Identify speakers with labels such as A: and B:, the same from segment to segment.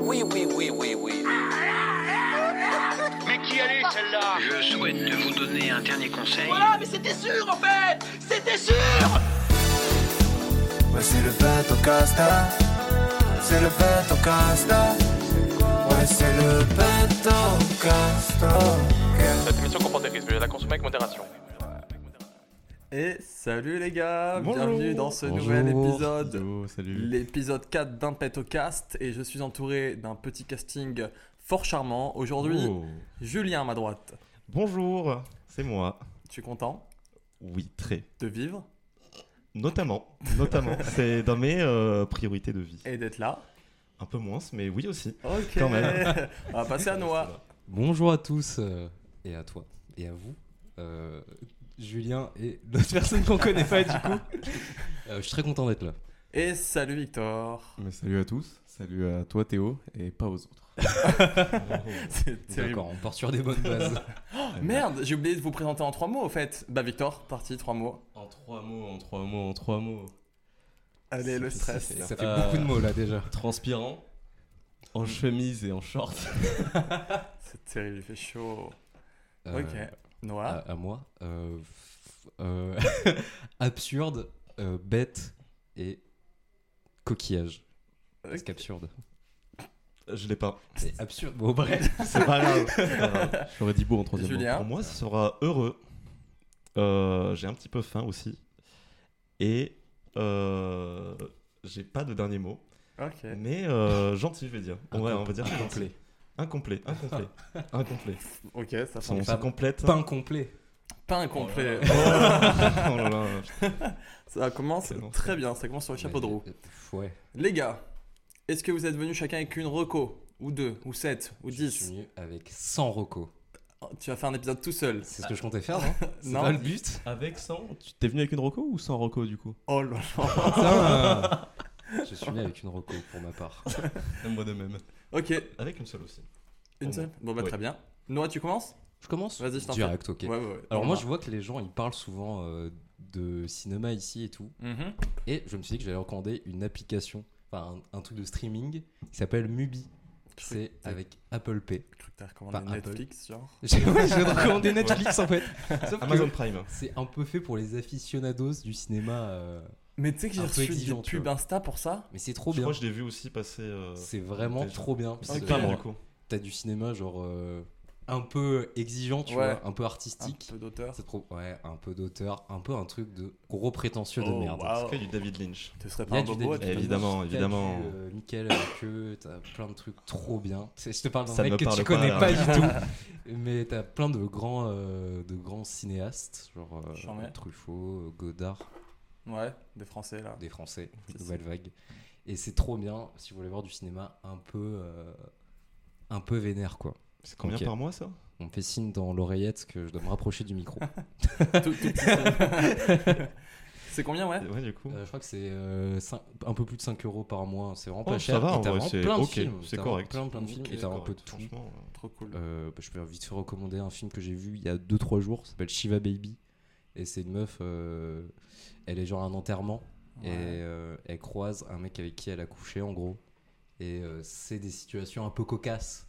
A: oui, oui, oui, oui, oui.
B: Mais qui elle est celle-là
C: Je souhaite vous donner un dernier conseil.
A: Voilà, mais c'était sûr en fait C'était sûr
D: Ouais, c'est le bateau Casta. C'est le bateau Casta. Ouais, c'est le bateau Casta.
E: Cette émission comporte des risques, veuillez la consommer avec modération.
F: Et salut les gars,
G: Bonjour.
F: bienvenue dans ce
G: Bonjour.
F: nouvel épisode,
G: Hello, salut.
F: l'épisode 4 d'Impetocast et je suis entouré d'un petit casting fort charmant. Aujourd'hui,
G: Oh.
F: Julien à ma droite.
G: Bonjour, c'est moi.
F: Tu es content
G: Oui, très.
F: de vivre
G: Notamment, notamment. c'est dans mes euh, priorités de vie.
F: et d'être là
G: Un peu moins, mais oui aussi.
F: Ok.
G: Quand même.
F: On va passer à Noah.
H: Bonjour à tous euh, et à toi et à vous. Euh, Julien et l'autre personne qu'on connaît pas du coup. Euh, je suis très content d'être là.
F: Et salut Victor.
I: Mais salut à tous, salut à toi Théo et pas aux autres.
F: C'est terrible.
H: D'accord, on part sur des bonnes bases.
F: Merde, j'ai oublié de vous présenter en trois mots au fait. Bah Victor, parti, trois mots.
I: En trois mots, en trois mots, en trois mots.
F: Allez, le stress.
H: Ça fait
I: Euh,
H: beaucoup de mots Mm. là déjà.
I: Transpirant, en chemise et en short.
F: C'est terrible, il fait chaud.
H: Euh,
F: ok.
H: à,
F: Noah.
H: à moi. Euh, f- euh, absurde, euh, bête et coquillage. Parce
F: Ok.
H: qu'absurde.
G: Je l'ai pas.
H: C'est absurde. Bon, bref.
G: C'est pas grave. c'est pas grave.
I: J'aurais dit beau en troisième mot.
F: Julien.
G: Pour moi, ce sera heureux. Euh, j'ai un petit peu faim aussi. Et euh, j'ai pas de dernier mot.
F: Ok.
G: Mais euh, gentil, je vais dire. On va,
H: Incomplet.
G: on va dire que c'est gentil.
H: Incomplet.
G: Incomplet, incomplet, incomplet.
F: Ok, ça
G: On
F: semble
G: se complète.
H: Pain complet.
F: pas incomplet.
G: Oh là là.
F: Ça commence
G: Excellent.
F: très bien, ça commence sur le chapeau de roue.
H: euh, Ouais.
F: Les gars, est-ce que vous êtes venus chacun avec une reco Ou deux, ou sept, ou
H: Je suis
F: dix
H: venu avec 100 recos.
F: Oh, Tu vas faire un épisode tout seul. Euh,
H: C'est ce que je comptais faire, non C'est
F: Non.
H: pas le but.
I: Avec sans, tu t'es venu avec une roco ou sans roco du coup
F: Oh là là.
H: Putain Je suis venu avec une reco pour ma part.
G: Moi de même.
F: Ok,
G: Avec une seule aussi.
F: une
G: Pour
F: seule Bon bah
G: Oui.
F: très bien. Noah, tu commences
H: Je commence
F: Vas-y, je t'en prie.
H: Direct, ok.
F: Ouais, ouais, ouais.
H: Alors moi, je vois que les gens, ils parlent souvent euh, de cinéma ici et tout.
F: Mhm.
H: Et je me suis dit que j'allais recommander une application, enfin un, un truc de streaming qui s'appelle Mubi. C'est avec Apple Pay.
F: J'ai cru que t'as recommandé
H: Pas Apple.
F: Netflix, genre.
H: J'ai ouais, j'ai recommandé Netflix en fait. Sauf
G: Amazon
H: que
G: Prime.
H: c'est un peu fait pour les aficionados du cinéma. euh,
F: Mais tu sais que j'ai
H: Un peu
F: reçu
H: exigeant,
F: des
H: tu
F: pubs
H: vois.
F: Insta pour ça
H: Mais c'est trop
G: Je
H: bien.
G: crois Ah, que je l'ai vu aussi passer. euh,
H: C'est vraiment
G: Déjà.
H: trop bien.
G: C'est
H: C'est-
G: pas
H: euh,
G: moi. du coup.
H: T'as du cinéma genre euh, un peu exigeant, tu
F: Ouais.
H: vois, un peu
F: Un
H: artistique.
F: peu d'auteur.
H: C'est trop- ouais, un peu d'auteur, un peu un truc de gros prétentieux de
F: Oh,
H: merde.
F: waouh.
G: Est-ce qu'il y a du David Lynch
F: Tu serais
H: Il y
F: pas
H: a
F: un
H: du
F: bobo
H: David
F: tu
H: Lynch,
F: te-
G: Évidemment,
H: t'as du,
G: évidemment.
H: euh, Michael avec eux, t'as plein de trucs trop bien. C'est- Je te parle d'un
G: Ça
H: mec
G: me
H: que tu
G: parle
H: connais
G: pas,
H: pas du tout, mais t'as plein de grands, euh, de grands cinéastes, genre euh,
F: J'en ai.
H: Truffaut, euh, Godard,
F: Ouais, des Français là.
H: des Français,
F: C'est
H: nouvelle vague. Et c'est trop bien si vous voulez voir du cinéma un peu, euh, un peu vénère quoi.
G: C'est combien
H: Ok.
G: par mois ça
H: On me fait signe dans l'oreillette que je dois me rapprocher du micro. Euh,
F: Tout- tout petit. C'est combien, ouais
G: Ouais, du coup.
H: Euh, je crois que c'est euh, cinq- un peu plus de 5 euros par mois. C'est vraiment pas
G: Oh, ça
H: cher.
G: va,
H: et
G: en
H: t'as
G: vrai,
H: vraiment
G: c'est-
H: plein de
G: ok,
H: films.
G: c'est
H: T'as
G: correct.
H: Plein, plein de films.
G: Ok,
H: Et t'as un peu de
G: correct,
H: tout.
G: franchement, euh,
F: Trop cool.
H: Euh, bah, je peux vite fait recommander un film que j'ai vu il y a 2-3 jours. Ça s'appelle Shiva Baby. Et c'est une meuf. euh, elle est genre à un enterrement. Et
F: Ouais.
H: euh, elle croise un mec avec qui elle a couché, en gros. Et euh, c'est des situations un peu cocasses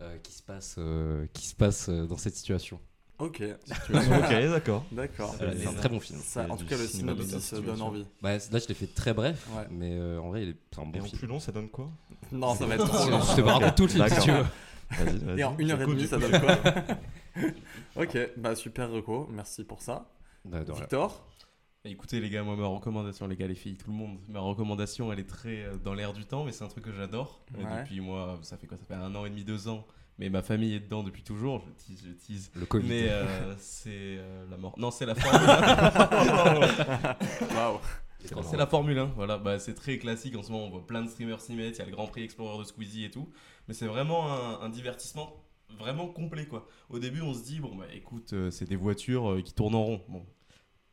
H: euh, qui se passent, euh, qui se passent euh, dans cette situation.
F: Ok,
G: euh, ok, d'accord.
F: d'accord.
G: Euh,
H: C'est un très bon film.
F: Ça, en
G: du
F: tout cas, le
G: cinéma de
F: synopsis
G: situation.
F: donne envie.
H: Bah, là, je l'ai fait très bref.
F: Ouais.
H: Mais euh, en vrai, il est c'est un
G: Et
H: bon
G: en
H: film.
G: plus long, ça donne quoi
F: Non, ça va être trop long.
H: Je te raconte tout le film si tu veux.
G: D'accord. Vas-y, vas-y.
F: Et en une heure et
G: J'écoute,
F: demie, ça
G: j'écoute.
F: donne quoi Ok, bah super reco, merci pour ça.
H: Bah, de rien.
F: Victor
I: Bah, Écoutez les gars, moi ma recommandation, les gars, les filles, tout le monde, ma recommandation elle est très euh, dans l'air du temps, mais c'est un truc que j'adore. Euh,
F: Ouais.
I: Depuis moi, ça fait quoi Ça fait un an et demi, deux ans, mais ma famille est dedans depuis toujours, je tease, je tease.
H: Le Covid.
I: Mais euh, c'est euh, la mort. Non, c'est la formule.
F: Waouh
H: C'est
I: c'est la formule 1. Voilà, bah, c'est très classique en ce moment. On voit plein de streamers s'y mettre. Il y a le Grand Prix Explorer de Squeezie et tout. Mais c'est vraiment un, un divertissement vraiment complet quoi. Au début, on se dit bon bah écoute, euh, c'est des voitures euh, qui tournent en rond. Bon,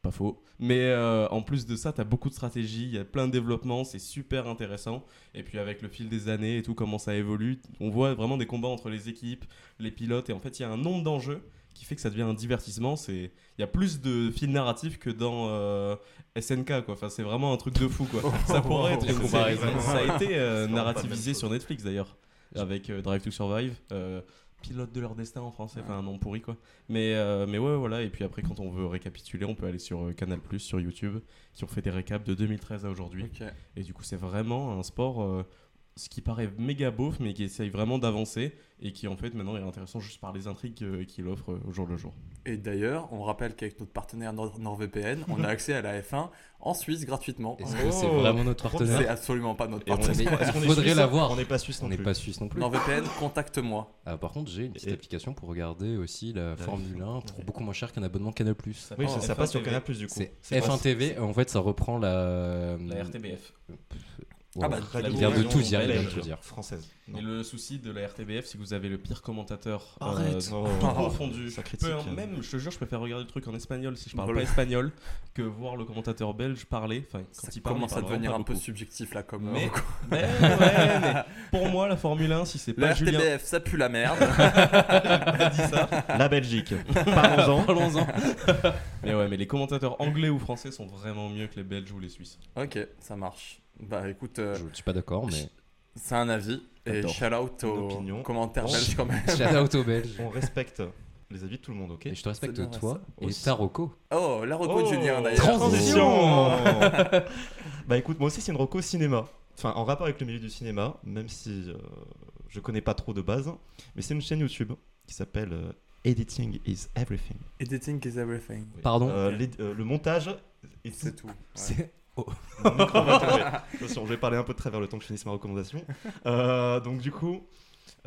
I: pas faux. Mais euh, en plus de ça, t'as beaucoup de stratégies. Il y a plein de développements. C'est super intéressant. Et puis avec le fil des années et tout, comment ça évolue, on voit vraiment des combats entre les équipes, les pilotes. Et en fait, il y a un nombre d'enjeux qui fait que ça devient un divertissement. C'est il y a plus de fils narratifs que dans euh, SNK quoi. Enfin c'est vraiment un truc de fou quoi. ça pourrait être
G: La
I: une
G: comparaison.
I: comparaison. ça a été euh,
G: C'est vraiment pas la
I: narrativisé
G: même
I: sur Netflix d'ailleurs avec euh, Drive to Survive. euh, Pilote de leur destin en français, enfin un nom pourri quoi. Mais, euh, mais ouais, voilà. Et puis après, quand on veut récapituler, on peut aller sur euh, Canal, sur YouTube, qui ont fait des récaps de 2013 à aujourd'hui.
F: Ok.
I: Et du coup, c'est vraiment un sport, euh, ce qui paraît méga beauf, mais qui essaye vraiment d'avancer et qui en fait maintenant est intéressant juste par les intrigues euh, qu'il offre euh, au jour le jour.
F: Et d'ailleurs, on rappelle qu'avec notre partenaire Nord- NordVPN, on a accès à la F1 en Suisse gratuitement.
H: Est-ce que c'est
G: Oh,
H: vraiment notre
G: trop
F: C'est
H: partenaire
F: absolument pas notre
G: Et on est-
F: partenaire.
G: est-ce qu'on est
H: Faudrait
G: suisse hein
H: l'avoir.
G: On n'est pas suisse
H: On
G: non
H: n'est
G: plus.
H: pas suisse non plus.
F: NordVPN, contacte-moi.
H: Ah, par contre, j'ai une petite
G: Et-
H: application pour regarder aussi la Formule 1 pour beaucoup moins cher qu'un abonnement Canal+.
G: Oui,
I: passe
F: Oh,
G: ça,
I: en
G: ça passe sur
I: F1
G: Canal Plus du coup.
H: C'est
G: C'est
H: F1
G: France.
H: TV, en fait ça reprend la,
I: La RTBF.
H: Ouais.
F: Ah bah,
G: Radio
I: il vient de tout dire, il
G: belge,
H: vient euh, de tout dire.
G: Française. Non. Euh,
I: Et le souci de la RTBF, c'est que vous avez le pire commentateur euh,
G: Arrête.
I: tout
G: Oh.
I: confondu.
F: E,
G: Ça critique.
I: Peu- même, je te jure, je préfère regarder le truc en espagnol si je parle
F: Voilà.
I: pas espagnol que voir le commentateur belge parler. Enfin, quand
F: Ça
I: il parle, il
F: commence à
I: parle vraiment
F: devenir
I: pas
F: un peu
I: beaucoup.
F: subjectif là comme.
I: Mais-
F: euh,
I: Mais ouais, mais pour moi, la Formule 1, si c'est
F: La
I: pas Julien
F: RTBF, ça pue la merde.
I: qui dit ça,
G: La Belgique. Parlons-en.
H: Parlons-en.
I: Mais ouais, mais les commentateurs anglais ou français sont vraiment mieux que les Belges ou les Suisses.
F: ok, ça marche. Bah écoute, euh,
H: Je suis pas d'accord, mais.
F: c'est un avis. Et
G: J'adore.
F: shout out
G: Une
F: aux
G: opinion.
F: commentaires
G: Oh.
F: belges quand même.
H: Shout-out aux Belges.
G: On respecte les avis de tout le monde, ok
H: Et je te respecte
F: C'est bien,
H: toi
G: ça.
H: et
G: Aussi.
H: ta Rocco.
F: Oh, la reco de
G: Oh,
F: Julien d'ailleurs. Oh.
G: Transition Bah écoute, moi aussi c'est une reco au cinéma. Enfin, en rapport avec le milieu du cinéma, même si euh, je connais pas trop de base. Mais c'est une chaîne YouTube qui s'appelle euh, Editing is Everything.
F: Editing is everything.
H: Pardon
G: Euh, les- euh, le montage et
F: C'est tout. Ouais.
H: C'est-
G: Mon micro va tomber. Attention, je vais parler un peu de travers le temps que je finisse ma recommandation. Euh, donc du coup,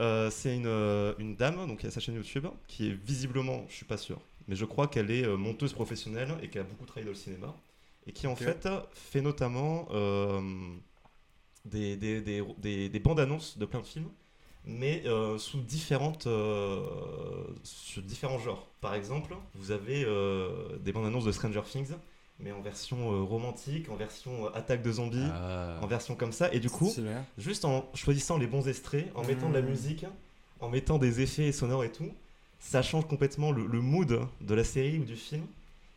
G: euh, c'est une, euh, une dame donc, qui a sa chaîne YouTube, qui est visiblement, je suis pas sûr, mais je crois qu'elle est euh, monteuse professionnelle et qui a beaucoup travaillé dans le cinéma, et qui en
F: Ok.
G: fait fait notamment euh, des, des, des, des- des bandes annonces de plein de films, mais euh, sous, différentes, euh, sous différents genres. Par exemple, vous avez euh, des bandes annonces de Stranger Things, mais en version euh, romantique, en version euh, attaque de zombies
H: Ah.
G: en version comme ça. Et du coup,
F: Stylé.
G: juste en choisissant les bons extraits, en mettant de la
H: Hmm.
F: Mm.
G: musique, en mettant des effets sonores et tout, ça change complètement le, le mood de la série ou du film.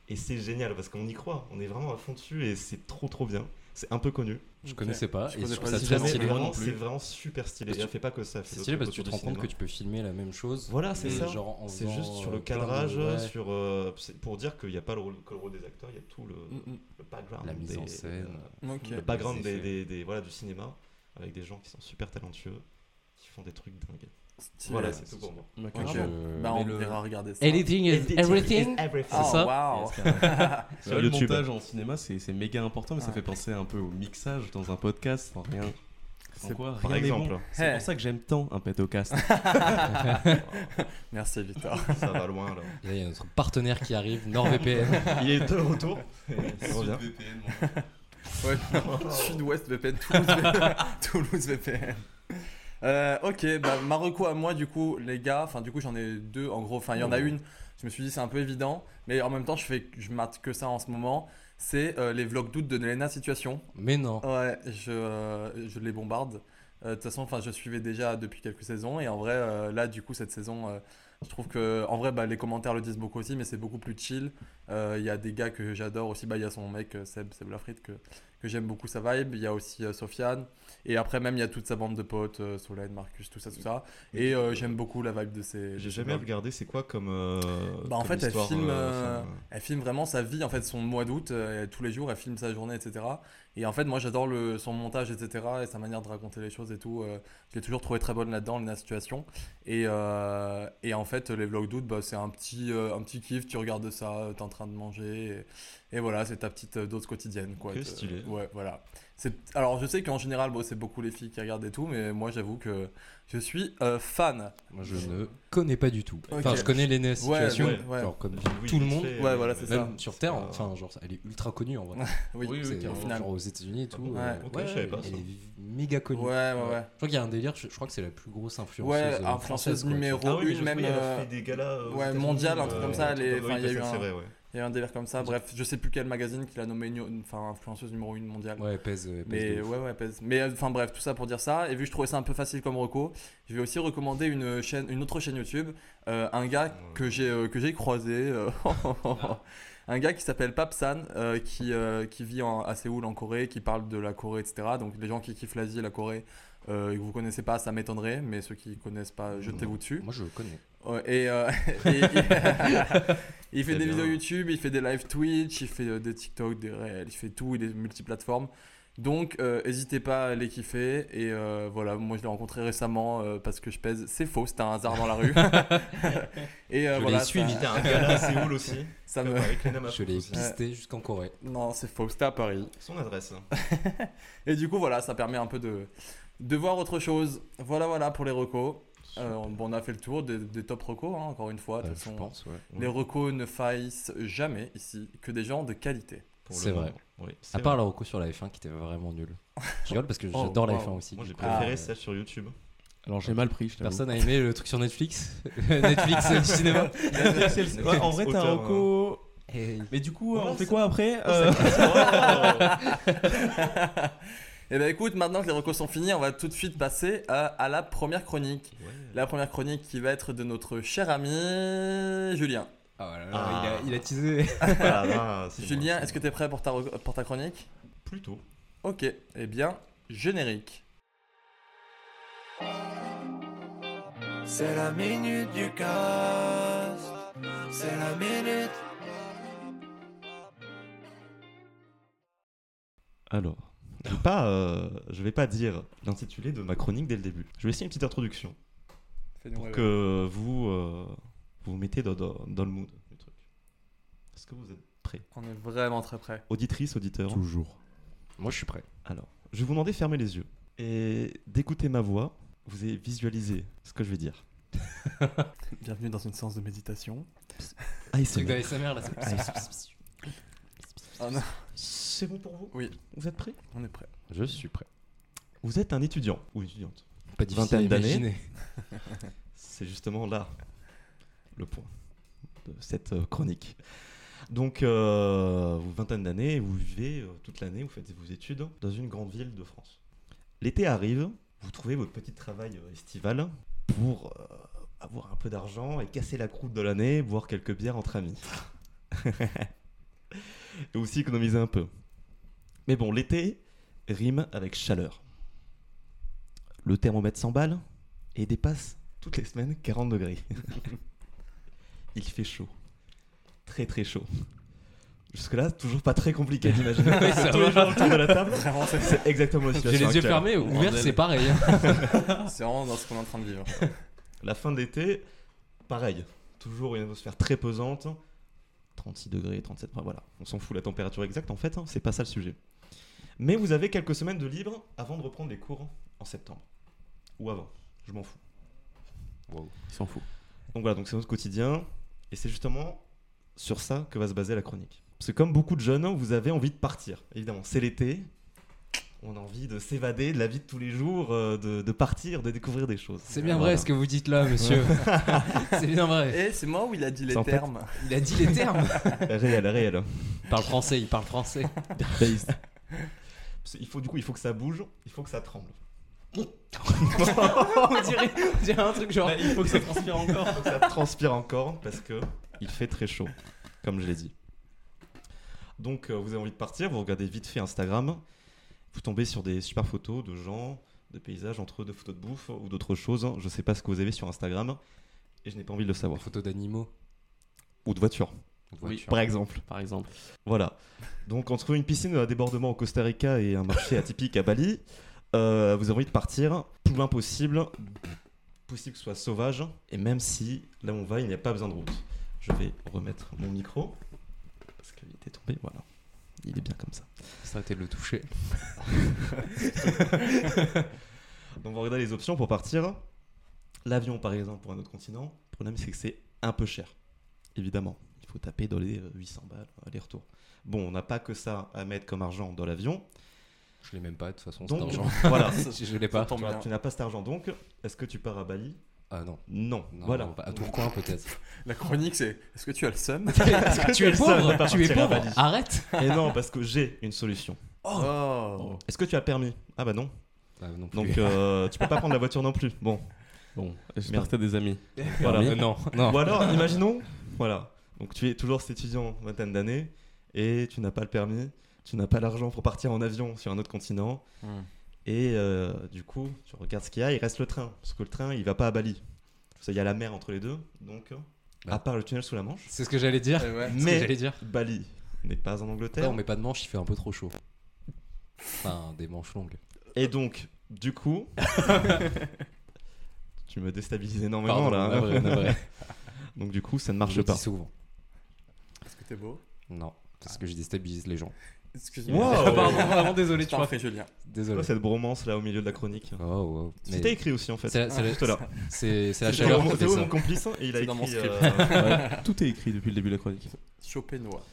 G: Et c'est génial parce qu'on y croit, on est vraiment à fond dessus et c'est trop trop bien. C'est un peu connu.
H: Je
F: Ok.
H: connaissais pas.
F: Je
H: et
F: connais
H: je trouve
F: pas
H: ça
F: du
H: très
F: tout.
G: Mais
H: stylé.
G: vraiment,
F: non plus.
G: c'est vraiment super stylé.
H: Parce
G: Et elle
H: que-
G: fait pas que ça. elle fait
H: C'est
G: d'autres
H: stylé parce que tu
G: trucs
H: te
G: autour
H: rends
G: du
H: compte que
G: cinéma.
H: tu peux filmer la même chose.
G: Voilà, c'est
H: mais
G: ça.
H: genre en
G: C'est
H: faisant,
G: juste sur le
H: euh, plein de-
G: cadrage,
H: ouais.
G: sur euh, c'est pour dire qu'il n'y a pas le rôle, que le rôle des acteurs, il y a tout le,
F: Mm,
G: le background,
H: La mise en
G: des- euh,
H: scène.
F: mm. Ok.
G: le background
H: Les
G: des,
H: effets.
G: des- des- voilà, du cinéma avec des gens qui sont super talentueux, qui font des trucs dingues.
F: Stylé.
G: Voilà, c'est tout pour moi.
F: Ok.
H: Je-
F: Bah, on
H: mais le-
F: verra regarder ça.
H: euh, Editing is everything.
F: Oh,
H: ça
F: waouh.
I: Sur le
G: YouTube.
I: montage en cinéma, c'est c'est méga important, mais ça
F: Ouais.
I: fait penser un peu au mixage dans un podcast, sans rien. sans
F: C'est-
I: quoi,
G: Par
I: rien n'est
G: exemple,
I: bon. C'est
F: Hey.
I: pour ça que j'aime tant un pétocast.
F: Merci Victor.
G: ça va loin là.
H: Là, Il y a notre partenaire qui arrive, NordVPN.
G: Il est de retour. Il revient.
I: VPN,
F: Ouais, non, Sud-Ouest VPN, Toulouse VPN. Toulouse VPN. Euh, ok, bah, ma reco à moi, du coup, les gars, enfin, du coup, j'en ai deux en gros. Enfin, il y en a une, je me suis dit, c'est un peu évident, mais en même temps, je, fais, je mate que ça en ce moment. C'est euh, les vlogs d'août de Nelena Situation.
H: Mais non.
F: Ouais, je, euh, je les bombarde. Euh, De toute façon, enfin, je suivais déjà depuis quelques saisons et en vrai, euh, là, du coup, cette saison, euh, je trouve que, en vrai, bah, les commentaires le disent beaucoup aussi, mais c'est beaucoup plus chill. Euh, Il y a des gars que j'adore aussi. Bah, il y a son mec euh, Seb, Seb Lafrite que, que j'aime beaucoup sa vibe. Il y a aussi euh, Sofiane et après même il y a toute sa bande de potes, euh, Solène, Marcus, tout ça, tout ça. Et euh, j'aime beaucoup la vibe de ces.
G: J'ai
F: de ces
G: jamais
F: vlogs.
G: regardé, c'est quoi comme. euh,
F: Bah, en
G: comme
F: fait, elle
G: histoire,
F: filme,
G: euh, enfin,
F: Elle filme vraiment sa vie, en fait, son mois d'août, euh, tous les jours, elle filme sa journée, etc. Et en fait, moi, j'adore le, son montage, etc. et sa manière de raconter les choses et tout. euh, je l'ai toujours trouvé très bonne là-dedans, la situation. Et, euh, et en fait, les vlogs d'août, bah, c'est un petit, euh, un petit kiff, tu regardes ça, euh, t'es en train de manger. Et, et voilà, c'est ta petite euh, dose quotidienne, quoi.
G: Ok,
F: De-
G: stylé.
F: ouais, voilà. C'est, alors, je sais qu'en général, bon, c'est beaucoup les filles qui regardent et tout, mais moi, j'avoue que je suis euh, fan.
H: Moi, je ne connais pas du tout. Enfin,
F: Ok.
H: je connais les
F: Ouais,
H: situations,
G: ouais,
F: ouais.
H: genre comme
G: oui,
H: tout le
G: vite
H: monde.
G: fait,
F: Ouais,
G: euh,
F: voilà, c'est ça.
H: Même sur Terre,
G: Euh,
H: enfin, genre, elle est ultra connue en vrai.
F: Oui,
I: Oui, oui,
H: C'est-
I: carrément.
F: au final.
H: genre aux États-Unis et tout.
G: bon
H: euh,
G: Ok, je savais pas ça.
H: elle est méga connue.
F: Ouais, ouais, ouais.
H: Je crois qu'il y a un délire, je, je crois que c'est la plus grosse influenceuse.
F: Ouais,
H: euh,
F: influenceuse
H: française, quoi,
F: numéro
G: Ah oui, mais
F: une,
G: je sais,
F: même.
G: oui, elle a
F: euh,
G: fait des galas. euh, aux
F: ouais,
G: États-Unis,
F: mondial, un truc
G: euh,
F: comme ça, elle est-
G: oui,
F: enfin, il y a
G: c'est-
F: eu
G: c'est
F: un-
G: vrai, ouais.
F: Il y a eu un délire comme ça. Bref, je sais plus quel magazine qu'il a nommé nu- enfin, influenceuse numéro 1 mondiale.
H: Ouais, elle pèse. elle pèse
F: Mais
H: de ouf.
F: ouais, ouais, pèse. Mais euh, enfin bref, tout ça pour dire ça. Et vu que je trouvais ça un peu facile comme reco, je vais aussi recommander une chaîne, une autre chaîne YouTube, euh, un gars que j'ai euh, que j'ai croisé, euh, un gars qui s'appelle Papsan, euh, qui euh, qui vit en- à Séoul en Corée, qui parle de la Corée, etc. Donc les gens qui kiffent l'Asie, la Corée, euh, et que vous connaissez pas, ça m'étonnerait. Mais ceux qui connaissent pas, jetez-vous dessus.
H: Moi, je le connais.
F: Ouais, et, euh, et- il fait
I: Très
F: des
I: bien.
F: vidéos YouTube, il fait des live Twitch, il fait euh, des TikTok, des réels, il fait tout, il est multiplateforme. Donc, euh, n'hésitez pas à les kiffer. Et euh, voilà, moi je l'ai rencontré récemment euh, parce que je pèse. C'est faux, c'était un hasard dans la rue. et euh,
H: Je l'ai
F: voilà,
H: suivi.
F: ça,
G: T'as un gala à Séoul aussi.
F: ça me.
G: Avec Lena Mafou
H: Je l'ai
G: aussi.
H: pisté jusqu'en Corée.
F: Non, c'est faux, c'était à Paris.
G: Son adresse.
F: Et du coup, voilà, ça permet un peu de, de voir autre chose. Voilà, voilà pour les recos. Euh, bon, on a fait le tour des, des top recos, hein, encore une fois. de
H: Euh,
F: toute
H: je
F: façon.
H: pense, ouais.
F: Mm. Les recos ne faillissent jamais ici que des gens de qualité.
G: Pour le
H: C'est vrai.
G: moment. Oui, c'est
H: À part la reco sur la F1 qui était vraiment nulle. Je rigole parce que
F: Oh,
H: j'adore la
F: wow.
H: F1 aussi.
G: Moi j'ai
H: Ah,
G: préféré
H: euh,
G: celle sur YouTube.
I: Alors j'ai mal pris, je t'avoue.
H: Personne a aimé le truc sur Netflix Netflix euh, du cinéma
I: Ouais, en vrai, t'as un
G: Auteur,
I: reco.
H: Et-
I: Mais du coup,
G: Ouais,
I: on fait
G: ça-
I: quoi après Euh,
H: Ah,
F: Et ben écoute, maintenant que les recos sont finis, on va tout de suite passer à, à la première chronique. La première chronique qui va être de notre cher ami Julien.
H: Ah, là, là,
G: Ah.
H: il, a, il a teasé.
G: Voilà, là, c'est
F: Julien,
G: moi.
F: est-ce que t'es prêt pour ta, reco- pour ta chronique
G: Plutôt.
F: Ok, eh bien, générique.
D: C'est la minute du cast. C'est la minute.
G: Alors, je vais pas, euh, je vais pas dire l'intitulé de ma chronique dès le début. Je vais essayer une petite introduction pour que vous euh, vous vous mettez dans, dans- dans le mood du truc. Est-ce que vous êtes prêts
F: On est vraiment très prêt.
G: Auditrice, auditeur
H: Toujours. Moi, je suis prêt.
G: Alors, je vais vous demander de fermer les yeux et d'écouter ma voix. Vous avez visualisé ce que je vais dire.
F: Bienvenue dans une séance de méditation.
G: Ah,
H: Le truc d'ASMR là. c'est-
F: Ah non,
G: C'est bon pour vous
F: Oui.
G: Vous êtes prêts
F: on est prêt.
H: Je suis prêt.
G: Vous êtes un étudiant ou une étudiante.
H: Pas difficile à
G: Vingtaine d'années.
H: imaginer.
G: C'est justement là le point de cette euh, chronique. Donc, euh, vous vingtaine d'années, vous vivez euh, toute l'année, vous faites vos études dans une grande ville de France. L'été arrive, vous trouvez votre petit travail euh, estival pour euh, avoir un peu d'argent et casser la croûte de l'année, boire quelques bières entre amis. et aussi économiser un peu. Mais bon, l'été rime avec chaleur. Le thermomètre s'emballe et dépasse toutes les semaines 40 degrés. Il fait chaud. Très très chaud. Jusque-là, toujours pas très compliqué d'imaginer.
H: Oui, ça
G: Tous les
H: va.
G: gens autour de la table,
F: Vraiment, c'est
G: c'est exactement la
H: J'ai
G: situation.
H: les yeux
G: actuelle.
H: fermés ou ouverts,
G: Bordel.
H: c'est pareil. hein.
F: c'est vraiment dans ce qu'on est en train de vivre.
G: La fin de l'été, pareil. Toujours une atmosphère très pesante. 36 degrés, 37, enfin, voilà. On s'en fout la température exacte en fait, hein, c'est pas ça le sujet. Mais vous avez quelques semaines de libre avant de reprendre les cours en septembre. Ou avant, je m'en fous.
I: Il s'en fout.
G: Donc voilà, donc c'est notre quotidien. Et c'est justement sur ça que va se baser la chronique. Parce que comme beaucoup de jeunes, hein, vous avez envie de partir. Évidemment, c'est l'été. On a envie de s'évader de la vie de tous les jours, euh, de, de partir, de découvrir des choses.
H: C'est bien
G: Voilà.
H: vrai ce que vous dites là, monsieur. C'est bien vrai.
F: Et Eh, c'est moi où il a dit les
G: C'est en fait-
F: termes.
H: Il a dit les termes.
G: Réel, réel.
H: Il parle français, il parle français.
G: Parce que Il faut du coup, il faut que ça bouge, il faut que ça tremble.
H: on, dirait, on dirait un truc genre.
I: Bah, il faut que ça transpire encore.
G: Il faut que ça transpire encore parce que il fait très chaud, comme je l'ai dit. Donc euh, vous avez envie de partir, vous regardez vite fait Instagram, vous tombez sur des super photos de gens, de paysages entre eux, de photos de bouffe ou d'autres choses. Je sais pas ce que vous avez sur Instagram et je n'ai pas envie de le savoir.
H: Photo d'animaux.
G: Ou de voiture,
H: voiture.
G: par exemple.
I: Par exemple.
G: Voilà. Donc entre une piscine à débordement au Costa Rica et un marché atypique à Bali, euh, vous avez envie de partir plus loin possible, possible que ce soit sauvage, et même si là où on va, il n'y a pas besoin de route. Je vais remettre mon micro, parce qu'il était tombé, voilà. Il est bien comme ça.
H: Ça a été de le toucher.
G: Donc on va regarder les options pour partir. L'avion, par exemple, pour un autre continent, le problème c'est que c'est un peu cher. Évidemment, il faut taper dans les euh, 800 balles, aller-retour. Bon, on n'a pas que ça à mettre comme argent dans l'avion.
H: Je l'ai même pas de toute façon, cet
G: Donc,
H: argent.
G: voilà.
H: Je l'ai pas.
F: Tant
G: Tu n'as-
F: bien.
G: Tu n'as pas cet argent donc, est-ce que tu pars à Bali
H: Ah non.
G: Non,
H: non
G: voilà.
H: non, pas- à Tourcoing peut-être.
F: La chronique, c'est est-ce que tu as le seum
H: tu es pauvre, tu es
G: partir à
H: pauvre.
G: Bali.
H: Arrête.
G: Et non, parce que j'ai une solution.
F: Oh.
G: Est-ce que tu as permis Ah bah non.
H: Ah, non plus.
G: Donc euh, tu peux pas prendre la voiture non plus. Bon,
I: Bon, j'espère
G: Merde.
I: que t'as des amis.
G: voilà.
H: Mais non, non.
G: Ou alors, imaginons, voilà, donc tu es toujours cet étudiant vingtaine d'années et tu n'as pas le permis, tu n'as pas l'argent pour partir en avion sur un autre continent.
F: Mm.
H: Hmm.
G: Et euh, du coup, tu regardes ce qu'il y a, il reste le train, parce que le train, il va pas à Bali. Parce qu'il y a la mer entre les deux, donc euh, à part le tunnel sous la Manche,
H: C'est ce que j'allais dire.
F: Eh ouais.
H: C'est ce Bah.
G: Mais-
H: que j'allais dire.
G: Bali n'est pas en Angleterre.
H: Après, on met pas de manches, il fait un peu trop chaud. Enfin, des manches longues.
G: Et donc, du coup, tu me déstabilises énormément
H: Pardon,
G: là.
H: navré, navré.
G: Donc du coup, ça ne
H: Je
G: marche
H: le dis
G: pas.
H: souvent.
F: Est-ce que t'es beau
H: Non, parce que je déstabilise les gens.
F: Excuse-moi.
G: Wow.
H: Pardon, vraiment désolé,
F: Je
H: tu
F: t'en
H: vois.
F: fais, Julien.
H: Désolé.
G: Oh, cette bromance là au milieu de la chronique.
H: Oh, wow. Mais
G: C'était écrit aussi en fait. Ah,
H: C'est la- c'est la-
G: Juste là.
H: C'est c'est la
G: C'est
H: chaleur
G: dans-
H: qui
G: Théo,
H: fait ça.
G: mon complice, hein, et il a
F: C'est dans mon
G: écrit.
F: script.
G: euh,
I: Tout est écrit depuis le début de la chronique.
F: Chopinois.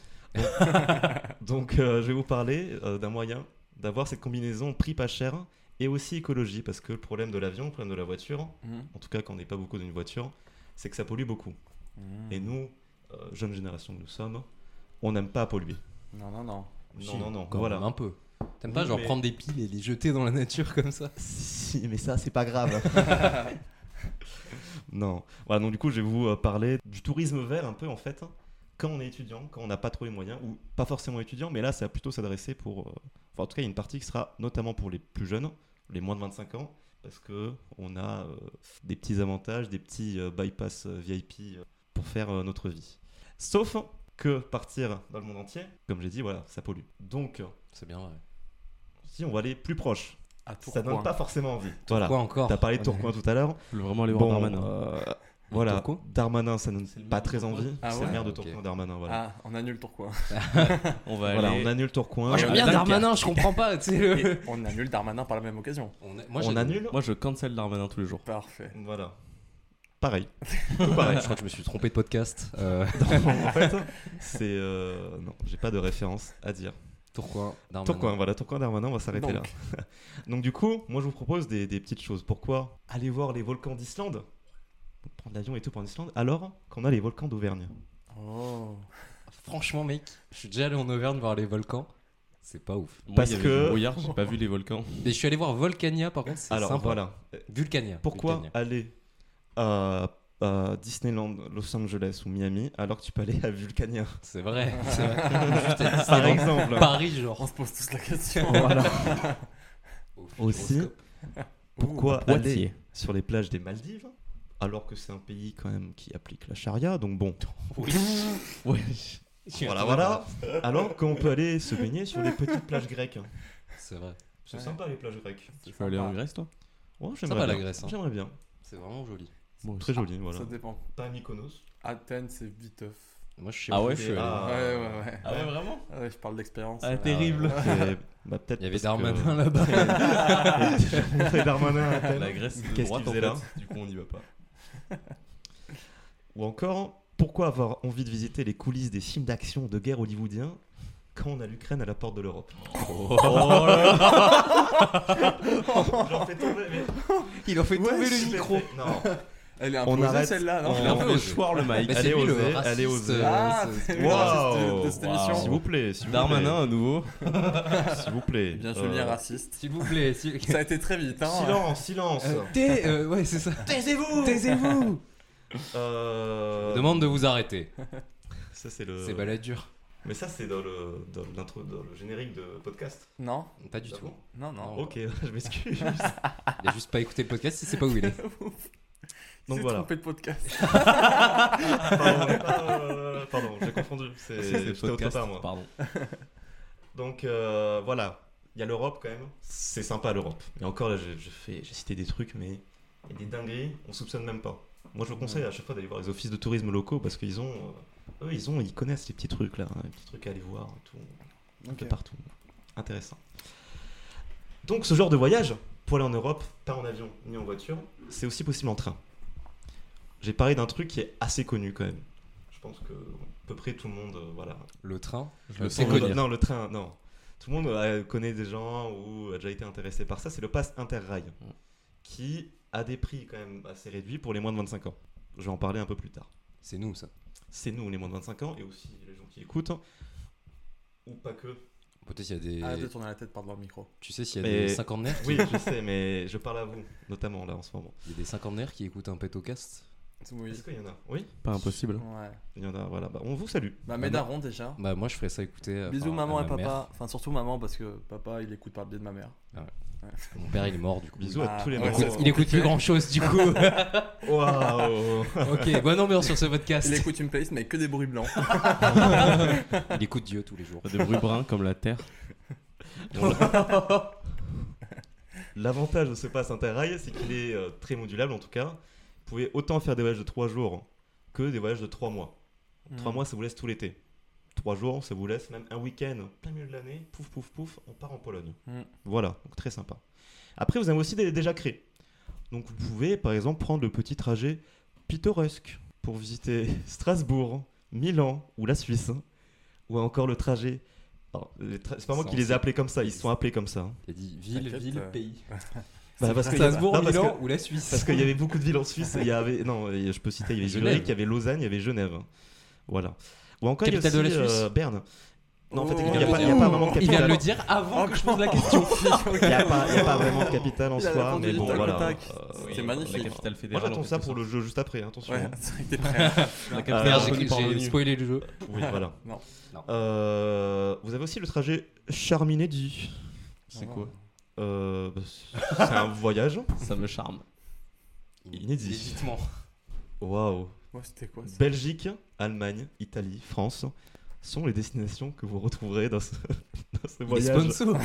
G: donc, euh, je vais vous parler euh, d'un moyen d'avoir cette combinaison prix pas cher et aussi écologie, parce que le problème de l'avion, le problème de la voiture,
F: Mhm.
G: en tout cas quand on n'est pas beaucoup d'une voiture, c'est que ça pollue beaucoup.
F: Mhm.
G: Et nous, euh, jeune génération que nous sommes, on n'aime pas polluer.
F: Non, non, non.
G: Non, non, non.
H: Quand
G: voilà.
H: même Un peu. T'aimes pas
G: Oui,
H: genre
G: mais-
H: prendre des piles et les jeter dans la nature comme ça
G: Si, mais ça, c'est pas grave. non. Voilà, donc du coup, je vais vous euh, parler du tourisme vert un peu en fait. hein. Quand on est étudiant, quand on n'a pas trop les moyens, ou pas forcément étudiant, mais là, ça va plutôt s'adresser pour. euh, Enfin, en tout cas, il y a une partie qui sera notamment pour les plus jeunes, les moins de 25 ans, parce que on a euh, des petits avantages, des petits euh, bypass euh, VIP euh, pour faire euh, notre vie. Sauf que partir dans le monde entier, comme j'ai dit, voilà, ça pollue. Donc,
H: C'est bien vrai.
G: si on va aller plus proche,
F: À
G: ça
F: Tourcoing.
G: donne pas forcément envie. Voilà.
H: Quoi encore
G: Ah. T'as parlé de Tourcoing tout à l'heure.
I: Je voulais vraiment aller
G: Bon,
I: voir Darmanin.
G: euh, voilà,
H: Tourcoing
G: Darmanin, ça donne
I: C'est le
G: pas
I: maire de
G: très
I: Tourcoing.
G: envie.
F: Ah
G: c'est
F: ouais
G: le maire de
H: Ok. Ah,
G: Tourcoing, Darmanin, voilà.
F: Ah, on annule Tourcoing.
I: On va
G: Voilà,
I: aller.
G: on annule Tourcoing.
H: Moi j'aime bien
I: Dunkerque.
H: Darmanin, je comprends pas, tu sais
F: Et
H: le...
F: on annule Darmanin par la même occasion.
H: On, a- moi,
G: on
H: j'ai-
G: annule.
I: Moi, je cancel Darmanin tous les jours.
F: Parfait.
G: Voilà. Pareil.
H: Ouais, je crois que je me suis trompé de podcast. Euh,
G: en fait, c'est. euh, Non, j'ai pas de référence à dire.
H: Tourcoing, Darmanin.
G: Tourcoing, voilà, Tourcoing Darmanin, on va s'arrêter là. Donc, du coup, moi je vous propose des, des petites choses. Pourquoi aller voir les volcans d'Islande Prendre l'avion et tout pour en Islande, alors qu'on a les volcans d'Auvergne.
F: Oh.
H: Franchement, mec, je suis déjà allé en Auvergne voir les volcans. C'est pas ouf.
I: Moi,
G: Parce
I: il y avait
G: que-
I: du brouillard, j'ai pas vu les volcans.
H: Mais je suis allé voir Volcania par contre, c'est
G: Alors
H: sympa.
G: voilà,
H: Vulcania.
G: Pourquoi
H: Vulcania.
G: aller à, à Disneyland Los Angeles ou Miami alors que tu peux aller à Vulcania
H: C'est vrai. c'est vrai. Juste à Disneyland.
G: Par exemple.
H: Paris,
F: On
H: genre.
F: se pose tous la question.
G: Voilà.
H: Au futuroscope.
G: Aussi,
F: Ouh.
G: Pourquoi
I: Poitiers.
G: aller sur les plages des Maldives alors que c'est un pays quand même qui applique la charia Donc bon,
I: Ouais.
G: voilà, voilà. Alors qu'on peut aller se baigner sur les petites plages grecques.
H: C'est vrai.
G: C'est
F: Ouais.
G: sympa les plages grecques.
I: Tu vas aller en Grèce, toi
G: Ouais,
H: va,
G: j'aimerais
H: la
G: bien.
H: Grèce, hein. Oh,
G: J'aimerais bien.
H: C'est vraiment joli.
I: Moi
G: Très joli, voilà.
F: Ça dépend.
G: Pas Mykonos.
F: Athènes, c'est viteuf.
H: Moi, je suis
I: Ah ouais, je suis allé.
G: Ah.
F: Ouais, ouais, ouais.
I: Ah ouais, vraiment
F: Ah ouais, je parle d'expérience.
I: Ah,
F: euh,
I: terrible.
G: C'est- bah, peut-être
H: Il y avait
G: parce
H: Darmanin
G: que-
H: là-bas.
G: Montrer Darmanin à Athènes.
I: La Grèce, c'est de
G: Qu'est-ce
I: droite,
G: qu'il
I: en
G: faisait là Ah,
I: fait. Du coup, on n'y va pas.
G: Ou encore, pourquoi avoir envie de visiter les coulisses des films d'action de guerre hollywoodiens quand on a l'Ukraine à la porte de l'Europe Oh J'en fais tomber, mais...
H: Il en fait
G: Ouais,
H: tomber le
G: je l'ai
H: micro.
G: fait. Non,
F: Elle est
G: on
F: imposée
G: arrête.
F: celle-là,
G: on-
F: non
I: un peu
G: on-
I: osé.
G: choir, le mic.
H: Mais c'est
G: Allez
H: lui, le
G: oser,
H: raciste,
G: allez oser.
H: euh,
F: Ah,
H: c'est-
F: c'est lui, le
G: Wow.
F: raciste de- de cette
I: Wow.
F: émission.
G: S'il vous plaît, s'il vous
I: Darmanin, à nouveau.
G: plaît. S'il vous plaît.
F: Eh Bien,
G: Euh,
F: Julien raciste.
H: S'il vous plaît. s'il-
F: Ça a été très vite, hein.
G: Silence, silence.
H: Euh, tais, euh, ouais, c'est ça.
G: Taisez-vous
H: Taisez-vous.
G: Euh,
H: Demande de vous arrêter.
G: Ça, c'est le...
H: C'est baladur.
G: Mais ça, c'est dans le, dans l'intro, dans le générique de podcast.
F: Non,
H: Pas du
G: Ah
H: tout.
G: bon
F: non, non.
H: Oh.
G: Ok, je m'excuse.
H: Il a juste pas écouté le podcast, il sait pas où il est.
G: Donc
F: c'est
G: voilà.
F: trompé de podcast.
G: Pardon, mais pas, euh, pardon, j'ai confondu. C'est, j'étais autre part, moi.
I: Pardon.
G: Donc euh, voilà, il y a l'Europe quand même. C'est sympa l'Europe. Et encore là, j'ai, j'ai fait- j'ai cité des trucs, mais il y a des dingueries, on soupçonne même pas. Moi, je vous conseille à chaque fois d'aller voir les offices de tourisme locaux parce qu'ils ont, euh, eux, ils ont, ils connaissent les petits trucs là, hein, les petits trucs à aller voir et tout, de partout. Intéressant. Donc, ce genre de voyage, pour aller en Europe, pas en avion ni en voiture, c'est aussi possible en train. J'ai parlé d'un truc qui est assez connu quand même. Je pense que à peu près tout le monde, euh, voilà,
H: Le train.
I: Je le
H: C'est
I: sens
G: non, le-
I: venir.
G: Non, le train, non. Tout le monde euh, connaît des gens ou a déjà été intéressé par ça. C'est le pass Interrail, qui à des prix quand même assez réduits pour les moins de 25 ans. Je vais en parler un peu plus tard.
H: C'est nous, ça.
G: C'est nous, les moins de 25 ans, et aussi les gens qui écoutent, ou pas que.
H: Peut-être il y a
F: Arrête de
H: des.
F: tourner la tête par devant le micro.
H: Tu sais, s'il y a
G: Mais-
H: des cinquantenaires,
G: Oui, je sais, mais je parle à vous, notamment là en ce moment.
H: il y a des cinquantenaires qui écoutent un pétocast.
F: Oui.
G: Est-ce qu'il y en a Oui,
I: Pas impossible.
F: Ouais.
G: il y en a, voilà. Bah, on vous salue.
F: Bah, mes
H: Maman.
F: darons déjà.
H: Bah, moi, je ferais ça écouter. euh,
F: Bisous
H: enfin, à
F: maman et
H: ma
F: papa. Ah,
H: mère.
F: Enfin, surtout maman parce que papa il écoute par le biais de ma mère.
H: Mon père, il est mort, du coup.
G: Bisous à
F: Ah,
G: tous les
F: ouais,
H: Il
G: membres.
H: écoute- il écoute plus grand chose du coup.
G: Waouh
H: ok, bonne ambiance sur ce podcast.
F: Il écoute une playlist mais que des bruits blancs.
H: Il écoute Dieu tous les jours.
I: Des bruits bruns comme la terre.
G: L'avantage de ce pass Interrail, c'est qu'il est euh, très modulable en tout cas. Vous pouvez autant faire des voyages de 3 jours que des voyages de 3 mois. 3
H: Hmm.
G: mois, ça vous laisse tout l'été. 3 jours, ça vous laisse même un week-end, plein milieu de l'année, pouf pouf pouf, on part en Pologne.
H: Hmm.
F: Mm.
G: Voilà, donc très sympa. Après, vous avez aussi des déjà créés. Donc vous pouvez par exemple prendre le petit trajet pittoresque pour visiter Strasbourg, Milan ou la Suisse. Ou encore le trajet. alors, les tra- C'est pas moi
H: Ça,
G: qui
H: on
G: les
H: sait.
G: ai appelés comme ça, ils sont appelés comme ça. hein.
H: Il a dit ville,
F: T'inquiète,
H: ville,
F: euh,
H: pays.
G: Bah, parce que-
H: Strasbourg,
G: non, parce
H: Milan
G: que-
H: ou la Suisse.
G: Parce qu'il y avait beaucoup de villes en Suisse. Il y avait, non, il y a- je peux citer, il y avait
H: Genève.
G: Zurich, il y avait Lausanne, il y avait Genève. Voilà. Ou encore,
H: Capitale
G: il y a aussi,
H: de la Suisse.
G: euh, Berne. Non, en fait,
F: Oh,
G: il n'y a,
H: il
G: pas-
H: vient
G: il y a
H: de
G: pas
H: le
G: vraiment de
H: Il vient de
G: capitale.
H: le dire avant que je pose la question.
G: Il n'y a, pas- il y a pas vraiment de capitale en
F: Il a
G: soi,
F: répondu
G: mais
F: du
G: bon,
F: tac au
G: voilà.
F: tac.
G: Euh,
F: C'était
G: oui,
F: magnifique.
I: La capitale
G: Moi,
I: fédérale.
G: j'attends ça pour le jeu juste après, hein, attention.
F: Ouais, c'est vrai que t'es prêt.
I: La
G: Alors,
I: capitale
G: j'ai-
I: reconnue par
H: J'ai
I: l'ONU.
H: spoilé le jeu.
G: Oui, voilà.
F: Non.
H: Non.
G: Euh, vous avez aussi le trajet Charminédi.
I: C'est
H: Oh.
I: quoi
G: Euh, bah, c'est un voyage.
I: Ça me charme.
G: Inédit.
H: Inéditement.
G: Waouh.
F: Moi c'était quoi ça
G: Belgique, Allemagne, Italie, France sont les destinations que vous retrouverez dans ce, dans ce
H: Les
G: voyage.
H: sponsors.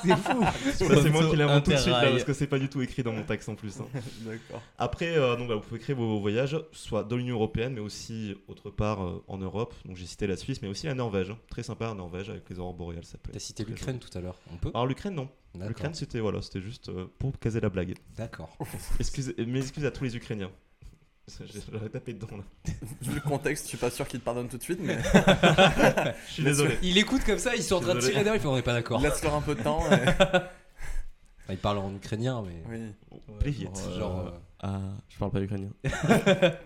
H: C'est fou.
G: Ça, c'est moi qui l'invente tout de suite là,
I: Interrail.
G: parce que c'est pas du tout écrit dans mon texte en plus. hein.
F: D'accord.
G: Après, euh, donc, bah, vous pouvez créer vos voyages soit dans l'Union Européenne, mais aussi autre part euh, en Europe. Donc j'ai cité la Suisse, mais aussi la Norvège. hein. Très sympa la Norvège avec les aurores boréales, ça peut
H: T'as
G: être
H: cité
G: très
H: l'Ukraine
G: joli.
H: tout à l'heure. On peut
G: Alors l'Ukraine non.
H: D'accord.
G: L'Ukraine c'était voilà, c'était juste euh, pour caser la blague.
H: D'accord.
G: Excusez, mes excuses à tous les Ukrainiens. J'aurais tapé dedans là.
F: Vu le contexte, je suis pas sûr qu'il te pardonne tout de suite, mais
G: Je suis désolé.
H: Il écoute comme ça, ils sont en train de
G: Désolé.
H: tirer derrière, il fait on n'est pas d'accord.
F: laisse-leur un peu de temps. et-
H: Enfin, il parle en ukrainien, mais.
F: Oui,
G: Pléviet.
I: Ouais,
H: Genre.
I: ouais.
H: euh,
I: Ah, je parle pas ukrainien.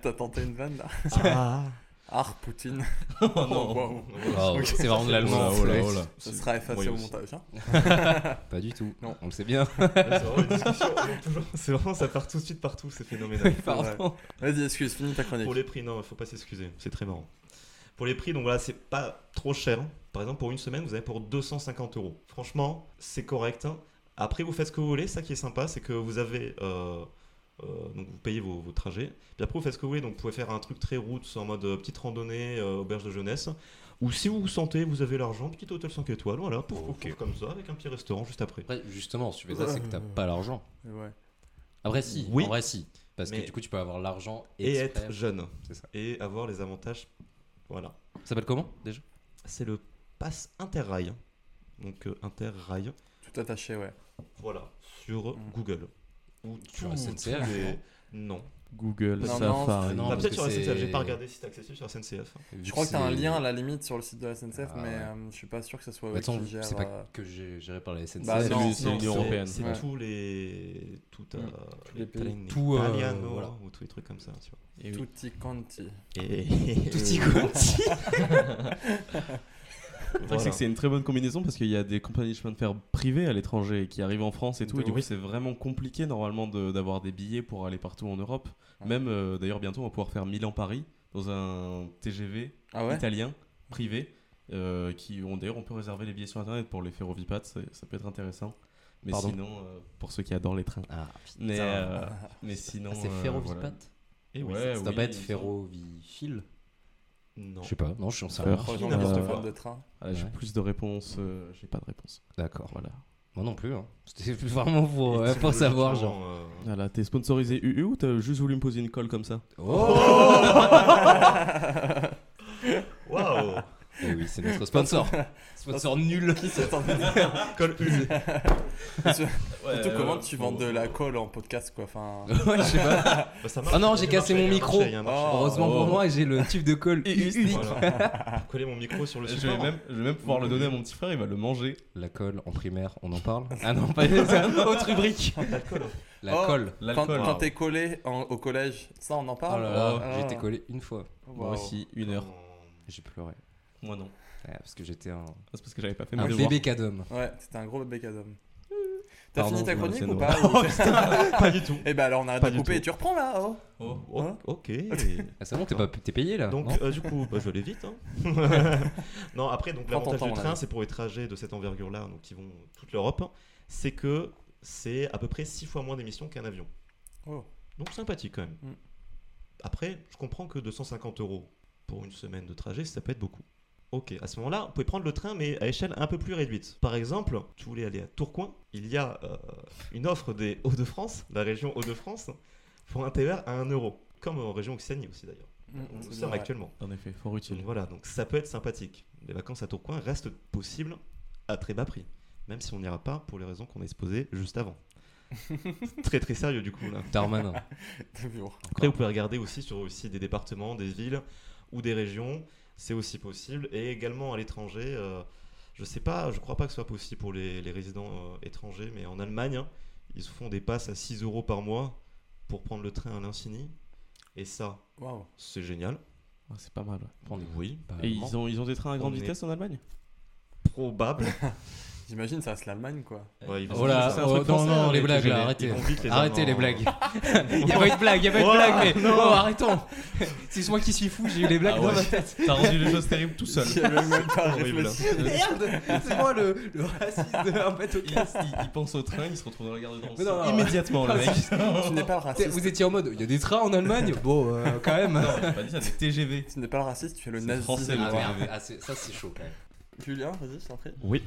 F: t'as tenté une vanne là.
G: Ah.
F: Ah, Poutine,
I: Oh non.
F: waouh.
H: wow, C'est vraiment de
I: Oh
H: l'allemand.
I: là, oh là, oh là.
F: ça sera effacé
G: Moi
F: au
G: aussi.
F: montage. hein.
H: Pas du tout.
F: Non.
H: On le sait bien.
G: C'est vraiment une discussion, on est toujours- C'est vraiment, ça part tout de suite partout, c'est phénoménal.
H: Pardon.
F: Vas-y, excuse, finis ta chronique.
G: Pour les prix, non, faut pas s'excuser, c'est très marrant. Pour les prix, donc voilà, c'est pas trop cher. Par exemple, pour une semaine, vous avez pour 250 euros. Franchement, c'est correct. hein. Après, vous faites ce que vous voulez. Ça qui est sympa, c'est que vous avez. euh, euh, donc, vous payez vos, vos trajets. Puis après, vous faites ce que vous voulez. Donc, vous pouvez faire un truc très route, en mode euh, petite randonnée, euh, auberge de jeunesse. Ou si vous vous sentez, vous avez l'argent, petit hôtel 5 étoiles, voilà, pouf, pouf, pouf, comme ça, avec un petit restaurant juste après.
H: Après, justement, si tu fais ça, c'est que t'as pas l'argent.
F: Ouais.
H: Après, si.
G: Oui.
H: En vrai, si. Parce que
G: Mais-
H: du coup, tu peux avoir l'argent et,
G: Et
H: exprès.
G: être jeune.
H: C'est ça.
G: Et avoir les avantages. Voilà.
H: Ça s'appelle comment déjà
G: c'est le pass Interrail. Donc euh, Interrail,
F: Tout attaché, ouais.
G: voilà, sur
F: Mm.
G: Google. Ou
H: Sur
G: tous-
H: SNCF,
G: tous les-
H: non
G: Non.
I: Google,
F: Non, non,
I: Safari.
F: c'est-
H: non,
G: Bah,
H: parce
G: peut-être
H: que
G: sur SNCF, j'ai
H: c'est-
G: pas regardé si c'est accessible sur SNCF.
F: Je crois que t'as un lien à la limite sur le site de la SNCF,
H: Ah,
F: mais
H: ouais.
F: euh, je suis pas sûr que ce soit eux
H: Attends,
F: qui gèrent.
H: c'est
F: euh,
H: pas que j'ai- géré par la SNCF.
F: Bah,
I: C'est
F: non,
I: lui, c'est
F: non,
I: l'Union
G: c'est-
I: européenne.
G: C'est
F: Ouais.
G: tous les. Tout, euh,
F: tous les pays.
G: Italiano,
H: Tout, euh,
G: Italiano,
H: voilà.
G: ou tous les trucs comme ça. Tu vois.
I: Et oui.
F: Tutti quanti.
G: Et.
H: Tutti quanti.
I: Le truc, c'est que c'est une très bonne combinaison parce qu'il y a des compagnies de chemin de fer privées à l'étranger et qui arrivent en France et tout.
G: De
I: Et du
G: oui.
I: coup, c'est vraiment compliqué normalement de- d'avoir des billets pour aller partout en Europe.
F: Ouais.
I: Même euh, d'ailleurs, bientôt, on va pouvoir faire Milan-Paris dans un TGV
F: Ah ouais
I: italien privé. euh, qui ont d'ailleurs, on peut réserver les billets sur internet pour les ferrovipat, ça, ça peut être intéressant. Mais
H: Pardon
I: sinon, euh, pour ceux qui adorent les trains.
H: Ah,
I: Mais,
H: putain.
I: euh, mais sinon.
H: Ah, c'est
I: euh,
H: ferrovipat
I: voilà.
H: Eh
G: Et oui,
I: Ouais,
H: Ça doit
I: oui,
H: pas être
I: il me
H: ferrovifil
G: Non.
H: Je sais pas, non, je suis en sérieux.
I: Fer-
F: Rejoins
I: n'importe
F: les
I: quoi.
F: chauffeurs de train.
I: Ah, J'ai
H: Ouais.
I: plus de réponses, euh, j'ai pas de réponse.
H: D'accord.
I: Voilà.
H: Moi non plus, hein. C'était vraiment pour, euh,
G: Et
H: pour savoir, genre.
G: typologiquement, euh,
I: Voilà, t'es sponsorisé UU ou t'as juste voulu me poser une colle comme ça
H: Oh
G: Waouh Bah,
H: Et Eh oui, c'est notre sponsor. sponsor nul.
G: Colle usée.
F: Surtout comment
I: euh,
F: tu vends de la colle en podcast quoi. Enfin,
H: Ouais, je sais pas.
G: Bah, ça
H: Ah non,
G: il y a
H: j'ai
G: un
H: cassé
G: marché,
H: mon
G: il y a un
H: micro.
G: marché, il y a un marché.
F: Oh.
H: Heureusement pour
I: Oh.
H: moi, j'ai le tube de colle.
G: Voilà. Coller mon micro sur le
I: Je vais,
G: support.
I: même, je vais même pouvoir le donner à mon petit frère, il va le manger.
H: La colle en primaire, on en parle Ah non, pas autre rubrique. La
F: Oh.
H: colle.
F: quand,
I: L'alcool.
F: quand t'es collé en- au collège, ça on en
H: Oh
F: parle.
H: là là,
F: Ah.
H: j'ai été collé une fois.
I: Moi
F: Waouh.
I: aussi, une heure.
H: J'ai pleuré.
I: Moi non.
H: Ouais, parce que j'étais un,
I: Ah, C'est parce que j'avais pas fait
H: un
I: mes devoirs.
H: bébé cadom.
F: Ouais, c'était un gros bébé cadom. T'as
H: Pardon,
F: fini ta
H: je-
F: chronique
H: c'est
F: ou
H: nous.
F: pas
G: Pas du tout.
F: Et bah alors on arrête
G: Pas
F: de
G: du
F: couper
G: tout.
F: et tu reprends là. oh.
I: Oh.
G: Oh,
F: Hein
G: ok.
H: Ah, c'est bon, t'es pas- t'es payé là
G: Donc
H: non
G: euh, du coup, bah, je vais aller vite. hein. non, après, donc
F: Prends ton
G: l'avantage
F: temps,
G: du
F: mon
G: train,
F: ami.
G: c'est pour les trajets de cette envergure-là, donc qui vont toute l'Europe, c'est que c'est à peu près 6 fois moins d'émissions qu'un avion.
F: Oh.
G: Donc sympathique quand même.
F: Mm.
G: Après, je comprends que 250 euros pour une semaine de trajet, ça peut être beaucoup. Ok, à ce moment-là, vous pouvez prendre le train, mais à échelle un peu plus réduite. Par exemple, tu voulais aller à Tourcoing, il y a euh, une offre des Hauts-de-France, la région Hauts-de-France, pour un TER à 1 euro. Comme en région Occitanie aussi d'ailleurs,
F: Mm,
G: où nous sommes actuellement.
I: En effet, fort
G: Donc
I: utile.
G: voilà, donc ça peut être sympathique. Les vacances à Tourcoing restent possibles à très bas prix, même si on n'ira pas pour les raisons qu'on a exposées juste avant. très très sérieux du coup là.
H: Darmanin.
F: T'as vu, oh.
G: Après, vous pouvez regarder aussi sur aussi des départements, des villes ou des régions, c'est aussi possible. Et également à l'étranger, euh, je sais pas, je crois pas que ce soit possible pour les, les résidents euh, étrangers, mais en Allemagne, hein, ils se font des passes à 6 euros par mois pour prendre le train à l'infini. Et ça,
F: Waouh.
G: c'est génial.
I: Ah, c'est pas mal. ouais.
G: Oui,
H: Bah,
I: Et ils ont, ils ont des trains à grande
G: On est-
I: vitesse en Allemagne
G: probable.
F: J'imagine ça reste l'Allemagne quoi.
G: Ouais, ils vont-
H: Oh là,
I: C'est un
H: oh,
I: truc
H: non,
I: français,
H: non, les
I: les
H: blagues là,
I: TGV.
H: arrêtez.
G: Ils vont vite, les
H: Arrêtez les
G: Allemands.
H: blagues. Il y a pas eu de blague, il y a pas eu de blague, mais oh, arrêtons. C'est moi qui suis fou, j'ai eu les blagues
I: Ah
H: dans
I: ouais.
H: ma tête.
I: T'as rendu les choses terribles tout seul.
F: J'y avais même pas
G: horrible.
F: réfléchi.
H: Merde, c'est moi le, le raciste de un bête au
I: Il, il- il pense au train, il se retrouve dans la gare de Drancy.
H: Mais non, Ah, non, non.
I: Immédiatement, le mec.
F: Tu n'es pas le
H: T'es-
F: raciste.
H: Vous étiez en mode, il y a des trains en Allemagne Bon, euh, quand même.
I: Non, j'ai pas dit ça, c'est TGV.
F: Tu n'es pas le raciste, tu es le
I: C'est
F: nazi.
I: français,
F: de
I: le
F: moi.
I: merde.
H: ça ah, c'est chaud quand même.
F: Julien, vas-y, je t'en prie.
G: Oui.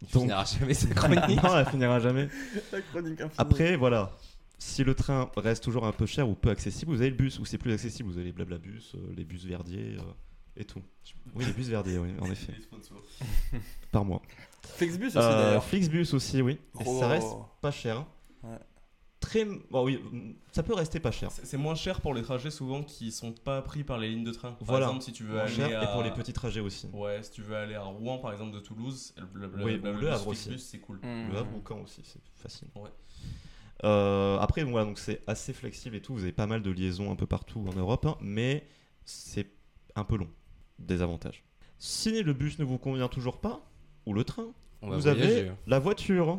H: Tu finiras jamais cette chronique.
G: non, elle finira jamais.
F: La chronique infinie.
G: Après, voilà. Si le train reste toujours un peu cher ou peu accessible, vous avez le bus. Ou c'est plus accessible, vous avez les blablabus, euh, les bus verdiers euh, et tout. Oui, les bus verdiers, oui, en effet. Par mois.
F: Flexbus aussi
G: Euh,
F: d'ailleurs.
G: Flixbus aussi, oui. Et
F: Gros-
G: ça reste
F: Ah,
G: pas cher. hein.
F: Ouais.
G: Très. Bon, oui, mm, ça peut rester pas cher.
I: C'est c'est moins cher pour les trajets souvent qui sont pas pris par les lignes de train. Par
G: Voilà.
I: exemple, si tu veux
G: Moins
I: aller
G: cher
I: à...
G: et pour les petits trajets aussi.
I: Ouais, si tu veux aller à Rouen par exemple de Toulouse, le, le, le,
G: Oui,
I: le-
G: ou
I: le
G: Le
I: bus
G: Havre aussi.
I: Flixbus, c'est cool.
H: Mmh.
F: Hmm.
G: Le Havre ou Caen aussi, c'est facile.
I: Ouais.
G: Euh, après, bon, voilà, donc c'est assez flexible et tout. Vous avez pas mal de liaisons un peu partout en Europe, hein, mais c'est un peu long. Désavantage. Si le bus ne vous convient toujours pas, ou le train,
H: On
G: vous avez la voiture.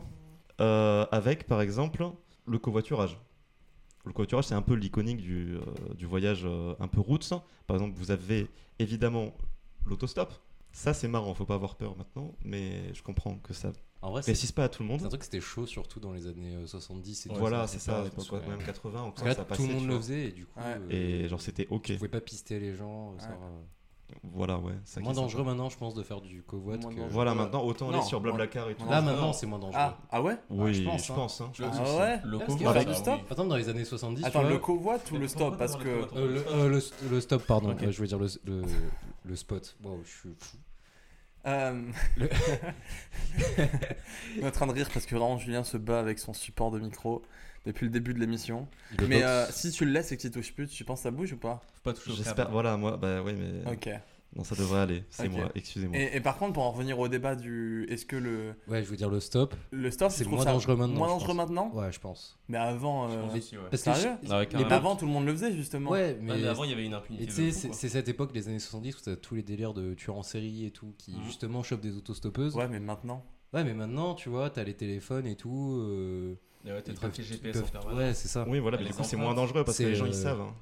G: euh, avec, par exemple, le covoiturage. Le covoiturage, c'est un peu l'iconique du, euh, du voyage euh, un peu route. ça. Par exemple, vous avez évidemment l'autostop. Ça, c'est marrant, faut pas avoir peur maintenant, mais je comprends que ça
H: En vrai, Ah, c'est
G: précise pas à tout le monde.
H: c'est un truc qui était chaud surtout dans les années euh, 70 et tout.
G: voilà, c'est
H: pas
G: ça,
H: à
G: c'est
H: l'époque,
G: quoi,
H: ouais.
G: même 80, encore
H: Parce que là,
G: ça
H: tout
G: passait.
H: le monde
G: tu
H: le
G: vois.
H: faisait et du coup.
F: Ouais.
H: euh,
G: Et genre, c'était ok.
H: Tu pouvais pas pister les gens. ça,
F: Ouais.
H: euh,
G: Voilà, ouais. ça
H: C'est moins
G: qui est
H: dangereux
G: sympa.
H: maintenant, je pense, de faire du covoit.
F: Moins
H: que-
F: dangereux.
G: Voilà, maintenant, autant
F: Non,
G: aller sur Blablacar et tout.
H: Là
F: Non,
H: maintenant,
I: non.
H: c'est moins dangereux.
F: Ah, ah ouais
G: oui,
H: je
G: je
H: pense,
G: pense.
H: hein.
G: hein.
I: Le
F: Ah
I: bus,
F: ouais
I: le
H: Parce
I: covoit,
H: que
F: Avec
H: ça,
F: du
H: oui.
F: stop
H: Attends, dans les années 70, tu
F: Attends,
H: vois,
F: le covoit ou
I: Mais
F: le
I: pourquoi
F: stop
I: pas
F: Parce
I: dans le
F: que.
I: covoit
H: euh, le, euh, le st- le stop, pardon,
G: Ok.
H: euh, je voulais dire le, le, le spot. Wow, je suis fou.
F: Euh, On est en train de rire parce que vraiment Julien se bat avec son support de micro depuis le début de l'émission.
H: Il le
F: Mais
H: boxe.
F: euh, si tu le laisses et que tu touches plus, tu penses que ça bouge ou pas
I: Faut pas toucher au
G: J'espère,
I: câble.
G: voilà, moi, bah oui, mais.
F: Ok.
G: Non, ça devrait aller, c'est
F: Ok.
G: moi, excusez-moi.
F: Et, et par contre, pour en revenir au débat du. Est-ce que le,
H: Ouais, je veux dire le stop.
F: le stop
H: C'est moins dangereux maintenant,
F: Moins
H: je
F: dangereux
H: pense.
F: maintenant
H: Ouais, je pense.
F: Mais avant.
I: Je
F: euh,
I: pense aussi, ouais.
H: Parce que
F: Sérieux
H: je-
I: Ah ouais,
F: Mais
I: carrément.
F: avant, tout le monde le faisait justement.
H: Ouais,
I: Ouais, mais
H: mais
I: avant, il y avait une
H: Et
I: impunité.
H: tu
I: de
H: sais,
I: fou,
H: c'est
I: quoi.
H: c'est cette époque, les années 70, où t'as tous les délires de tueurs en série et tout, qui
I: Mhm.
H: justement chopent des autostoppeuses. Ouais.
F: Ouais, mais maintenant.
H: mais maintenant, tu vois, t'as les téléphones et tout. euh,
I: Et ouais,
H: ils
I: T'es
H: peuvent-
I: traqué
H: ils
I: GPS en
H: peuvent-
I: permanence.
H: Ouais, c'est ça.
G: Oui, voilà,
I: Et
G: mais
I: les
G: du coup, c'est
I: empreintes,
G: moins dangereux parce que
H: c'est,
G: les gens,
H: euh,
G: ils savent. hein.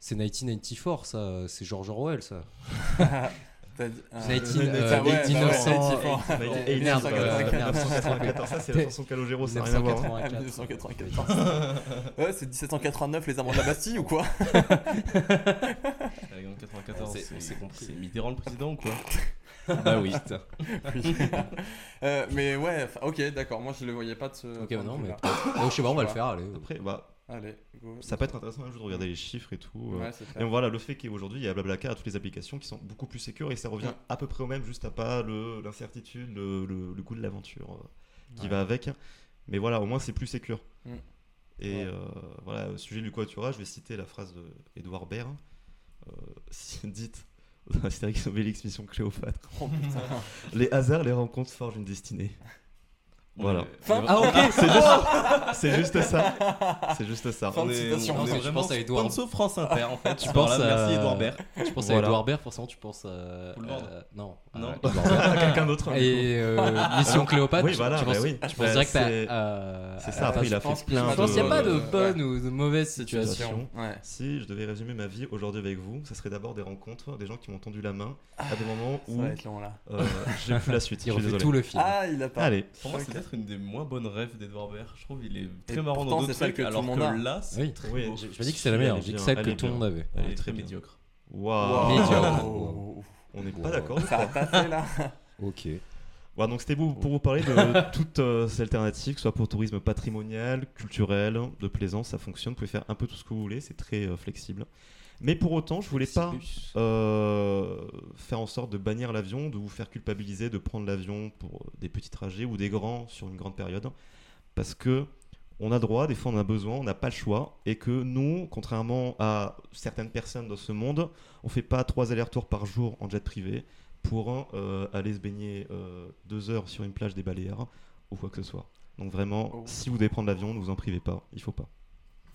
H: C'est 1994, ça. C'est George Orwell, ça.
F: T'as dit- euh,
H: C'est 18,
G: euh,
H: euh,
F: ouais, bah ouais,
H: 1900,
F: 1800.
G: Bah,
H: euh,
G: et- et-
H: merde,
G: et-
H: euh,
G: et-
H: merde.
G: 1994, ça, c'est la chanson de Calogero, ça n'a rien à voir. hein.
H: 1984.
F: 1994. ouais, c'est 1789, les amants de la Bastille ou quoi
I: La guerre de 94,
H: On s'est- on
I: c'est-
H: s'est compris.
I: C'est Mitterrand le président ou quoi
H: Bah oui.
F: Oui. Euh, Mais ouais, enfin, ok, d'accord. Moi, je le voyais pas de ce.
H: Ok,
F: point de
H: non, mais.
F: vue-là.
H: Oh, je sais pas, on va le faire, allez.
G: Après, bah,
F: Allez, go.
G: Ça peut être intéressant un jour de regarder les chiffres et tout. euh.
F: Ouais, c'est
G: Et
F: clair.
G: voilà, le fait qu'aujourd'hui, il y a Blablacar à toutes les applications qui sont beaucoup plus sécures et ça revient
F: Ouais.
G: à peu près au même, juste à pas le- l'incertitude, le, le- le goût de l'aventure euh, qui
F: Ouais.
G: va avec. Mais voilà, au moins c'est plus sécur.
F: Mm.
G: Et
F: Ouais.
G: euh, voilà, au sujet du quatuor, je vais citer la phrase de Édouard Baird, euh, si- dite dans Astérix Obélix Mission Cléopâtre.
F: Oh, putain.
G: Les hasards, les rencontres forgent une destinée. Voilà.
F: Fin.
I: on est-
H: Ah, ok
G: C'est juste, c'est juste ça. C'est juste ça.
F: Fin
I: on
F: de
I: est-
F: citation.
I: on est
H: Non, mais je
I: vraiment
H: pense à Édouard.
I: sponsor France Inter en fait.
H: Tu
I: Voilà,
H: penses à-
I: Merci Edouard Baird.
H: Tu penses
G: Voilà.
H: à Edouard Baird, forcément, tu penses à.
I: Boulevard.
H: euh, non.
I: Non.
H: à Édouard Baird.
G: Quelqu'un d'autre. hein, du coup.
H: Et euh, Mission Cléopâtre,
G: Oui,
H: tu-
G: voilà,
H: tu
G: bah
H: penses,
G: oui.
H: tu
G: Bah,
H: penses direct euh,
G: c'est-
H: à. à-
G: C'est
H: à-
G: ça, après
F: je
G: il a
F: pense
G: fait
F: que-
G: plein
H: Je pense qu'il n'y a
G: de-
H: pas de
F: Ouais.
H: bonne ou de mauvaise situation.
G: Situation.
F: Ouais.
G: Si je devais résumer ma vie aujourd'hui avec vous, ça serait d'abord des rencontres, des gens qui m'ont tendu la main à des moments
H: Ah,
F: Ça
G: où
F: va être long là.
G: euh, j'ai plus la suite.
H: Il
G: je suis
H: refait
G: désolé.
H: tout le film.
F: Ah, il a pas.
G: Allez,
I: Pour moi, c'est
F: Ok.
I: peut-être une des moins bonnes rêves d'Edouard Baird. Je trouve il est très
F: Et
I: marrant
F: pourtant,
I: dans d'autres
F: c'est celle
I: trucs,
F: que tout
I: alors
F: le monde
I: que
F: a.
I: là, c'est
H: Oui.
I: très
G: Oui,
I: beau.
H: Je me dis que c'est la meilleure, j'ai que celle que tout le monde avait.
G: Elle
I: Elle
G: est
I: est très
G: très bien. Oh.
I: médiocre.
G: Waouh,
H: Wow.
F: Wow.
G: on n'est pas
H: Wow.
G: d'accord.
F: Ça a passé là.
H: Oh. Ok. Eh
G: Voilà, donc c'était pour, pour vous parler de toutes euh, ces alternatives, que ce soit pour tourisme patrimonial, culturel, de plaisance, ça fonctionne. Vous pouvez faire un peu tout ce que vous voulez, c'est très euh, flexible. Mais pour autant, je voulais pas euh, faire en sorte de bannir l'avion, de vous faire culpabiliser de prendre l'avion pour euh, des petits trajets ou des grands sur une grande période, parce que on a droit, des fois on a besoin, on n'a pas le choix, et que nous, contrairement à certaines personnes dans ce monde, on fait pas trois allers-retours par jour en jet privé pour euh, aller se baigner euh, deux heures sur une plage des Baléares ou quoi que ce soit. Donc vraiment,
F: Oh.
G: si vous devez prendre l'avion, ne vous en privez pas, il faut pas.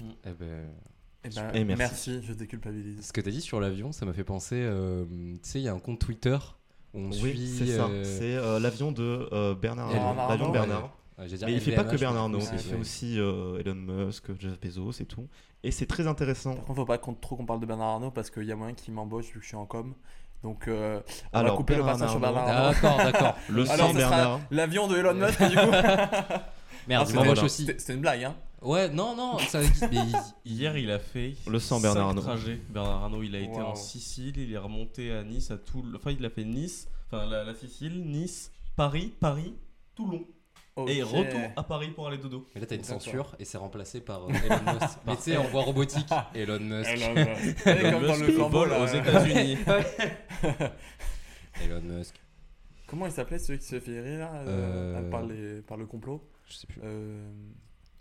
H: Eh ben,
F: Eh ben,
G: Et merci.
F: merci. je déculpabilise.
H: ce que t'as dit sur l'avion, ça m'a fait penser. euh, tu sais, il y a un compte Twitter où on
G: oui,
H: suit.
G: c'est ça,
H: euh,
G: c'est euh, l'avion de euh, Bernard,
H: Bernard
G: Arnault, l'avion de
H: Arnault,
G: Bernard.
H: ouais, j'allais dire
G: Mais il fait pas
H: LVMH,
G: que
H: je
G: Bernard Arnault,
H: pense que
G: il
H: c'est-
G: fait aussi euh, Elon Musk, Jeff Bezos et tout. Et c'est très intéressant.
F: Par contre, faut pas qu'on- trop qu'on parle de Bernard Arnault parce qu'il y a moyen qu'il m'embauche vu que je suis en com. Donc, euh, on va
G: Alors,
F: couper le
G: Bernard
F: passage sur
G: Arnault,
F: Bernard Arnault.
H: D'accord, d'accord.
G: Le
F: Alors,
G: sang
F: ce sera
G: Bernard.
F: L'avion de Elon Musk, du coup.
H: Merde,
F: Ah,
H: il m'embauche
G: c'était-
H: aussi.
F: C'était c'était une blague, hein.
H: Ouais, non, non, ça existe, mais il-
I: Hier, il a fait
G: Le sang,
I: cinq
G: Bernard Arnault.
I: trajets. Bernard Arnault, il a été
F: Wow.
I: en Sicile, il est remonté à Nice, à Toulon. Enfin, il a fait Nice, enfin la, la Sicile, Nice, Paris, Paris, Toulon.
F: Ok.
I: Et il retourne à Paris pour aller dodo.
H: Mais là, t'as une
F: D'accord.
H: censure et c'est remplacé par euh, Elon Musk. mais tu sais, on voit robotique, Elon Musk.
F: Elon Musk. Elle est comme dans
I: Elon
F: le euh,
I: Musk
F: flambeau,
I: vole
F: là.
I: aux États-Unis.
H: Elon Musk.
F: Comment il s'appelait celui qui se fait rire là, euh,
H: Euh.
F: par, les- par le complot
H: Je sais plus.
F: Euh,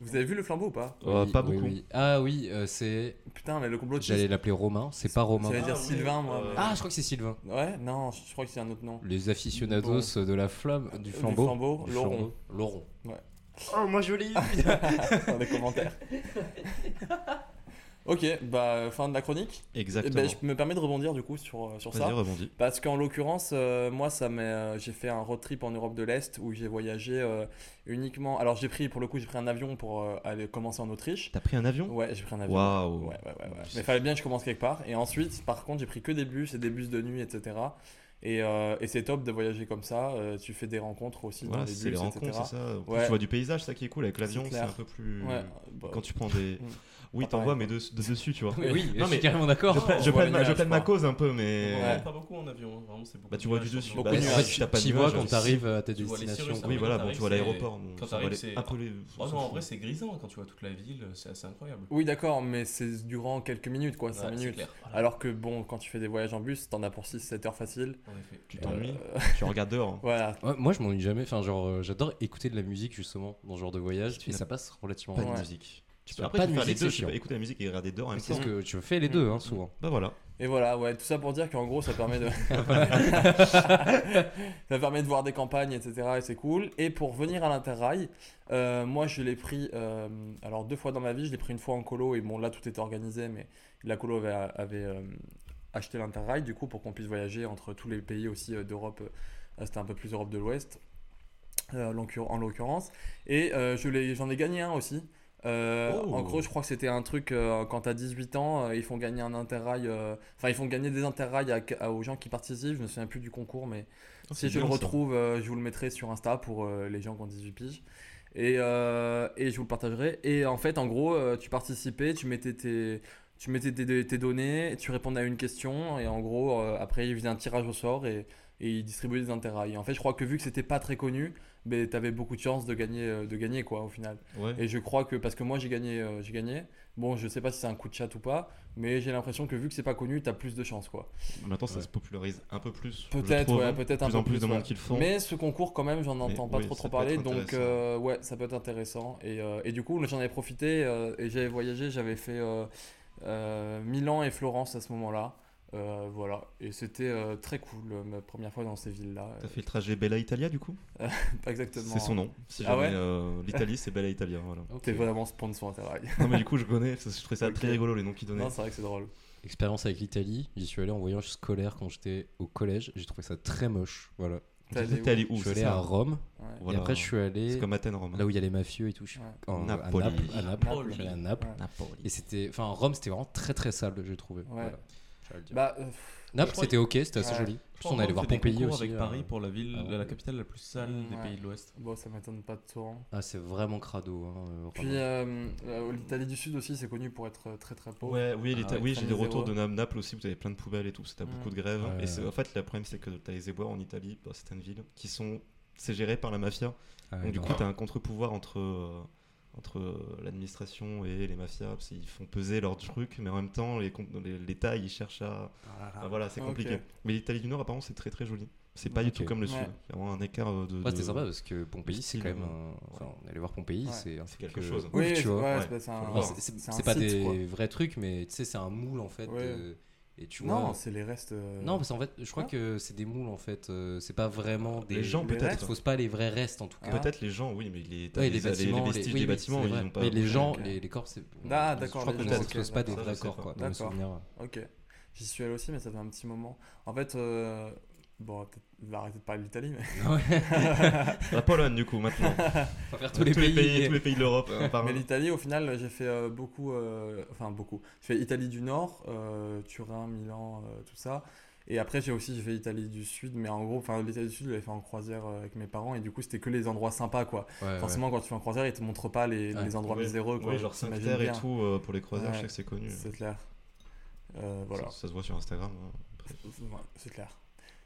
F: Vous avez vu le flambeau ou pas
G: Euh,
H: Oui,
G: pas
H: oui,
G: beaucoup.
H: oui. Ah oui, euh, c'est.
F: Putain, mais le complot. tu-
H: J'allais l'appeler Romain, c'est pas Romain.
F: J'allais dire
I: Ah, oui,
F: Sylvain, moi.
I: euh,
F: mais-
H: Ah, je crois que c'est Sylvain.
F: Ouais, non, je crois que c'est un autre nom.
H: Les aficionados de la flamme, du
F: Du
H: flambeau.
F: flambeau,
H: Du
F: Laurent.
H: flambeau, Laurent.
F: Ouais.
H: Oh, moi je lis
F: dans les commentaires. ok, bah fin de la chronique. Et
G: Exactement.
F: ben, je me permets de rebondir du coup sur, euh, sur ça.
G: Vas-y, rebondis.
F: Parce qu'en l'occurrence, euh, moi, ça m'est, euh, j'ai fait un road trip en Europe de l'Est où j'ai voyagé euh, uniquement. Alors, j'ai pris, pour le coup, j'ai pris un avion pour euh, aller commencer en Autriche.
G: T'as pris un avion
F: Ouais, j'ai pris un avion.
G: Waouh.
F: Ouais, ouais, ouais, ouais. Mais fallait bien que je commence quelque part. Et ensuite, par contre, j'ai pris que des bus et des bus de nuit, etc. Et, euh, et c'est top de voyager comme ça. euh, tu fais des rencontres aussi
G: Voilà,
F: dans les
G: c'est les
F: bus,
G: rencontres,
F: etc.
G: c'est ça. En plus,
F: Ouais.
G: Tu vois du paysage, ça qui est cool. Avec l'avion,
F: C'est
G: c'est
F: clair.
G: un peu plus.
F: Ouais, bah,
G: Quand tu prends des.
F: Mm.
G: Oui,
F: Pas
G: t'en
F: pareil,
G: vois, mais de, de dessus, tu vois.
H: Oui, oui,
G: Non,
H: je
G: mais-
H: suis carrément d'accord.
G: Je, pla- je
F: on voit
G: plaide ma,
F: les
G: je plaide
F: nuages,
G: ma
F: quoi.
G: cause un peu, mais.
I: On
F: Ouais.
I: voit pas beaucoup en avion, hein. vraiment c'est beaucoup.
G: Bah,
I: de
G: tu vois du
I: nuages
G: dessus.
I: sur-
F: Beaucoup
G: Bah,
F: de
G: si
H: En fait,
F: nuages.
G: t'as
H: tu
G: pas de
H: t'y vois
G: nuages,
H: quand
G: c'est-
H: t'arrives à ta
I: Tu vois les
H: destination.
I: cirrus,
H: quoi.
G: Oui,
I: Quand
G: voilà, bon,
I: t'arrives,
G: tu vois
I: c'est-
G: l'aéroport.
I: quand
G: on va
I: t'arrives,
G: aller
I: c'est-
G: un peu les-
I: Oh non, en vrai, c'est grisant quand tu vois toute la ville, c'est assez incroyable.
F: Oui, d'accord, mais c'est durant quelques minutes, quoi, 5
I: Ouais, c'est
F: minutes.
I: clair.
F: Alors que bon, quand tu fais des voyages en bus, t'en as pour 6-7 heures facile.
I: En effet.
G: Tu t'ennuies,
F: Euh,
G: tu regardes dehors.
F: voilà.
H: Ouais, moi, je m'ennuie jamais. Enfin, genre, euh, j'adore écouter de la musique justement dans ce genre de voyage
G: Tu
H: et
G: n'as
H: ça passe relativement.
G: Pas
H: bien.
G: de
F: Ouais.
G: musique. Tu peux-
H: Pas
G: Après,
H: de
G: tu peux faire les
H: musique,
G: deux.
H: c'est
G: Tu peux
H: chiant.
G: écouter la musique et regarder dehors en même
H: C'est ce
G: temps.
H: que je fais les deux, hein, souvent.
G: Bah voilà.
F: Et voilà, ouais, tout ça pour dire qu'en gros, ça permet de. ça permet de voir des campagnes, etc. Et c'est cool. Et pour venir à l'Interrail, euh, moi, je l'ai pris. euh, alors, deux fois dans ma vie, je l'ai pris une fois en colo. Et bon, là, tout était organisé, mais la colo avait, avait, euh, acheté l'Interrail, du coup, pour qu'on puisse voyager entre tous les pays aussi euh, d'Europe. Euh, C'était un peu plus Europe de l'Ouest, euh, l'occur- en l'occurrence. Et euh, je l'ai- j'en ai gagné un aussi. Euh,
G: Oh.
F: En gros, je crois que c'était un truc euh, quand t'as 18 ans, euh, ils font gagner un interrail, euh, enfin ils font gagner des interrails à- à- aux gens qui participent. Je me souviens plus du concours, mais si
G: c'est
F: je le
G: bien, ça.
F: retrouve, euh, je vous le mettrai sur Insta pour euh, les gens qui ont 18 piges. Et, euh, et je vous le partagerai. Et en fait, en gros, euh, tu participais, tu mettais tes, tu mettais tes, tes données, tu répondais à une question. Et en gros, euh, après, il faisait un tirage au sort. Et, et ils distribuaient des interrails. Et en fait, je crois que vu que c'était pas très connu, mais t'avais beaucoup de chances de gagner, euh, de gagner quoi, au final.
G: Ouais.
F: Et je crois que, parce que moi j'ai gagné, euh, j'ai gagné. Bon, je sais pas si c'est un coup de chat ou pas, mais j'ai l'impression que vu que c'est pas connu, t'as plus de chance quoi.
G: Maintenant, ça
I: Ouais.
G: se popularise un peu plus. je
F: Peut-être,
G: trouve.
F: ouais, peut-être un
G: plus
F: peu
G: en plus
F: plus.
G: de
F: ouais.
G: monde qui le font.
F: Mais ce concours, quand même, j'en entends pas
G: oui,
F: trop
G: ça
F: trop
G: peut
F: parler,
G: être
F: donc
G: intéressant.
F: euh, ouais, ça peut être intéressant. Et, euh, et du coup, j'en avais profité euh, et j'avais voyagé, j'avais fait euh, euh, Milan et Florence à ce moment-là. Euh, voilà, et c'était euh, très cool, euh, ma première fois dans ces villes-là.
G: T'as fait le trajet Bella Italia du coup
F: Pas exactement.
G: C'est son nom. Si
F: Ah
G: jamais,
F: ouais
G: euh, L'Italie, c'est Bella Italia. Voilà.
F: T'es vraiment sponsor Interrail.
G: non, mais du coup, je connais, parce que je trouvais ça
F: Ok.
G: très rigolo les noms qu'ils donnaient.
F: Non, c'est vrai que c'est drôle.
H: Expérience avec l'Italie, j'y suis allé en voyage scolaire quand j'étais au collège, j'ai trouvé ça très moche. Voilà.
F: T'es allé où
G: T'es allé où
H: je suis
G: c'est
H: allé
G: ça
H: à Rome,
F: Ouais.
G: Voilà.
H: et après je suis allé
G: C'est comme Athènes, Rome.
H: là où il y a les mafieux et tout, je suis
F: Ouais.
H: en-
G: Napoli.
H: à Naples. à Naples,
F: Naples.
H: je suis allé à Naples.
F: Ouais.
H: Et c'était, enfin Rome c'était vraiment très très sale, j'ai trouvé. Voilà. Je vais le dire.
F: Bah, euh, pff,
H: Naples
I: je crois-
H: c'était ok, c'était assez
F: Ouais.
H: joli.
I: Je
H: Puis
I: crois
H: on allait
I: qu'on
H: voir
I: fait des
H: Pompéi
I: concours
H: aussi.
I: avec
H: euh,
I: Paris pour la ville,
H: ah ouais.
I: la capitale la plus sale des
F: Ouais.
I: pays de l'Ouest.
F: bon, ça m'étonne pas de toi. hein.
H: Ah c'est vraiment crado. hein, euh,
F: Puis
H: vraiment.
F: euh, euh, l'Italie du Sud aussi, c'est connu pour être euh, très très pauvre.
G: Ouais, oui,
H: Ah
G: l'Ita-
H: ouais,
G: oui j'ai des
F: famille
G: retours
F: zéro.
G: de Na- Naples aussi où t'avais plein de poubelles et tout, parce que t'as
F: Mm.
G: beaucoup de grèves.
H: Ouais.
G: Et c'est en fait, le problème, c'est que t'as les éboires en Italie, dans certaines villes, qui sont. C'est géré par la mafia.
H: Ah,
G: Donc, du
H: non.
G: coup, t'as un contre-pouvoir entre, euh, entre euh, l'administration et les mafias, parce qu'ils font peser leurs trucs, mais en même temps, les com- les- l'État, ils cherchent à. Ah, voilà, c'est
F: Ok.
G: compliqué. Mais l'Italie du Nord, apparemment, c'est très très joli. C'est pas du
H: Ok.
G: tout comme le
F: Ouais.
G: Sud. Il y a vraiment un écart euh, de.
H: Ouais, c'était
G: de-
H: sympa parce que Pompéi,
G: le
H: c'est
G: style,
H: quand même.
G: euh,
H: un- Enfin, on allait voir Pompéi,
F: Ouais.
H: c'est un
G: C'est
H: truc,
G: quelque
H: euh,
G: chose.
H: ouf,
F: Oui,
H: tu
F: c'est-
H: vois.
F: ouais,
G: ouais.
F: c'est pas- c'est un-
G: Faut le
H: Enfin,
G: voir.
H: c'est- c'est
F: un
H: c'est pas
F: site,
H: des
F: quoi.
H: vrais trucs, mais tu sais, c'est un moule en fait.
F: Ouais.
H: euh, et tu vois.
F: Non, c'est les restes. euh,
H: Non, parce qu'en fait, je crois
F: non.
H: que c'est des moules en fait. euh, c'est pas vraiment des.
G: Les gens,
F: les
H: Ils
G: peut-être.
H: posent pas les vrais restes en tout cas.
F: Ah.
G: Peut-être les gens, oui, mais les, t'as
H: Ouais,
G: les, les vestiges
H: les- oui,
G: des
H: oui,
G: bâtiments,
H: c'est
G: ils
H: vrai.
G: n'ont pas.
H: Mais les gens,
F: ok.
H: les, les corps, c'est.
F: Ah,
H: je
F: d'accord,
H: crois
F: les
H: qu'on
F: gens,
H: ne
F: ok,
H: pose pas des
G: d'accord. Ça,
H: vrais
G: je sais
H: corps
G: pas.
H: quoi. dans mes
F: D'accord.
H: souvenirs.
F: Ok, j'y suis allé aussi, mais ça fait un petit moment. En fait, euh, bon, on va peut-être on va arrêter de parler de l'Italie, mais...
H: Ouais.
G: La Pologne, du coup, maintenant.
H: Faut faire tous les pays.
G: tous les pays de l'Europe. euh, par-
F: mais l'Italie, au final, j'ai fait euh, beaucoup, euh, enfin beaucoup. J'ai fait Italie du Nord, euh, Turin, Milan, euh, tout ça. Et après, j'ai aussi j'ai fait Italie du Sud, mais en gros, enfin l'Italie du Sud, je l'avais fait en croisière euh, avec mes parents, et du coup, c'était que les endroits sympas, quoi.
H: Ouais, ouais.
F: Forcément, quand tu fais en croisière, ils te montrent pas les,
H: Ouais.
F: les endroits
G: Ouais.
F: miséreux, quoi.
G: Ouais, genre
F: T'imagines
G: Sainte-Terre et
F: bien.
G: tout euh, pour les croisières, je
F: Ouais.
G: sais que c'est connu.
F: C'est clair. Euh, voilà,
G: Ça, ça se voit sur Instagram. hein.
F: Ouais, c'est clair.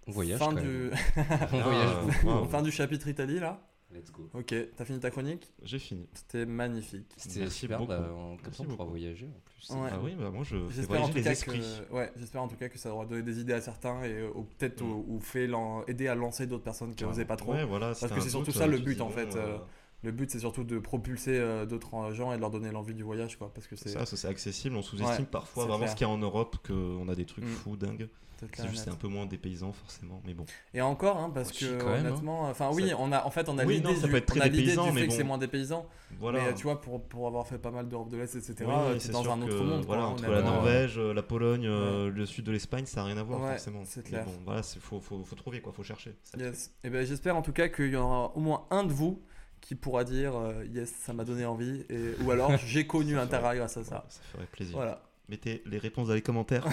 H: On voyage.
F: fin
H: quand
F: du...
H: même. On voyage
G: Ah,
H: beaucoup.
G: waouh.
F: fin du chapitre Italie, là.
H: Let's go.
F: Ok, t'as fini ta chronique
G: J'ai fini.
F: C'était magnifique.
H: C'était
G: Merci
H: super, bah,
G: beaucoup.
H: on- comme
G: Merci
H: ça on pourra
G: beaucoup.
H: voyager en plus.
F: Ouais.
G: Ah oui, bah moi je fais
F: J'espère en,
G: voyager
F: tout
G: les
F: cas
G: esprits.
F: que... ouais, j'espère en tout cas que ça aura donné des idées à certains et euh, ou peut-être ou, ou fait l'en- aider à lancer d'autres personnes qui n'osaient pas trop.
G: Mm. Ah, Ouais, voilà, si
F: Parce
G: t'as
F: que
G: un
F: c'est surtout
G: doute,
F: ça,
G: euh,
F: le
G: tu
F: but,
G: dis,
F: en
G: bon,
F: fait,
G: euh,
F: euh, Le but c'est surtout de propulser euh, d'autres euh, gens et de leur donner l'envie du voyage quoi parce que c'est
G: Ça, ça, c'est accessible. On sous-estime
F: Ouais,
G: parfois
F: c'est
G: vraiment
F: clair.
G: ce qu'il y a en Europe, qu'on a des trucs
F: Mm.
G: fous, dingues.
F: c'est clair
G: C'est juste
F: net.
G: c'est un peu moins des paysans, forcément. Mais bon.
F: Et encore hein, parce
H: Oh, si,
F: que
H: quand même, hein.
F: honnêtement enfin oui,
G: Ça-
F: on a en fait on a
G: Oui,
F: l'idée
G: non, ça
F: du
G: peut être très
F: on a l'idée
G: dépaysant,
F: du
G: mais
F: fait que
G: bon.
F: c'est moins dépaysant
G: Voilà.
F: mais euh, tu vois pour, pour avoir fait pas mal d'Europe de l'Est etc.
G: Oui,
F: euh,
G: c'est
F: t'es dans
G: sûr
F: un autre
G: que,
F: monde quoi,
G: Voilà,
F: hein,
G: entre
F: on
G: la
F: est pas-
G: Norvège, euh, la Pologne, euh, le sud de l'Espagne, ça n'a rien à voir
F: Ouais,
G: forcément.
F: c'est
G: Mais
F: clair.
G: Bon, voilà, c'est faut, faut, faut trouver quoi, faut chercher. Ça-
F: Yes. Et ben j'espère en tout cas qu'il y aura au moins un de vous qui pourra dire euh, yes ça m'a donné envie et ou alors j'ai connu
G: Ça
F: l'intérêt
G: ferait-
F: grâce à ça.
G: voilà, ça ferait plaisir.
F: Voilà.
G: Mettez les réponses dans les commentaires,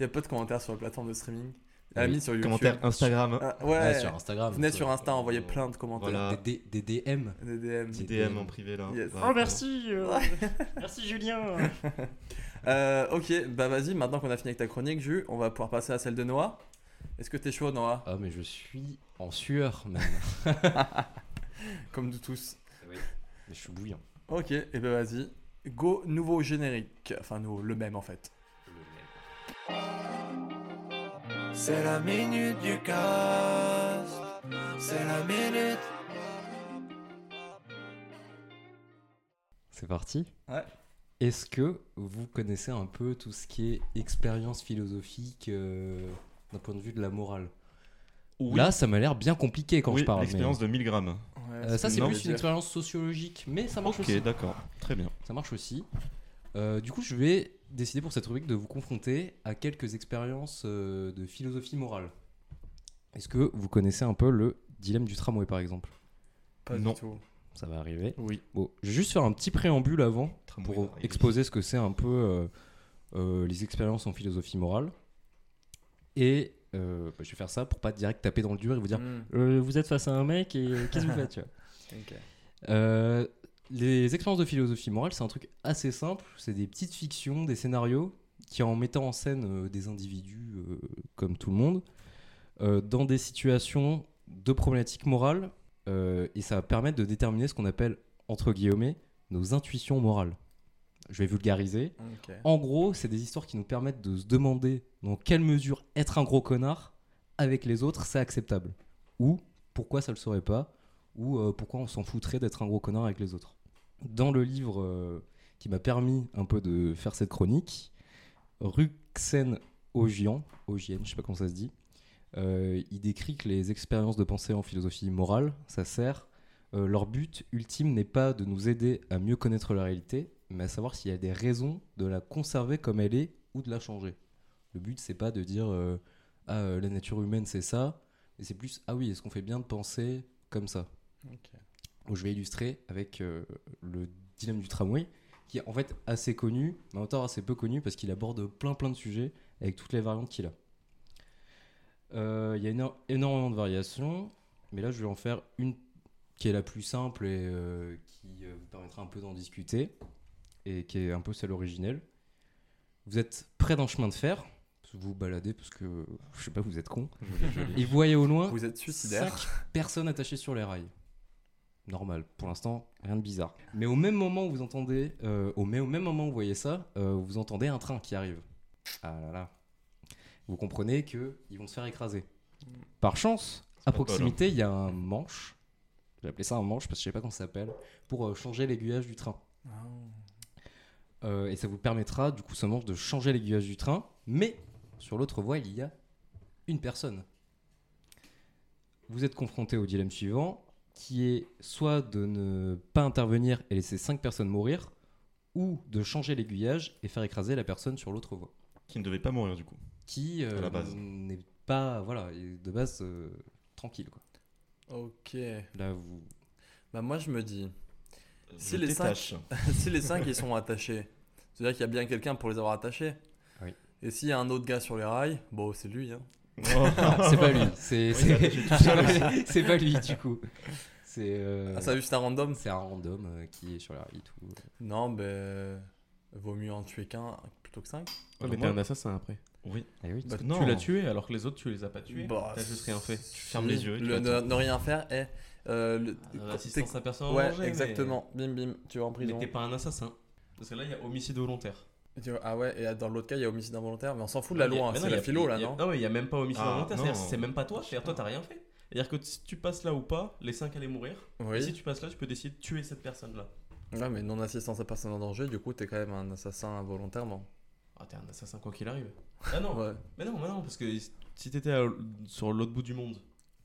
F: Il y a pas de commentaires sur la plateforme de streaming. À la
H: Oui,
F: limite sur YouTube.
G: commentaires Instagram,
F: Ah,
H: Ouais,
F: ouais.
H: sur Instagram.
F: Venez sur
H: quoi.
F: Insta, envoyez plein de commentaires.
G: Voilà.
H: Des, des- des DM.
F: Des DM.
G: petit
H: DM.
G: DM en privé là.
F: Yes.
D: Oh,
G: Voilà,
F: Euh, ok, bah vas-y, maintenant qu'on a fini avec ta chronique, Ju, on va pouvoir passer à celle de Noah. Est-ce que t'es chaud, Noah
H: Ah, mais je suis en sueur, même.
F: Comme nous tous.
H: Mais je suis bouillant.
F: Ok, et ben vas-y. Go, nouveau générique. Enfin, nouveau, le même en fait.
D: C'est la minute du cast. C'est la minute.
H: C'est parti
F: Ouais.
H: Est-ce que vous connaissez un peu tout ce qui est expérience philosophique euh, d'un point de vue de la morale
G: Oui.
H: Là, ça m'a l'air bien compliqué quand
G: oui,
H: je parle. mais-
G: l'expérience de 1000 grammes.
F: Ouais,
H: Euh, ça, c'est
G: Non,
H: plus
F: mais
H: une
F: dire.
H: expérience sociologique, mais ça marche
G: Ok,
H: aussi.
G: d'accord, très bien.
H: Ça marche aussi. Euh, du coup, je vais décider pour cette rubrique de vous confronter à quelques expériences euh, de philosophie morale. Est-ce que vous connaissez un peu le dilemme du tramway, par exemple
F: Pas
G: Non.
F: du tout.
H: Ça va arriver.
G: Oui.
H: Bon, je vais juste faire un petit préambule avant
G: Tramway
H: pour
G: va arriver.
H: exposer ce que c'est un peu euh, euh, les expériences en philosophie morale. Et euh, bah, je vais faire ça pour pas direct taper dans le dur et vous dire
F: Hmm,
H: Euh, vous êtes face à un mec et euh, qu'est-ce que vous faites tu vois
F: ok.
H: euh, les expériences de philosophie morale, c'est un truc assez simple. C'est des petites fictions, des scénarios qui, en mettant en scène euh, des individus euh, comme tout le monde, euh, dans des situations de problématiques morales euh, et ça va permettre de déterminer ce qu'on appelle, entre guillemets, nos intuitions morales. Je vais vulgariser.
F: Ok.
H: En gros, c'est des histoires qui nous permettent de se demander dans quelle mesure être un gros connard avec les autres, c'est acceptable. Ou pourquoi ça le serait pas, ou euh, pourquoi on s'en foutrait d'être un gros connard avec les autres. Dans le livre euh, qui m'a permis un peu de faire cette chronique, Ruxen Ogian, Ogien, je sais pas comment ça se dit, euh, il décrit que les expériences de pensée en philosophie morale, ça sert euh, leur but ultime n'est pas de nous aider à mieux connaître la réalité, mais à savoir s'il y a des raisons de la conserver comme elle est ou de la changer. Le but, c'est pas de dire euh, ah, euh, la nature humaine, c'est ça, mais c'est plus ah oui, est-ce qu'on fait bien de penser comme ça
F: Ok.
H: Donc, Je vais illustrer avec euh, le dilemme du tramway, qui est en fait assez connu, mais en même temps assez peu connu parce qu'il aborde plein plein de sujets avec toutes les variantes qu'il a. Euh, Il y a éno- énormément de variations, mais là je vais en faire une qui est la plus simple et euh, qui euh, vous permettra un peu d'en discuter, et qui est un peu celle originelle. Vous êtes près d'un chemin de fer, vous vous baladez parce que, je sais pas, vous êtes con, et vous voyez au loin
F: Vous êtes suicidaire.
H: Cinq personnes attachées sur les rails. Normal, pour l'instant, rien de bizarre. Mais au même moment où vous entendez, euh, au, mais au même moment où vous voyez ça, euh, vous entendez un train qui arrive. Ah là là. Vous comprenez que ils vont se faire écraser. Par chance, à
G: pas
H: proximité, il y a un manche. J'ai appelé ça un manche parce que je sais pas comment ça s'appelle pour euh, changer l'aiguillage du train.
F: Ah,
H: Euh, et ça vous permettra, du coup, ce manche de changer l'aiguillage du train. Mais sur l'autre voie, il y a une personne. Vous êtes confronté au dilemme suivant, qui est soit de ne pas intervenir et laisser cinq personnes mourir, ou de changer l'aiguillage et faire écraser la personne sur l'autre voie.
G: Qui ne devait pas mourir du coup.
H: Qui euh,
G: À la base.
H: n'est pas, voilà, est de base euh, tranquille. Quoi.
F: Ok.
H: Là, vous.
F: Bah moi je me dis, Si
G: Je
F: les cinq-
G: détache.
F: si les cinq ils sont attachés, c'est-à-dire qu'il y a bien quelqu'un pour les avoir attachés.
H: Oui.
F: Et s'il y a un autre gars sur les rails, bon c'est lui. Hein.
H: Ah, c'est pas lui. C'est c'est-
G: bah, tout seul
H: c'est pas lui, du coup. C'est euh,
F: Ah ça a vu c'est un random.
H: c'est un random euh, qui est sur la et tout.
F: Non ben vaut mieux en tuer qu'un plutôt que cinq.
I: Ouais, mais t'es
G: moi-
I: un assassin après.
G: Oui.
H: Eh oui.
F: Bah,
G: que
I: Tu l'as tué alors que les autres tu les as pas tués.
F: Bah,
I: T'as juste rien fait.
F: si.
G: fermes les yeux et tu
F: Le- ne,
G: attends.
F: ne rien faire est. Euh,
I: Ah,
F: le-
I: L'assistance à personne en
F: Ouais,
I: danger, mais-
F: exactement. Bim bim, tu vas en
I: Mais
F: prison.
I: t'es pas un assassin. Parce que là, il y a homicide volontaire.
F: Tu vois, Ah ouais, et dans l'autre cas, il y a homicide involontaire, mais on s'en fout de la
I: Non, Ah, y a-
F: loi, hein,
I: mais non,
F: c'est
I: y
F: la
I: a-
F: philo
I: y a-
F: là, non
I: Non, il y a même pas homicide
G: Ah,
I: volontaire, c'est-à-dire
G: non.
I: c'est même pas toi, c'est-à-dire toi t'as rien fait. C'est-à-dire que si tu passes là ou pas, les 5 allaient mourir. Et si
F: Oui.
I: tu passes là, tu peux décider de tuer cette personne-là.
F: Ouais, mais non-assistance à personne en danger, du coup, t'es quand même un assassin involontairement.
I: Ah, t'es un assassin quoi qu'il arrive. Ah non,
F: Ouais.
I: mais non, mais non, parce que si t'étais à- sur l'autre bout du monde,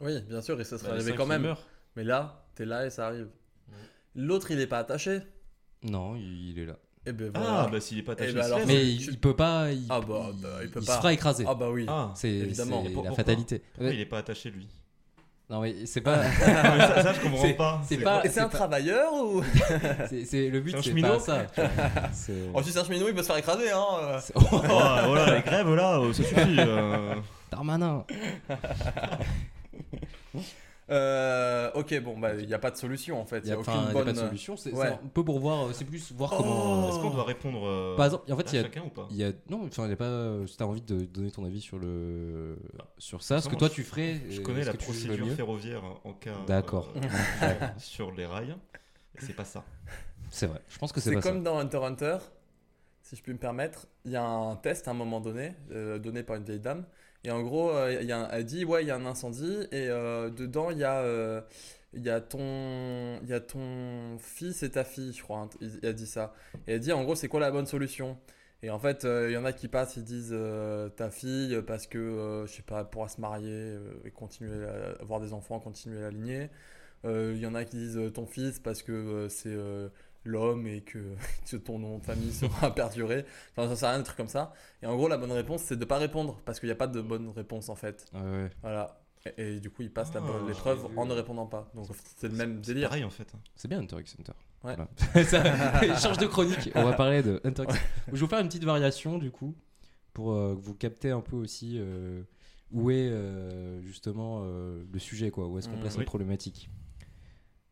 F: Oui, bien sûr, et ça
I: bah,
F: serait
I: les
F: arrivé
I: cinq,
F: quand
I: ils
F: même.
I: meurent.
F: Mais là, t'es là et ça arrive.
I: Ouais.
F: L'autre, il est pas attaché.
H: Non, il il est là.
F: Et ben voilà.
G: Ah, bah s'il est pas attaché,
F: bah
G: il se
F: alors-
G: laisse.
H: Mais il,
F: tu-
H: il peut pas. Il,
F: Ah bah, bah, il peut
H: il
F: pas.
H: se fera écraser.
F: Ah bah oui.
G: Ah,
H: C'est
F: évidemment.
H: c'est
F: Et
G: pour-
H: la
G: pourquoi
H: fatalité.
G: pourquoi il est pas attaché lui
H: Non mais c'est pas.
G: Ah, mais ça, ça, je comprends
H: C'est-
G: pas.
H: Bah, c'est pas.
F: Et c'est un travailleur ou
H: c'est- c'est- le but
G: C'est un
H: c'est
G: cheminot
H: pas ça. C'est-
F: Oh, si c'est un cheminot, il peut se faire écraser, hein euh.
H: c'est- Oh,
G: Oh, voilà, les grèves là, euh, ça suffit. euh.
H: Darmanin.
F: Euh, Ok, bon, bah, il n'y a pas de solution en fait. Il
H: Il
F: n'y
H: y a,
F: a
H: enfin, il y
F: aucune
H: a
F: bonne.
H: pas de solution. C'est
F: Ouais.
H: c'est un peu pour voir. euh, C'est plus voir
F: Oh.
H: comment.
G: Est-ce qu'on doit répondre euh,
H: Par exemple, en fait
G: à
H: il y a.
G: chacun ou pas
H: Il y a non, enfin il y a pas. euh, Si t'as envie de donner ton avis sur le sur ça, ce que
G: Moi,
H: toi
G: je-
H: tu ferais.
G: Je
H: euh,
G: connais
H: ce
G: la
H: que tu juges le
G: procédure
H: mieux.
G: ferroviaire hein, en cas
H: D'accord.
G: euh, sur les rails. Et C'est pas ça.
H: C'est vrai. Je pense que c'est
F: C'est
H: pas
F: comme dans Hunter x Hunter, si je puis me permettre, il y a un test à un moment donné, euh, donné par une vieille dame, et en gros, euh, il y a un- elle dit, ouais, il y a un incendie, et euh, dedans, il y a... euh, il y, a ton, il y a ton fils et ta fille, je crois. hein, il- Il a dit ça. Et elle dit en gros, c'est quoi la bonne solution Et en fait, euh, il y en a qui passent, ils disent euh, ta fille parce que, euh, je sais pas, elle pourra se marier euh, et continuer à avoir des enfants, continuer la lignée. Euh, Il y en a qui disent euh, ton fils parce que euh, c'est euh, l'homme et que, que ton nom de famille sera perduré. Enfin, ça sert à rien, des trucs comme ça. Et en gros, la bonne réponse, c'est de pas répondre parce qu'il n'y a pas de bonne réponse en fait.
H: ça. Ouais, ouais.
F: Voilà. Et, et du coup, il passe la
G: Ah,
F: bonne-
G: je
F: l'épreuve
H: l'ai vu.
F: en ne répondant pas. Donc, c'est le même
G: C'est
F: délire.
G: Pareil en fait.
H: C'est bien Hunter x Hunter.
F: Ouais.
H: Voilà. Ça- change de chronique. On va parler de Hunter x Je vais vous faire une petite variation du coup pour euh, que vous capter un peu aussi euh, où est euh, justement euh, le sujet quoi, où est-ce qu'on
F: Mm,
H: place
G: oui.
H: la problématique.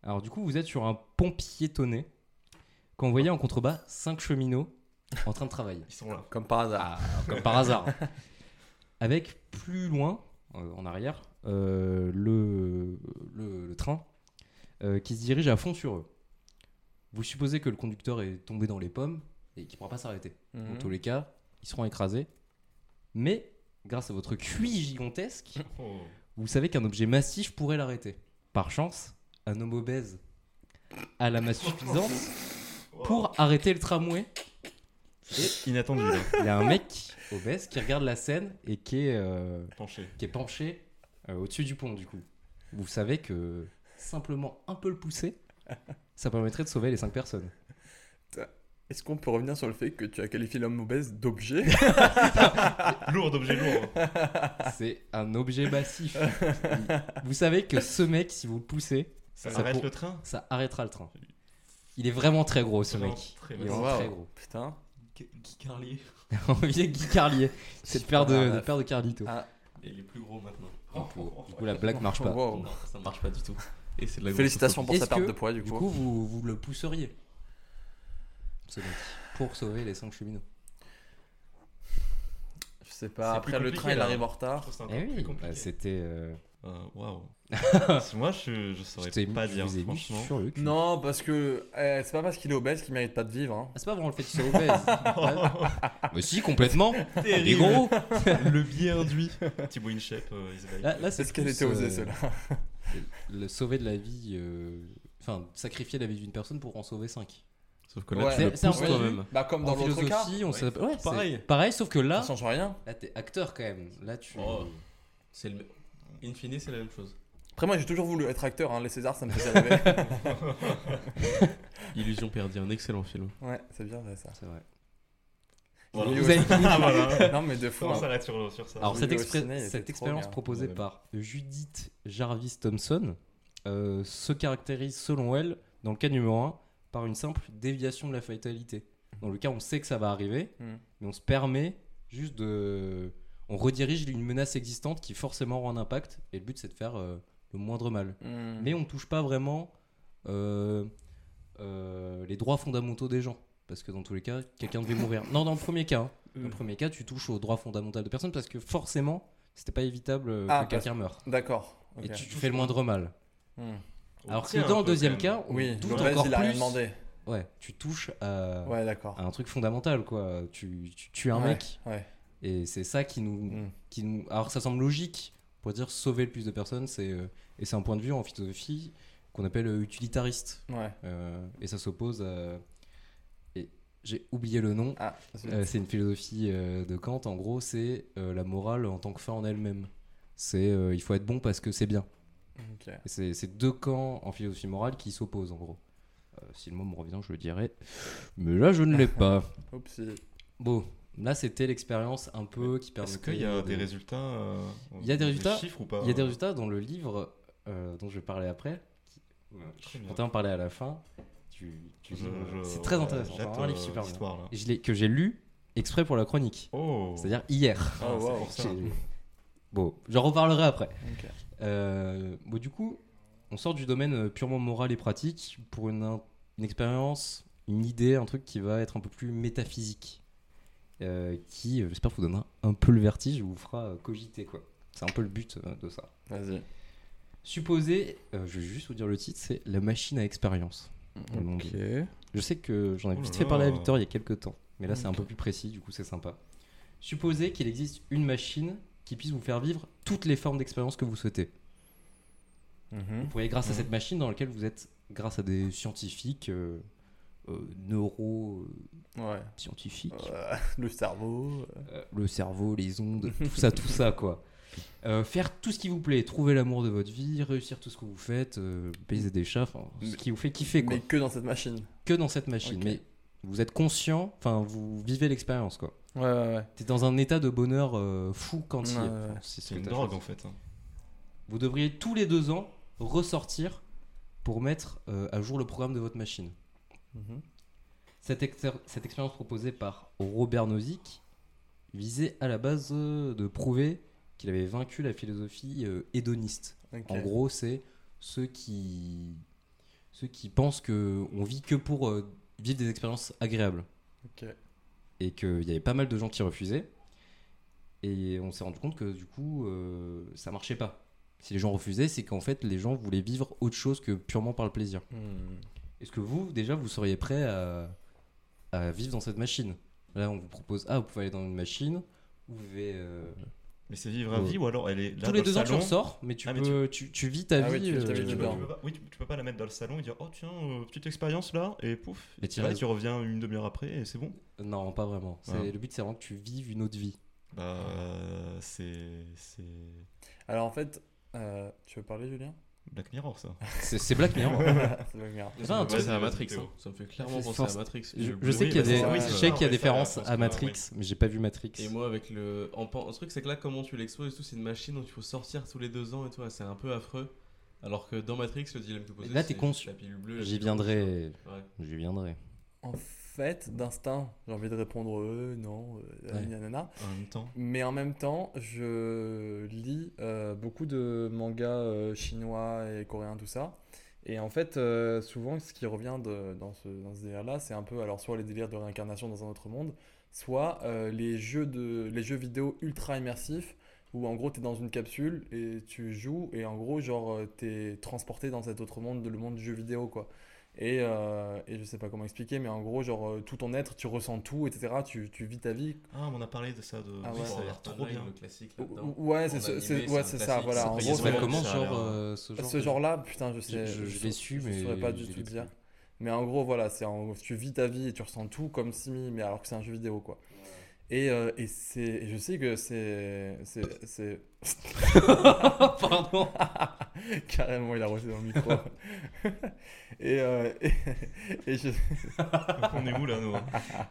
H: Alors du coup, vous êtes sur un pont piétonné quand vous voyez en contrebas cinq cheminots en train de travailler.
G: Ils sont là.
F: Comme par hasard.
H: Comme par hasard. Avec plus loin, euh, en arrière, euh, le, le- le train euh, qui se dirige à fond sur eux. Vous supposez que le conducteur est tombé dans les pommes et qu'il ne pourra pas s'arrêter. Dans
F: Mhm.
H: tous les cas, ils seront écrasés. Mais, grâce à votre QI gigantesque,
G: Oh.
H: vous savez qu'un objet massif pourrait l'arrêter. Par chance, un homme obèse a la masse suffisante pour arrêter le tramway.
G: Inattendu, là,
H: Il y a un mec obèse qui regarde la scène et qui est, euh,
G: penché.
H: qui est penché euh, au-dessus du pont, du coup. Vous savez que simplement un peu le pousser, ça permettrait de sauver les 5 personnes.
F: Est-ce qu'on peut revenir sur le fait que tu as qualifié l'homme obèse d'objet
G: Lourd d'objet lourd.
H: C'est un objet massif. vous savez que ce mec, si vous le poussez,
G: Ça,
H: Ça
G: arrête
H: pour-
G: le train
H: ça arrêtera le train. Il est vraiment très gros, ce
G: Vraiment
H: mec.
G: très
H: Il est
G: massif.
H: vraiment très
F: Waouh.
H: gros.
F: Putain.
I: Guy Carlier.
H: On vient Guy Carlier. C'est le père de,
F: Super,
H: le
F: la-
H: père de Carlito.
F: Ah,
I: Et il est plus gros maintenant.
H: Donc, euh, du coup, la blague marche pas.
F: Wow.
I: Non, ça marche pas du tout. Et c'est de la
F: Félicitations pour
H: Est-ce
F: sa perte
H: que,
F: de poids, du
H: Du
F: coup.
H: coup, vous, vous le pousseriez. Ce mec. Pour sauver les 5 cheminots.
F: Je sais
G: C'est
F: pas. Après,
G: plus
F: le
G: compliqué,
F: train, il
G: là.
F: arrive en
G: Je
F: retard.
G: trouve ça encore
H: Eh
G: plus
H: oui,
G: compliqué.
H: bah, c'était. euh,
G: Euh, Waouh. Moi, je, je saurais
H: je t'ai mis-
G: pas
H: je
G: dire,
H: vous ai mis
G: franchement.
H: sur le cul.
F: Non, parce que euh, c'est pas parce qu'il est obèse qu'il mérite pas de vivre. hein.
H: Ah, c'est pas vraiment le fait qu'il soit obèse. Mais si, complètement. Il est gros.
G: le biais induit. Thibaut InShape, euh, ils avaient-
H: Là, là,
F: C'est
H: c'est
F: ce qu'elle
H: plus,
F: était osée,
H: euh,
F: celle-là.
H: Le sauver de la vie. euh, Enfin, sacrifier la vie d'une personne pour en sauver 5.
I: Sauf que là,
F: Ouais.
I: tu le
H: C'est- c'est un
I: pousses
H: peu-
I: toi-même.
F: Bah, comme dans
H: en
F: l'autre cas.
H: philosophie, on s'appelle. Ouais, c'est
I: Pareil.
H: Pareil, sauf que là,
F: Ça change rien.
H: là t'es acteur quand même. Là, tu.
I: Oh. C'est le... In fine, c'est la même chose.
F: Après, moi, j'ai toujours voulu être acteur. hein. Les Césars, ça me faisait rêver.
I: Illusion perdue, un excellent film.
F: ouais, c'est bien vrai, ça.
H: C'est vrai.
I: Voilà.
F: J'ai
H: Vous
F: voulu au-
H: avez-
G: Ah, voilà.
F: Non, mais de fou.
G: On
F: hein.
G: s'arrête sur, sur ça.
H: Alors
F: Oui,
H: cette,
F: au
H: expré-
F: ciné,
H: cette
F: c'était trop
H: expérience
F: bien.
H: proposée
I: Ouais.
H: par Judith Jarvis Thompson euh, se caractérise selon elle, dans le cas numéro 1, par une simple déviation de la fatalité. Dans le cas on sait que ça va arriver,
F: Mhm.
H: mais on se permet juste de... On redirige une menace existante qui forcément aura un impact, et le but c'est de faire euh, le moindre mal.
F: Hmm.
H: Mais on ne touche pas vraiment euh, euh, les droits fondamentaux des gens. Parce que dans tous les cas, quelqu'un devait mourir. Non, dans le premier cas. hein.
G: Euh.
H: Dans le premier cas, tu touches aux droits fondamentaux de personne parce que forcément, c'était pas évitable euh,
F: Ah,
H: que quelqu'un meure.
F: D'accord. ok.
H: Et tu, tu fais le moindre mal.
F: Hmm.
G: On
H: Alors
G: tient
H: que
G: Oh, un
H: dans le
G: peu,
H: deuxième
G: quand même.
H: cas, on
F: Oui,
H: touche
F: l'obèse,
H: encore
F: il a rien
H: plus. Euh.
F: demandé.
H: Ouais, tu touches à,
F: Ouais, d'accord.
H: à un truc fondamental, quoi. Tu, tu tues un
F: Ouais,
H: mec.
F: ouais.
H: Et c'est ça qui nous,
F: Mm.
H: qui nous. Alors ça semble logique pour dire sauver le plus de personnes, c'est euh, et c'est un point de vue en philosophie qu'on appelle euh, utilitariste.
F: Ouais.
H: Euh, et ça s'oppose à. et J'ai oublié le nom.
F: Ah,
H: Euh, c'est une philosophie euh, de Kant. En gros, c'est euh, la morale en tant que fin en elle-même. C'est euh, il faut être bon parce que c'est bien.
F: ok.
H: Et C'est c'est deux camps en philosophie morale qui s'opposent en gros. Euh, si le mot me revient, je le dirai. Mais là, je ne l'ai pas. Ah,
F: Oupsie.
H: Bon, là, c'était l'expérience un peu qui permet.
G: Est-ce qu'il y a des résultats euh,
H: Il y a des résultats-
G: chiffres ou pas
H: Il y a des résultats dans le livre euh, dont je vais parler après.
G: Très bien.
H: Quentin en parlait à la fin. Tu, tu-
G: Je- je-
H: c'est très
G: ouais,
H: intéressant. C'est
G: j'attends,
H: un livre
G: euh,
H: super bien.
G: l'histoire, là.
H: Et je l'ai- que j'ai lu exprès pour la chronique.
G: Oh
H: C'est-à-dire hier.
G: Ah,
F: Oh,
G: c'est
F: wow.
G: pour ça.
H: J'ai- Bon, j'en reparlerai après.
F: Ok.
H: Euh, bon, du coup, on sort du domaine euh, purement moral et pratique pour une, in- une expérience, une idée, un truc qui va être un peu plus métaphysique. Euh, qui, euh, j'espère, vous donnera un peu le vertige et vous fera euh, cogiter, quoi. C'est un peu le but euh, de ça.
F: Vas-y.
H: Supposé, euh, je vais juste vous dire le titre, c'est La machine à expérience. le nom du
F: Mm, Ok.
H: je sais que j'en ai
G: Oh
H: vite
G: là
H: fait parler à
G: là.
H: Victor il y a quelques temps, mais là c'est un peu plus précis, du coup c'est sympa. Supposez qu'il existe une machine qui puisse vous faire vivre toutes les formes d'expérience que vous souhaitez.
F: Mhm.
H: Vous pourriez, grâce à cette machine dans laquelle vous êtes, grâce à des scientifiques, euh, euh, neuro-scientifiques,
F: Ouais. Euh, le cerveau. euh,
H: euh, le cerveau, les ondes, tout ça, tout ça quoi. Euh, faire tout ce qui vous plaît, trouver l'amour de votre vie, réussir tout ce que vous faites, euh, baiser des chats, enfin, ce
F: Mais-
H: qui vous fait kiffer quoi.
F: euh, Mais que dans cette machine.
H: Que dans cette machine,
F: Ok.
H: mais vous êtes conscient, enfin vous vivez l'expérience quoi.
F: Ouais, ouais, ouais.
H: T'es dans un état de bonheur euh, fou quand il
F: Ouais,
H: est.
F: ouais, ouais.
H: c'est ce
G: C'est
H: que
G: une
H: t'as
G: drogue
H: choisi.
G: en fait. hein.
H: Vous devriez tous les deux ans ressortir pour mettre euh, à jour le programme de votre machine.
F: Mhm.
H: Cette, exter- cette expérience proposée par Robert Nozick visait à la base euh, de prouver qu'il avait vaincu la philosophie euh, hédoniste.
F: Ok.
H: En gros, c'est ceux qui ceux qui pensent que on vit que pour euh, vivre des expériences agréables.
F: Ok.
H: Et qu'il y avait pas mal de gens qui refusaient. Et on s'est rendu compte que du coup, euh, ça marchait pas. Si les gens refusaient, c'est qu'en fait, les gens voulaient vivre autre chose que purement par le plaisir.
F: Hmm.
H: Est-ce que vous, déjà, vous seriez prêt à, à vivre dans cette machine Là, on vous propose, ah, vous pouvez aller dans une machine, vous pouvez... euh,
G: Mais c'est vivre à vie ou alors elle est là
H: Mm. tous les
G: dans le
H: deux ans, tu
G: salon.
H: ressors, mais tu,
G: Ah, mais
H: peux, tu... tu vis ta
F: Ah oui,
H: vie.
F: tu vis ta vie
G: Tu peux,
F: dedans.
H: euh,
G: tu peux pas- oui, tu, tu peux pas la mettre dans le salon et dire oh tiens euh, petite expérience là et pouf
H: Et
G: et
H: t'y
G: tu, vas,
H: restes.
G: tu reviens une demi-heure après et c'est bon.
H: Non, pas vraiment. C'est-
G: Ouais.
H: Le but, c'est vraiment que tu vives une autre vie.
G: Bah euh, c'est c'est
F: Alors en fait, euh, tu veux parler, Julien
G: Black Mirror ça.
H: C'est c'est Black Mirror.
F: C'est le merde.
H: Enfin, un
I: Ouais,
H: truc-
I: c'est à
G: vas-y,
I: Matrix.
G: Théo.
I: hein. Ça me fait clairement
H: Je
I: penser
H: pense-
I: à Matrix.
H: Je, je
I: Oui,
H: sais qu'il y a
G: bah,
H: des,
G: c'est- oui,
H: je
G: c'est
H: sais
G: ça,
H: qu'il y a des
G: ouais, ça,
H: références
G: je pense
H: à
G: que-
H: Matrix, mais j'ai pas vu Matrix.
I: Et moi, avec le. En, pen- le truc, c'est que là, comment tu l'exposes et tout, c'est une machine dont il faut sortir tous les deux ans et tout, ouais, c'est un peu affreux. Alors que dans Matrix, le dilemme que posait.
H: là, t'es
I: c'est juste
H: conscient.
I: la pilule bleue, la
H: J'y
I: pilule
H: viendrai.
I: rouge. Ouais.
H: J'y viendrai.
F: En fait, d'instinct, j'ai envie de répondre euh, non, euh,
H: Ouais.
F: nanana.
G: En même temps.
F: Mais en même temps, je lis euh, beaucoup de mangas euh, chinois et coréens, tout ça. Et en fait, euh, souvent, ce qui revient de- dans ce, dans ce délire-là, c'est un peu, alors, soit les délires de réincarnation dans un autre monde, soit euh, les jeux de, les jeux vidéo ultra immersifs, où en gros, t'es dans une capsule et tu joues, et en gros, genre, euh, t'es transporté dans cet autre monde, le monde du jeu vidéo, quoi. Et, euh, et je sais pas comment expliquer, mais en gros, genre, euh, tout ton être, tu ressens tout, etc. Tu, tu vis ta vie
G: Ah mais on a parlé de ça de
F: Ah
G: oui,
F: ouais.
G: ça a
I: Fortnite,
G: l'air trop bien.
I: hein, Le classique
F: Ou-
I: là-dedans.
F: ou- Ouais, c'est
I: En
F: ce-
I: animé,
F: c'est
I: c'est un
F: ouais, c'est ça,
I: classique,
F: voilà.
I: c'est
F: En
I: pas-
F: gros,
G: c'est
F: c'est-
G: vraiment-
H: comment
G: ça a
H: genre
G: l'air,
H: euh, ce genre
F: Bah, ce
H: de-
F: genre-là, putain, je sais.
H: Je- je
F: je-
H: l'ai su,
F: je
H: mais
F: saurais pas du
H: je l'ai
F: tout
H: plus.
F: dire. Mais en gros, voilà, c'est en- tu vis ta vie et tu ressens tout comme si, mais alors que c'est un jeu vidéo, quoi. Et, euh, et c'est, et je sais que c'est, c'est, c'est-
H: Pardon.
F: carrément, il a roté dans le micro. et, euh, et, et je,
G: On est où là nous hein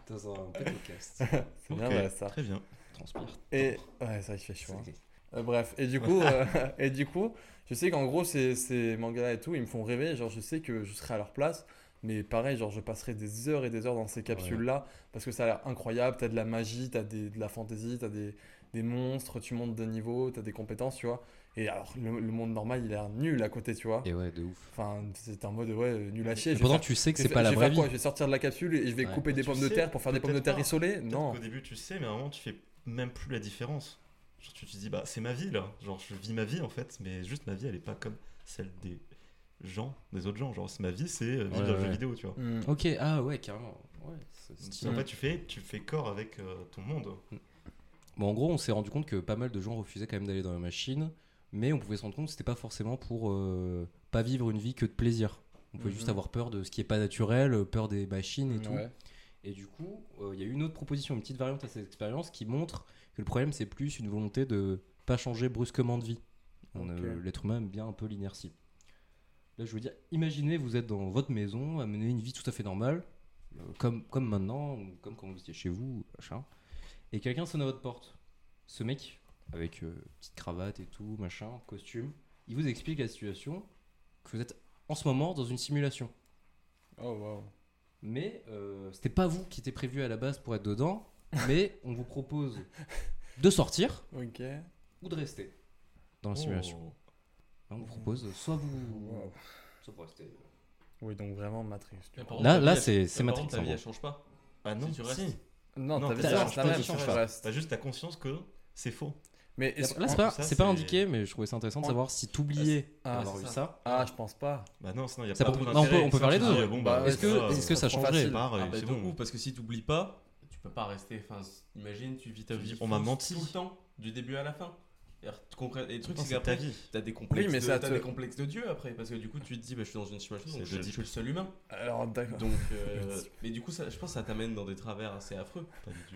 H: Dans un podcast.
F: c'est bien,
G: Ok,
F: voilà, ça.
G: Très bien.
H: Transpire.
F: Et ouais, ça il fait chaud. hein. Euh, bref, et du coup, euh, et du coup, je sais qu'en gros ces, ces mangas et tout, ils me font rêver. Genre, je sais que je serai à leur place, mais pareil, genre, je passerai des heures et des heures dans ces capsules-là parce que ça a l'air incroyable. T'as de la magie, t'as des, de la fantaisie, t'as des, des monstres, tu montes de niveau, t'as des compétences, tu vois. Et alors, le, le monde normal, il a l'air nul à côté, tu vois.
H: Et ouais, de ouf.
F: Enfin, c'est en mode ouais, nul à chier.
H: Et
F: je vais
H: pourtant,
F: faire-
H: tu sais que
F: je
H: c'est
F: vais-
H: pas
F: je
H: la
F: vais
H: vraie
F: faire
H: vie.
F: quoi Je vais sortir de la capsule et je vais
H: Ouais.
F: couper des
G: Tu
F: pommes de
G: sais,
F: terre pour faire des pommes de terre
G: peut-être
F: rissolées
G: Peut-être
F: Non.
G: qu'au début tu sais mais à un moment tu fais même plus la différence. Genre tu te dis bah c'est ma vie là, genre je vis ma vie en fait, mais juste ma vie elle est pas comme celle des gens, des autres gens. Genre c'est ma vie c'est euh, vivre
H: Ouais,
G: dans le
H: ouais.
G: jeu vidéo tu vois.
F: Hmm.
H: Ok, ah ouais, carrément. Ouais, c'est
G: Donc,
H: stylé.
G: En fait tu fais, tu fais corps avec euh, ton monde.
H: Bon, en gros, on s'est rendu compte que pas mal de gens refusaient quand même d'aller dans la machine, mais on pouvait se rendre compte que c'était pas forcément pour euh, pas vivre une vie que de plaisir. On pouvait
F: Mhm.
H: juste avoir peur de ce qui est pas naturel, peur des machines et tout.
F: Ouais.
H: Et du coup, euh, il y a eu une autre proposition, une petite variante à cette expérience qui montre que le problème, c'est plus une volonté de pas changer brusquement de vie. On,
F: Ok.
H: euh, L'être humain aime bien un peu l'inertie. Là, je veux dire, imaginez, vous êtes dans votre maison, à mener une vie tout à fait normale, euh, comme, comme maintenant, ou comme quand vous étiez chez vous, machin, et quelqu'un sonne à votre porte. Ce mec, avec euh, petite cravate et tout, machin, costume, il vous explique la situation, que vous êtes en ce moment dans une simulation.
F: Oh wow.
H: Mais euh, c'était pas vous qui était prévu à la base pour être dedans, mais on vous propose de sortir
F: Ok.
H: ou de rester dans la simulation.
G: Oh.
H: Là, on vous propose soit vous. soit vous restez.
F: Oui, donc vraiment Matrix.
I: Mais par contre,
H: Là-
I: ta vie,
H: là,
I: elle-
H: c'est-
I: mais
H: c'est
I: par
H: Matrix,
I: contre,
H: en
I: Ta vie,
H: gros.
I: elle change pas.
G: Ah non,
I: Si tu
G: tu
I: restes.
F: Non, t'as
G: Non, t'as-
F: vu, ça
G: change
F: ça
G: pas,
F: reste,
G: tu
F: ça
G: changes pas.
F: reste.
G: T'as juste ta conscience que c'est faux.
F: Mais
H: Là,
F: est-ce-
H: c'est pas,
G: ça,
H: Ah, c'est pas
G: c'est-
H: indiqué, mais je trouvais ça intéressant de
F: On-
H: savoir si t'oubliais
F: Ah,
H: d'avoir
F: c'est
H: vu
F: ça.
H: ça.
F: ah, je pense pas.
G: Bah non, sinon il y a
H: Ça
G: pas
H: peut-
G: trop
H: non, on
G: d'intérêt.
H: peut- on peut
G: Sinon,
H: faire les
G: tu te
H: deux.
G: dis, bon,
F: Bah,
G: bah,
H: Est-ce
G: ouais,
H: que,
G: ça,
H: est-ce que ça
F: trop
H: changerait
F: facile.
G: part, et
I: Ah bah, de
G: c'est bon.
I: ouf, parce que si t'oublies pas, tu peux pas rester. Enfin, s- imagine, tu vis ta
G: Tu
I: vie.
G: dis, on m'a
I: fausse
G: menti.
I: Tout le temps, du début à la fin. Et alors, tu comprends- et le truc,
G: Pourtant,
I: c'est
G: c'est ta
I: qu'après,
G: vie.
I: t'as des complexes.
F: mais
I: de,
F: ça
I: t'as
F: te-
I: des complexes de Dieu après, parce que du coup, tu te dis, bah, je suis dans une situation,
G: C'est
I: donc je,
G: le
I: je
G: type.
I: suis le seul humain.
F: Alors, d'accord.
I: Donc, euh, mais du coup, ça, je pense que ça t'amène dans des travers assez affreux.
G: Pas du tout.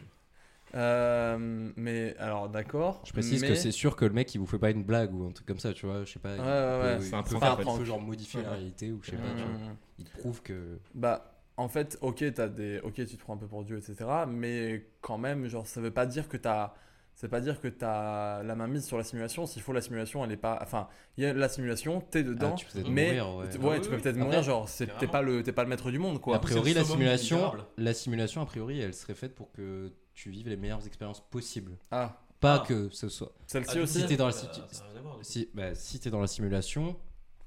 F: Euh, mais alors, d'accord.
H: Je précise
F: mais-
H: que c'est sûr que le mec il vous fait pas une blague ou un truc comme ça, tu vois. Je sais pas. il
F: Ouais, ouais,
H: peut-
F: ouais.
H: il
G: C'est un
H: peut
G: prank,
H: faire-
F: en fait.
H: il peut genre modifier la réalité ou je sais pas. tu vois.
F: Hmm.
H: Il te prouve que.
F: Bah, en fait, ok, t'as des... ok, tu te prends un peu pour Dieu, etc. Mais quand même, genre, ça veut pas dire que t'as. Ça veut pas dire que t'as la main mise sur la simulation. S'il faut, la simulation, elle est pas. Enfin, il y a la simulation, t'es
H: Ah,
F: dedans.
H: tu peux peut-être
F: mais
H: mourir, ouais.
F: t-
I: Ah oui,
F: tu
I: oui,
F: peux peut-être
I: après,
F: mourir, genre, c'est- t'es
I: carrément.
F: pas, le... t'es pas le maître du monde,
H: a
F: quoi.
I: Après-
H: priori,
I: c'est le
H: la
I: summum du
H: simulation,
I: misérable.
H: la simulation, a priori, elle serait faite pour que tu vives les meilleures expériences possibles.
F: Ah,
H: Pas
I: Ah.
H: que ce soit.
F: celle-ci
I: Ah,
F: aussi.
H: si t'es dans la
I: ça-
H: situ-
I: ça a rien à voir, du coup.
H: Si, bah, si t'es dans la simulation,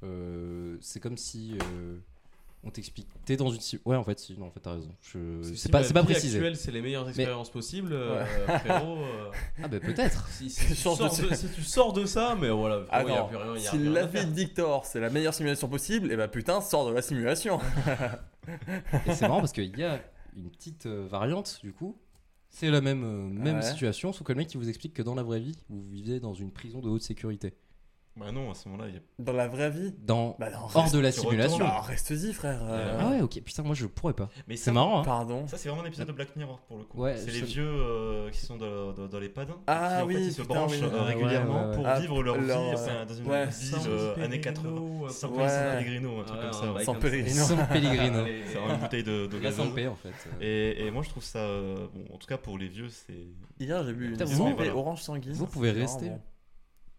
H: euh, c'est comme si euh, on t'explique. T'es dans une. si- Ouais, en fait, si, non, en fait, t'as raison. Je...
I: Si
H: euh, C'est pas,
I: ma
H: c'est pas
I: vie
H: précisé.
I: actuelle, c'est les meilleures expériences possibles, euh, frérot. euh,
H: Ah, bah peut-être.
I: si, si tu
F: Change de
I: sors de,
F: sujet.
I: si tu sors de ça, mais voilà,
F: Ah
I: frérot, y a
F: non,
I: plus rien. y a
F: si
I: plus rien à
F: la vie
I: faire.
F: de Dictor c'est la meilleure simulation possible, et bah putain, sors de la simulation.
H: Et c'est marrant parce qu'il y a une petite euh, variante, du coup. C'est la même, euh, même
F: Ouais.
H: situation, sauf que le mec qui vous explique que dans la vraie vie, vous vivez dans une prison de haute sécurité.
G: Bah non, à ce moment-là, il y a
F: Dans la vraie vie.
H: Dans...
F: Bah non,
H: Hors de la
G: tu retournes,
H: simulation.
F: Bah, reste-y, frère. euh,
H: Ah ouais, ok, putain, moi je pourrais pas.
G: Mais
H: C'est
G: ça-
H: marrant, hein.
F: Pardon.
G: Ça, c'est vraiment un épisode de Black Mirror pour le coup.
H: Ouais,
G: c'est les
H: je-
G: vieux euh, qui sont dans, dans- dans les pads. hein,
F: Ah
G: qui, en
F: oui,
G: fait, ils se
F: putain,
G: branchent
F: oui.
G: euh,
F: Ah, ouais,
G: régulièrement
H: ouais, ouais.
G: pour
F: Ah,
G: vivre leur,
F: leur,
G: vie
F: euh,
G: enfin, dans une
F: ouais.
G: vie
I: San
G: euh,
I: Pellegrino,
G: années 80.
I: un peu
G: Sans
F: ouais. Ah,
G: San Pellegrino, un truc comme ça.
I: Ouais,
G: ouais.
F: San
I: comme
F: Pellegrino.
H: Sans Pellegrino.
I: Allez,
G: C'est vraiment une bouteille de, de
H: La
G: gazeuse.
H: sans paix, en fait. Euh,
G: Et, et moi, je trouve ça. euh, bon, en tout cas, pour les vieux, c'est.
F: Hier, j'ai bu une
H: Putain,
F: disco,
H: vous-
F: mais
G: voilà.
F: orange sanguine.
H: Vous pouvez
F: C'est
H: rester.
F: vraiment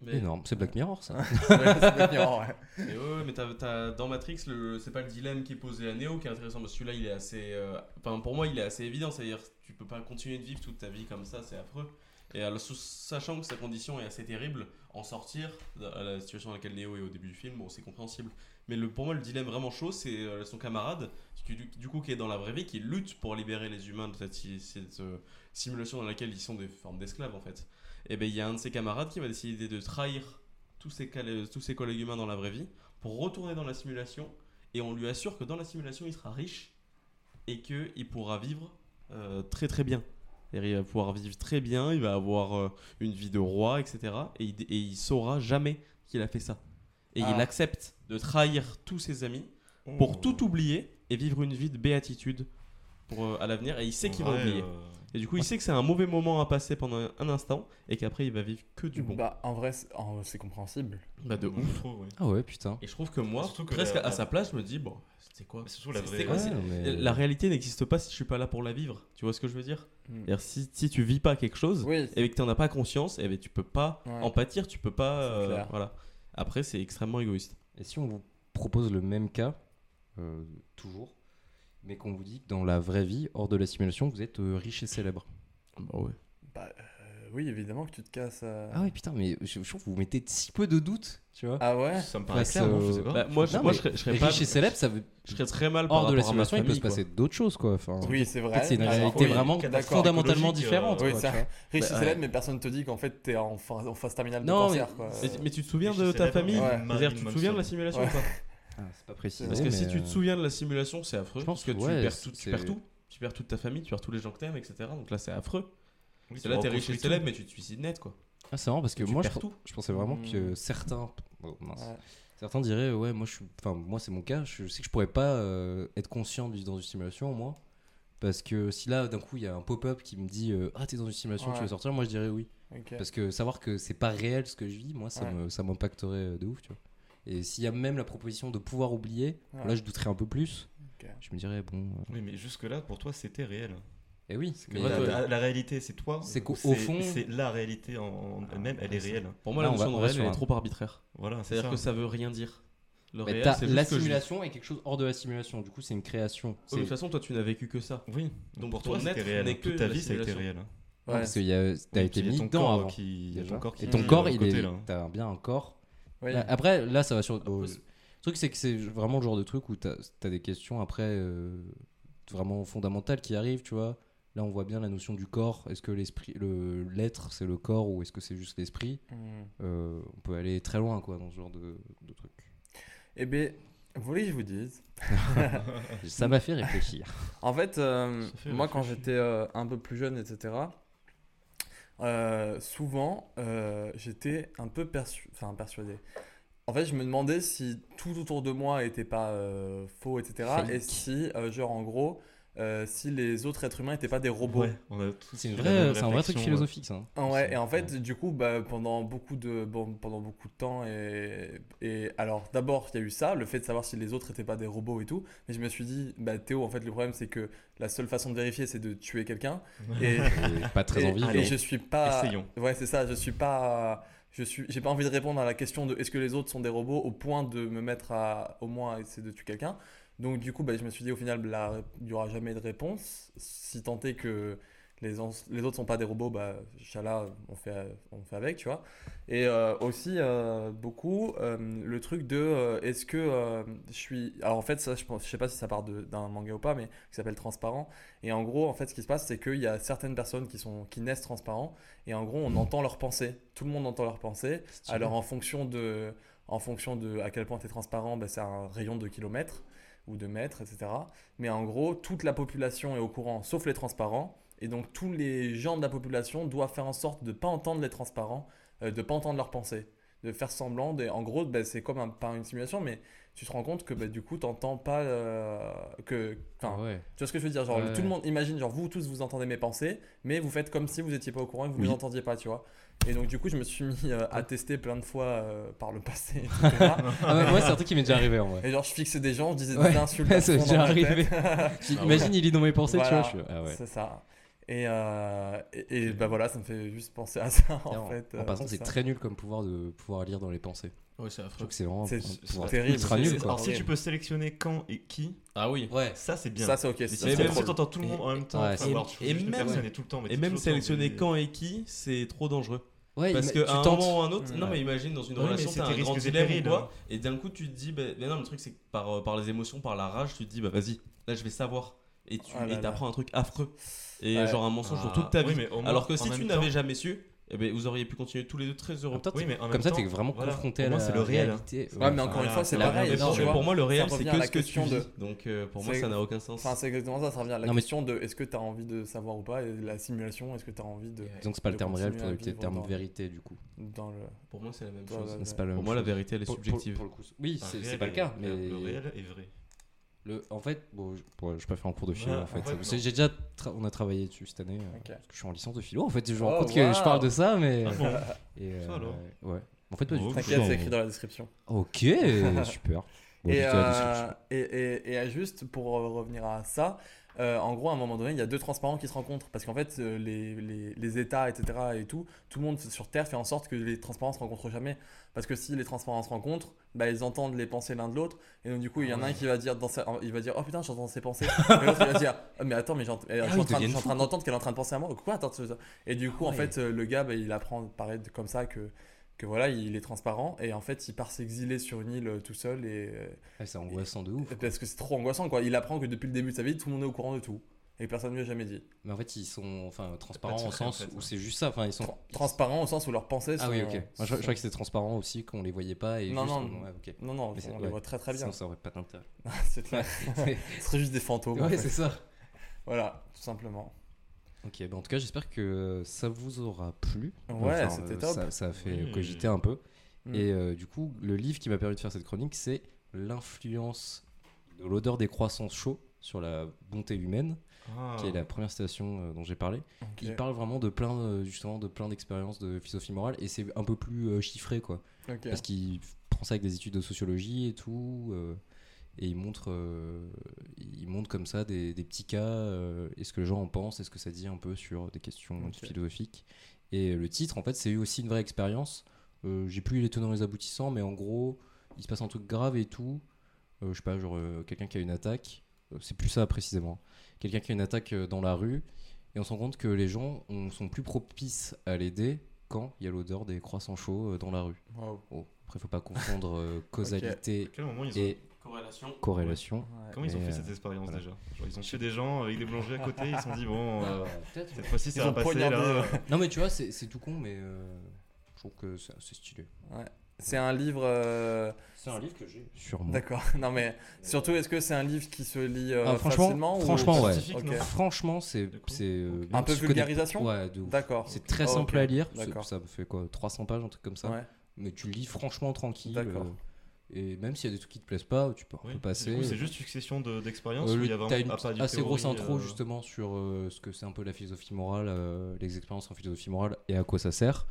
I: Mais,
H: Énorme, c'est Black Mirror ça.
F: bon. Ouais, c'est Black Mirror, ouais.
I: mais ouais, mais t'as- t'as- dans Matrix, le- c'est pas le dilemme qui est posé à Neo qui est intéressant. Parce que celui-là, il est assez. euh, Enfin, pour moi, il est assez évident. C'est-à-dire, tu peux pas continuer de vivre toute ta vie comme ça, c'est affreux. Et alors, sous- sachant que sa condition est assez terrible, en sortir, à la situation dans laquelle Neo est au début du film, bon, c'est compréhensible. Mais le, pour moi, le dilemme vraiment chaud, c'est euh, son camarade, qui, du, du coup, qui est dans la vraie vie, qui lutte pour libérer les humains de cette, si- cette, euh, simulation dans laquelle ils sont des formes d'esclaves, en fait. Et bien, il y a un de ses camarades qui va décider de trahir tous ses, cal- tous ses collègues humains dans la vraie vie pour retourner dans la simulation. Et on lui assure que dans la simulation, il sera riche et qu'il pourra vivre euh, très très bien. C'est-à-dire, Il va pouvoir vivre très bien, il va avoir euh, une vie de roi, etc. Et il, et il saura jamais qu'il a fait ça. Et il
F: Ah.
I: accepte de trahir tous ses amis pour
G: Oh.
I: tout oublier et vivre une vie de béatitude pour, euh, à l'avenir. Et il sait qu'il va
G: Ouais,
I: oublier.
G: euh,
I: Et du coup, il sait que c'est un mauvais moment à passer pendant un instant et qu'après, il va vivre que du bon. Bah,
F: Bah, en vrai, c'est en vrai, c'est compréhensible.
I: de
G: moi,
I: ouf.
G: je trouve, ouais.
H: Ah ouais, putain.
I: Et je trouve que moi,
G: Surtout que
I: presque
G: la-
I: à sa place, je me dis, bon, c'était quoi
G: Mais surtout la
I: C'est-
G: vraie. euh,
I: c'est quoi,
G: ouais.
I: c'est-
H: mais-
I: La réalité n'existe pas si je suis pas là pour la vivre. Tu vois ce que je veux dire
F: Mm.
I: C'est-à-dire, si, si tu vis pas quelque chose
F: Oui.
I: et que tu n'en as pas conscience, eh ben, tu peux pas
F: Ouais.
I: en pâtir, tu peux pas.
F: C'est
I: euh,
F: clair.
I: voilà. Après, c'est extrêmement égoïste.
H: Et si on vous propose le même cas, euh, toujours, mais qu'on vous dit que dans la vraie vie, hors de la simulation, vous êtes euh, riche et célèbre.
I: Bah ouais.
F: Bah, euh, oui, évidemment que tu te casses. euh.
H: Ah ouais, putain, mais je, je trouve que vous mettez si peu de doute, tu vois.
F: Ah ouais
G: Ça me
H: Bah,
G: paraît clair,
H: c'est,
G: non Je
H: euh,
G: sais pas.
I: Bah, moi, je,
H: Non,
I: moi,
H: mais
I: je serais, je serais
H: Et
I: pas,
H: riche et célèbre, ça veut...
I: je serais très mal par
H: hors de la
I: rapport à ma
H: simulation, il peut se
I: famille,
H: passer d'autres choses, quoi. Enfin,
F: Oui, c'est vrai.
H: c'est une
F: Alors,
H: réalité
F: oui,
H: vraiment
F: d'accord.
H: fondamentalement
G: écologique, euh,
H: différente.
F: Oui,
H: quoi,
F: ça.
H: tu vois.
F: Riche et
I: Bah,
F: célèbre, mais personne te dit qu'en fait t'es en, fin- en phase terminale de
H: Non, mais-
F: cancer. Quoi.
I: quoi. Mais, mais tu te souviens
G: Riche et
I: de ta
G: célèbre,
I: famille
F: Ouais.
I: C'est-à-dire, tu te
G: Marilyn
I: souviens de la
G: Manson.
I: simulation
F: Ouais.
I: ou pas
H: Ah, c'est pas euh, précis.
I: Parce que si tu te souviens de la simulation, c'est affreux.
H: Je pense
I: parce que
H: que ouais,
I: tu, perds tout, tu
H: c'est-
I: perds tout. Tu perds toute ta famille, tu perds tous les gens que t'aimes, etc. Donc là, c'est affreux.
G: Oui,
I: Parce que là,
G: tu
I: t'es riche et
G: reconstruis
I: célèbre,
G: tout.
I: mais tu te suicides net, quoi.
H: Ah, c'est marrant parce que
I: Tu
H: moi, je,
I: perds
H: pe-
I: tout.
H: je pensais vraiment que
F: Hmm.
H: certains. oh, mince.
F: Ouais.
H: Certains diraient, ouais, moi, je suis... enfin, moi c'est mon cas, je sais que je pourrais pas euh, être conscient de vivre dans une simulation, moi. Parce que si là, d'un coup, il y a un pop-up qui me dit, euh, ah, t'es dans une simulation, tu
F: Ouais.
H: veux sortir, moi je dirais oui.
F: Ok.
H: Parce que savoir que c'est pas réel ce que je vis, moi, ça
F: Ouais.
H: me- ça m'impacterait euh, de ouf, tu vois. Et s'il y a même la proposition de pouvoir oublier,
F: Ouais.
H: là, je douterais un peu plus.
F: Ok.
H: Je me dirais, bon. euh,
G: Oui, mais jusque-là, pour toi, c'était réel.
H: Eh oui, mais
I: Ouais,
G: la,
I: toi,
G: la- la réalité, c'est toi.
H: C'est
G: ou
H: qu'au
G: c'est-
H: fond-
G: C'est la réalité en, en elle-même, elle est réelle.
I: Pour moi,
H: Là,
I: la
H: on va-
I: notion
H: on
I: de
H: va
I: réel,
H: sur
I: elle
H: un-
I: est trop arbitraire.
G: Voilà, c'est
I: C'est-à-dire
G: ça.
I: que ça veut rien dire. Le
H: bah,
I: réel,
H: t'as-
I: c'est juste
H: la
I: que je vis.
H: simulation est quelque chose hors de la simulation, du coup, c'est une création.
I: Oui, mais De
H: C'est-
I: toute façon, toi, tu n'as vécu que ça.
G: Oui,
I: Donc
G: donc pour
I: ton
G: toi, c'était
I: être
G: réel.
I: n'est que
G: Toute ta
I: la
G: vie, ça a été
I: simulation.
G: réel.
H: Non,
F: Ouais.
H: parce que y a- t'as
G: Oui,
H: été
G: puis il y a
H: mis
G: ton
H: dedans
G: corps
H: avant.
G: Qui... il y a
H: déjà.
G: ton corps qui
H: Et ton
G: bouge de
H: corps,
G: l'autre
H: il
G: côté,
H: est.
G: là. Ah
H: T'as bien un corps
F: Oui.
H: Là, Après, là, ça va sur.
I: Après,
H: au-
I: c'est-
H: Le truc, c'est que c'est vraiment le genre de truc où t'as as des questions après euh, vraiment fondamentales qui arrivent, tu vois. Là, on voit bien la notion du corps. Est-ce que l'esprit, le l'être, c'est le corps ou est-ce que c'est juste l'esprit
F: Hmm.
H: Euh, On peut aller très loin, quoi, dans ce genre de, de truc.
F: Eh ben, vous voulez que je vous dise
H: Ça m'a fait réfléchir.
F: En fait, euh,
G: Ça fait
F: moi, quand
G: réfléchir.
F: j'étais euh, un peu plus jeune, etc., euh, souvent, euh, j'étais un peu persu- enfin, persuadé. En fait, je me demandais si tout autour de moi était pas euh, faux, etc.
H: Fake.
F: Et si, euh, genre, en gros, euh, si les autres êtres humains n'étaient pas des robots.
G: Ouais, on a tous
H: C'est une
G: eu la
H: vraie- euh,
G: même
H: c'est un vrai truc
G: réflexion,
H: philosophique, ça. hein.
F: Ah Ouais, et en fait,
H: Ouais.
F: du coup, bah, pendant beaucoup de, bon, pendant beaucoup de temps, et, et alors d'abord, il y a eu ça, le fait de savoir si les autres étaient pas des robots et tout, mais je me suis dit, bah Théo, en fait, le problème, c'est que la seule façon de vérifier, c'est de tuer quelqu'un. Et,
H: Et euh, pas très
F: et-
H: envie.
F: et
H: mais-
F: je suis pas.
G: Essayons.
F: Ouais, c'est ça, je suis pas. Je suis, j'ai pas envie de répondre à la question de est-ce que les autres sont des robots au point de me mettre à au moins à essayer de tuer quelqu'un. Donc du coup, bah, je me suis dit au final, là, il y aura jamais de réponse, si tant est que les, ans- les autres sont pas des robots, bah, chala, on fait, on fait avec, tu vois. Et euh, aussi, euh, beaucoup, euh, le truc de euh, est-ce que euh, je suis. Alors en fait, ça, je, pense, je sais pas si ça part de- d'un manga ou pas, mais qui s'appelle Transparent. Et en gros, en fait, ce qui se passe, c'est qu'il y a certaines personnes qui, sont, qui naissent transparents, et en gros, on entend leurs pensées. Tout le monde entend leurs pensées. Alors en fonction de, en fonction de à quel point tu es transparent, bah, c'est un rayon de kilomètres ou de mètres, etc. Mais en gros, toute la population est au courant, sauf les transparents. Et donc tous les gens de la population doivent faire en sorte de ne pas entendre les transparents, euh, de ne pas entendre leurs pensées, de faire semblant. de- en gros, bah, c'est comme un- pas une simulation, mais tu te rends compte que bah, du coup, tu n'entends pas euh, que... enfin,
H: Ah ouais.
F: tu vois ce que je veux dire Genre,
H: Ouais,
F: tout le
H: ouais.
F: monde imagine, genre, vous tous, vous entendez mes pensées, mais vous faites comme si vous étiez pas au courant et vous ne
I: Oui.
F: les entendiez pas, tu vois. Et donc, du coup, je me suis mis euh, à tester plein de fois euh, par le passé, etc.
H: Ah ouais, moi, c'est un truc qui m'est déjà arrivé en vrai.
F: et genre, je fixais des gens, je disais
H: Ouais,
F: des insultes à
H: ça
F: fond
H: m'est
F: dans ma
H: déjà
F: tête.
H: Imagine, il lit dans mes pensées,
F: Ah Voilà.
H: tu vois. Je suis... ah ouais.
F: C'est ça. Et, euh, et, et, bah voilà, ça me fait juste penser à ça, en,
H: Clairement.
F: fait.
H: En
F: euh,
H: passant, c'est
F: ça.
H: très nul comme pouvoir de pouvoir lire dans les pensées.
I: Ouais, c'est
H: Je
I: affreux.
H: trouve que c'est vraiment
F: C'est-
H: un
F: c'est
H: pouvoir
F: terrible,
H: ultra
F: c'est-
H: nul
F: c'est-
H: quoi.
G: Alors, si tu peux sélectionner quand et qui,
I: Ah oui.
H: Ouais.
G: ça c'est bien.
F: Ça, c'est ok.
G: Mais
F: ça,
G: si
F: c'est
G: même si
F: drôle.
G: t'entends tout le monde en même temps,
H: Ouais,
G: enfin,
I: et-
G: alors, tu
I: et
G: juste une
I: même-
G: personne et tout le temps, mais
I: Et
G: t'es
I: même
G: toujours dans
I: sélectionner
G: des-
I: quand et qui, c'est trop dangereux.
H: Ouais,
I: Parce
H: il-
I: qu'à
H: tu
I: un
H: tentes.
I: moment ou un autre,
F: Mmh.
I: non mais imagine dans une
G: Mm. Ouais, mais
I: relation,
G: c'est hein.
I: t'as
G: tes
I: un grand
G: risques et
I: dilemme ou
G: périls,
I: quoi, et d'un coup tu te dis, bah, mais non, le truc c'est que par, euh, par les émotions, par la rage, tu te dis, bah vas-y, là je vais savoir. Et tu
F: Ah là
I: et
F: là.
I: t'apprends un truc affreux. Et
F: Ouais.
I: genre un mensonge
H: Ah.
I: sur toute ta vie.
G: Oui, mais au moins,
I: Alors que
G: en
I: si
G: même
I: tu
G: temps-
I: n'avais jamais su, eh ben, vous auriez pu continuer tous les deux très heureux.
H: En même temps,
G: Oui, mais en même
H: Comme ça,
G: temps,
H: t'es vraiment
G: voilà.
H: confronté
G: Au
H: à
G: moins,
H: la
G: c'est le réel. hein.
H: réalité.
F: Ouais, mais encore
G: Voilà,
F: une fois, c'est
G: c'est la
F: pareil.
I: Mais
F: tu
I: pour,
F: vois.
I: pour moi, le réel, c'est
F: revient à
I: que
F: la
I: ce que tu
F: question
I: vis.
F: de-
I: Donc euh, pour moi,
F: C'est-
I: ça n'a aucun sens.
F: Enfin, c'est exactement ça, ça revient à la
H: Non, mais-
F: question de est-ce que tu as envie de savoir ou pas, et la simulation, est-ce que tu as envie de.
H: Donc c'est pas le
F: de
H: terme réel,
F: continuer
H: pour
F: à
H: éviter le
F: vivre
H: terme
F: dans-
H: vérité du coup.
F: Dans le...
I: Pour moi, c'est la même
F: Ouais,
I: chose.
F: ouais.
H: C'est pas le
I: Pour
H: même
I: moi, la
H: chose.
I: vérité, elle est
H: Pour- pour-
I: subjective.
H: pour le coup, oui,
G: Un
H: c'est
G: réel
H: c'est pas le
G: est-
H: cas, mais
G: le- Le réel est vrai.
H: le- en fait, bon, je, bon, je préfère en cours de philo
G: Ouais,
H: en fait.
G: en fait,
H: C'est- J'ai déjà tra- on a travaillé dessus cette année euh,
F: Ok.
H: parce que je suis en licence de philo. En fait, je me
F: Oh,
H: rends compte que je
F: wow.
H: parle de ça, mais
G: Ah bon
H: et, euh,
G: Ça, alors
H: ouais. En fait, pas du
G: Oh,
H: tout.
F: T'inquiète, c'est écrit dans la description.
H: Ok, super. Bon,
F: et,
H: j'étais à la description.
F: euh, et, et- et, euh, juste pour euh, revenir à ça, euh, en gros, à un moment donné, il y a deux transparents qui se rencontrent parce qu'en fait, euh, les, les, les États, etc. et tout, tout le monde sur Terre fait en sorte que les transparents se rencontrent jamais. Parce que si les transparents se rencontrent, bah, ils entendent les pensées l'un de l'autre. Et donc, du coup, il y
H: Ah
F: en a un qui va dire, dans sa- il va dire Oh putain, j'entends ses pensées. et l'autre, il va dire Ah, Mais attends, mais j'ent- elle- je suis en
H: ils
F: train- je
H: deviennent
F: suis en train
H: fous.
F: d'entendre qu'elle est en train de penser à moi. Quoi attends, tu- Et du coup,
H: Ah
F: en
H: ouais.
F: fait, euh, le gars, bah, il apprend pareil de- comme ça que. Que voilà, il est transparent et en fait, il part s'exiler sur une île euh, tout seul et, euh,
H: Ouais, Eh, c'est angoissant de ouf.
F: parce que c'est trop angoissant, quoi. Il apprend que depuis le début de sa vie, tout le monde est au courant de tout. Et personne ne lui a jamais dit.
H: Mais en fait, ils sont enfin transparents au
G: secret, en
H: sens
G: fait,
H: où
G: ouais.
H: c'est juste ça. Enfin, ils sont
F: Tra- transparent au sens où leurs pensées sont.
H: Ah oui, ok. Moi, je, je croyais que c'était transparent aussi, qu'on les voyait pas et
F: Non,
H: juste.
F: non.
H: on- ouais, ok.
F: Non, non,
H: Mais c'est-
F: on
H: ouais.
F: les voit très très bien.
H: Sinon, ça aurait pas d'intérêt.
F: c'est clair.
H: ouais,
F: Ce serait juste des fantômes. en fait.
H: c'est ça.
F: Voilà, tout simplement.
H: Ok, bah en tout cas, j'espère que ça vous aura plu.
F: Ouais,
H: Enfin,
F: c'était
H: euh,
F: top.
H: Ça, ça a fait
G: Oui.
H: cogiter un peu.
F: Mm.
H: Et euh, du coup, le livre qui m'a permis de faire cette chronique, c'est L'influence de l'odeur des croissants chauds sur la bonté humaine,
G: Ah.
H: qui est la première citation euh, dont j'ai parlé.
F: Ok.
H: Il parle vraiment de plein, euh, justement, de plein d'expériences de philosophie morale, et c'est un peu plus euh, chiffré, quoi.
F: Ok.
H: Parce qu'il prend ça avec des études de sociologie et tout. euh, et il montre, euh, il montre comme ça des, des petits cas. euh, est-ce que les gens en pensent Est-ce que ça dit un peu sur des questions
F: Ok.
H: philosophiques Et le titre, en fait, c'est aussi une vraie expérience. Euh, J'ai plus les tenants et les aboutissants, mais en gros, il se passe un truc grave et tout. Euh, je sais pas, genre euh, quelqu'un qui a une attaque. Euh, c'est plus ça précisément. Quelqu'un qui a une attaque euh, dans la rue. Et on se rend compte que les gens ont- sont plus propices à l'aider quand il y a l'odeur des croissants chauds euh, dans la rue.
F: Wow.
H: Oh, après, faut pas confondre euh,
G: À
H: causalité
G: quel moment ils ont-
H: et
I: Corrélation.
H: corrélation.
F: Ouais.
G: Comment ils ont
H: Mais,
G: fait
H: euh,
G: cette expérience
H: voilà.
G: déjà Genre, Ils ont tué des gens avec des boulangers à côté, ils se sont dit bon, euh, cette fois-ci
F: Ils
G: ça va
F: ont
G: passer
F: poignardé, euh,
G: là.
F: ouais.
H: Non, mais tu vois, c'est c'est tout con, mais euh, je trouve que c'est assez stylé.
F: C'est un livre. euh,
H: C'est un livre que j'ai. Sûrement.
F: D'accord. Non, mais surtout, est-ce que c'est un livre qui se lit euh,
H: Ah, franchement-
F: facilement ou-
H: franchement, ouais.
G: Scientifique,
F: Ok.
G: non
H: Franchement, c'est.
G: Du coup,
H: c'est, euh,
G: ok.
H: même
F: Un peu
H: si je connais-
F: vulgarisation
H: Ouais, de ouf.
F: D'accord.
H: C'est très
F: Oh,
H: simple
F: ok.
H: à lire. c'est-
F: D'accord.
H: Ça me fait quoi 300 pages, un truc comme ça.
F: Ouais.
H: Mais tu le lis franchement tranquille.
F: D'accord.
H: euh, et même s'il y a des trucs qui te plaisent pas, tu peux un peu
G: Oui.
H: passer.
G: Du coup, c'est juste succession de- d'expériences
H: Euh,
G: où
H: le-
G: il y a vraiment
H: T'as une
G: ah, pas du
H: assez
G: théorie,
H: grosse intro
G: euh,
H: justement sur euh, ce que c'est un peu la philosophie morale, euh, les expériences en philosophie morale et à quoi ça sert.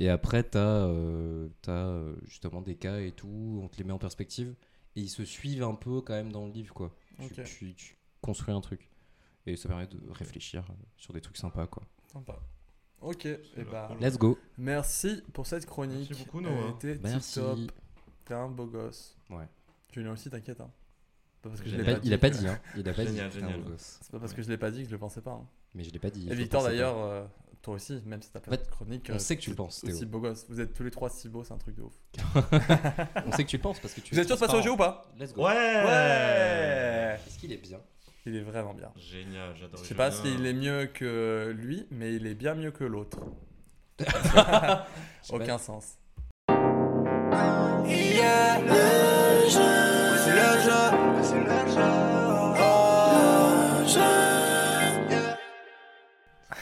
H: Et après, t'as euh, t'as, euh, justement des cas et tout, on te les met en perspective et ils se suivent un peu quand même dans le livre quoi. Tu,
F: Ok.
H: tu- tu construis un truc et ça permet de réfléchir sur des trucs sympas quoi.
F: Sympa. Ok. Et bah,
G: cool.
H: Let's go.
F: merci pour cette chronique.
G: Merci beaucoup, Noah.
F: Elle était
H: Merci.
F: tip-top. T'es un beau gosse.
H: Ouais.
F: Julien aussi, t'inquiète. Hein. Pas parce que je
H: Il a
F: l'ai
H: pas,
F: pas dit
H: il a pas
F: que-
H: dit hein. Il a pas
G: Génial,
H: dit. Putain,
G: génial.
H: le gosse.
F: C'est pas parce que je l'ai pas dit que je le pensais pas. hein.
H: Mais je l'ai pas dit.
F: Et
H: je
F: Victor
H: pensais pas.
F: d'ailleurs, euh, toi aussi, même si t'as pas
H: En
F: de
H: fait,
F: chronique.
H: On
F: euh,
H: sait que tu le penses,
F: aussi
H: Théo.
F: beau gosse. Vous êtes tous les trois si beaux, c'est un truc de ouf.
H: On sait que tu le penses parce que tu.
F: Vous êtes sûr de passer au jeu ou pas
H: Let's go.
G: Ouais
H: Est-ce qu'il est bien
F: Il est vraiment bien.
G: Génial, j'adore.
F: Je sais pas s'il est mieux que lui, mais il est bien mieux que l'autre.
H: Je sais
F: Aucun sens.
D: Il y a le jeu, c'est le jeu, Ah, c'est le jeu. Oh,
H: pas.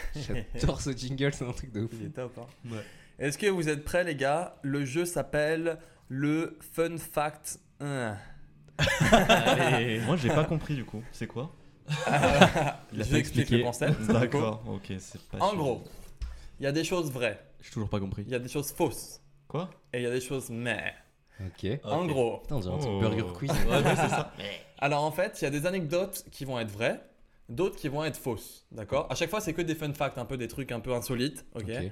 H: J'adore ce jingle, c'est un truc de ouf.
F: Il est top. hein.
I: Ouais.
F: Est-ce que vous êtes prêts, les gars Le jeu s'appelle le Fun Fact 1.
G: Moi, j'ai pas compris du coup. C'est quoi
F: Je vous explique le concept. du coup.
G: D'accord, ok, c'est pas
F: En
G: sûr.
F: gros, il y a des choses vraies,
I: J'ai toujours pas compris.
F: il y a des choses fausses,
G: Quoi
F: et il y a des choses mais.
H: Ok.
F: En
I: Ok.
F: gros,
H: Putain, on dirait un truc
G: Oh.
H: Burger Quiz.
I: Ouais, ouais, c'est ça.
F: Alors en fait, il y a des anecdotes qui vont être vraies, d'autres qui vont être fausses, d'accord À chaque fois, c'est que des fun facts, un peu des trucs un peu insolites, ok Il
H: Ok.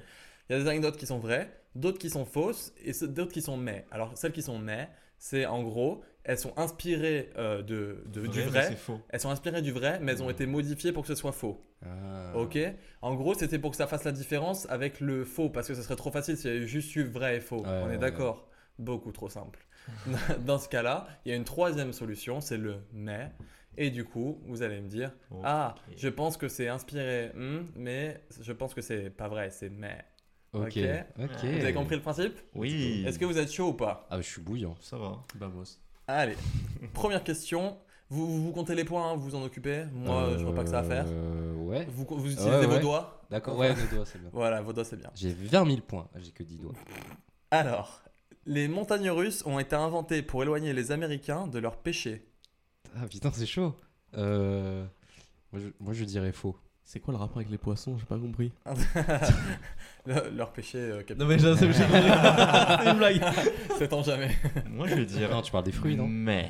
F: y a des anecdotes qui sont vraies, d'autres qui sont fausses et ce- d'autres qui sont mais. Alors celles qui sont mais, c'est en gros, elles sont inspirées euh, de, de- du
G: mais
F: vrai.
G: C'est faux.
F: Elles sont inspirées du vrai, mais elles ont été modifiées pour que ce soit faux.
H: Ah.
F: Ok En gros, c'était pour que ça fasse la différence avec le faux, parce que ce serait trop facile s'il y avait juste eu vrai et faux.
H: Ouais,
F: On
H: ouais,
F: est
H: ouais.
F: d'accord Beaucoup trop simple. Dans ce cas-là, il y a une troisième solution, c'est le mais. Et du coup, vous allez me dire
G: Ok.
F: Ah, je pense que c'est inspiré, hmm, mais je pense que c'est pas vrai, c'est mais. Ok.
H: Ok. Ok.
F: Vous avez compris le principe
G: Oui.
H: Hmm.
F: Est-ce que vous êtes chaud ou pas
H: Ah, je suis bouillant.
G: ça va
I: Vamos.
F: Allez, première question. Vous, vous- vous comptez les points, hein, vous vous en occupez Moi, je vois pas que ça à faire.
H: Euh, Ouais.
F: Vous, vous utilisez
H: Ouais,
F: vos
H: ouais.
F: doigts
H: D'accord. Ouais, mes doigts, c'est bien.
F: Voilà, vos doigts, c'est bien.
H: J'ai 20 000 points. J'ai que 10 doigts.
F: Alors, les montagnes russes ont été inventées pour éloigner les Américains de leurs péchés.
H: Ah putain, c'est chaud. Euh, Moi, je, moi, je dirais faux.
I: C'est quoi le rapport avec les poissons J'ai pas compris.
F: Le- leurs péchés, euh, cap-
I: Non mais j'ai j'ai- j'ai- c'est une blague.
F: sait-on jamais.
G: Moi, je vais dire.
H: Non, tu parles des fruits, non
G: Mais.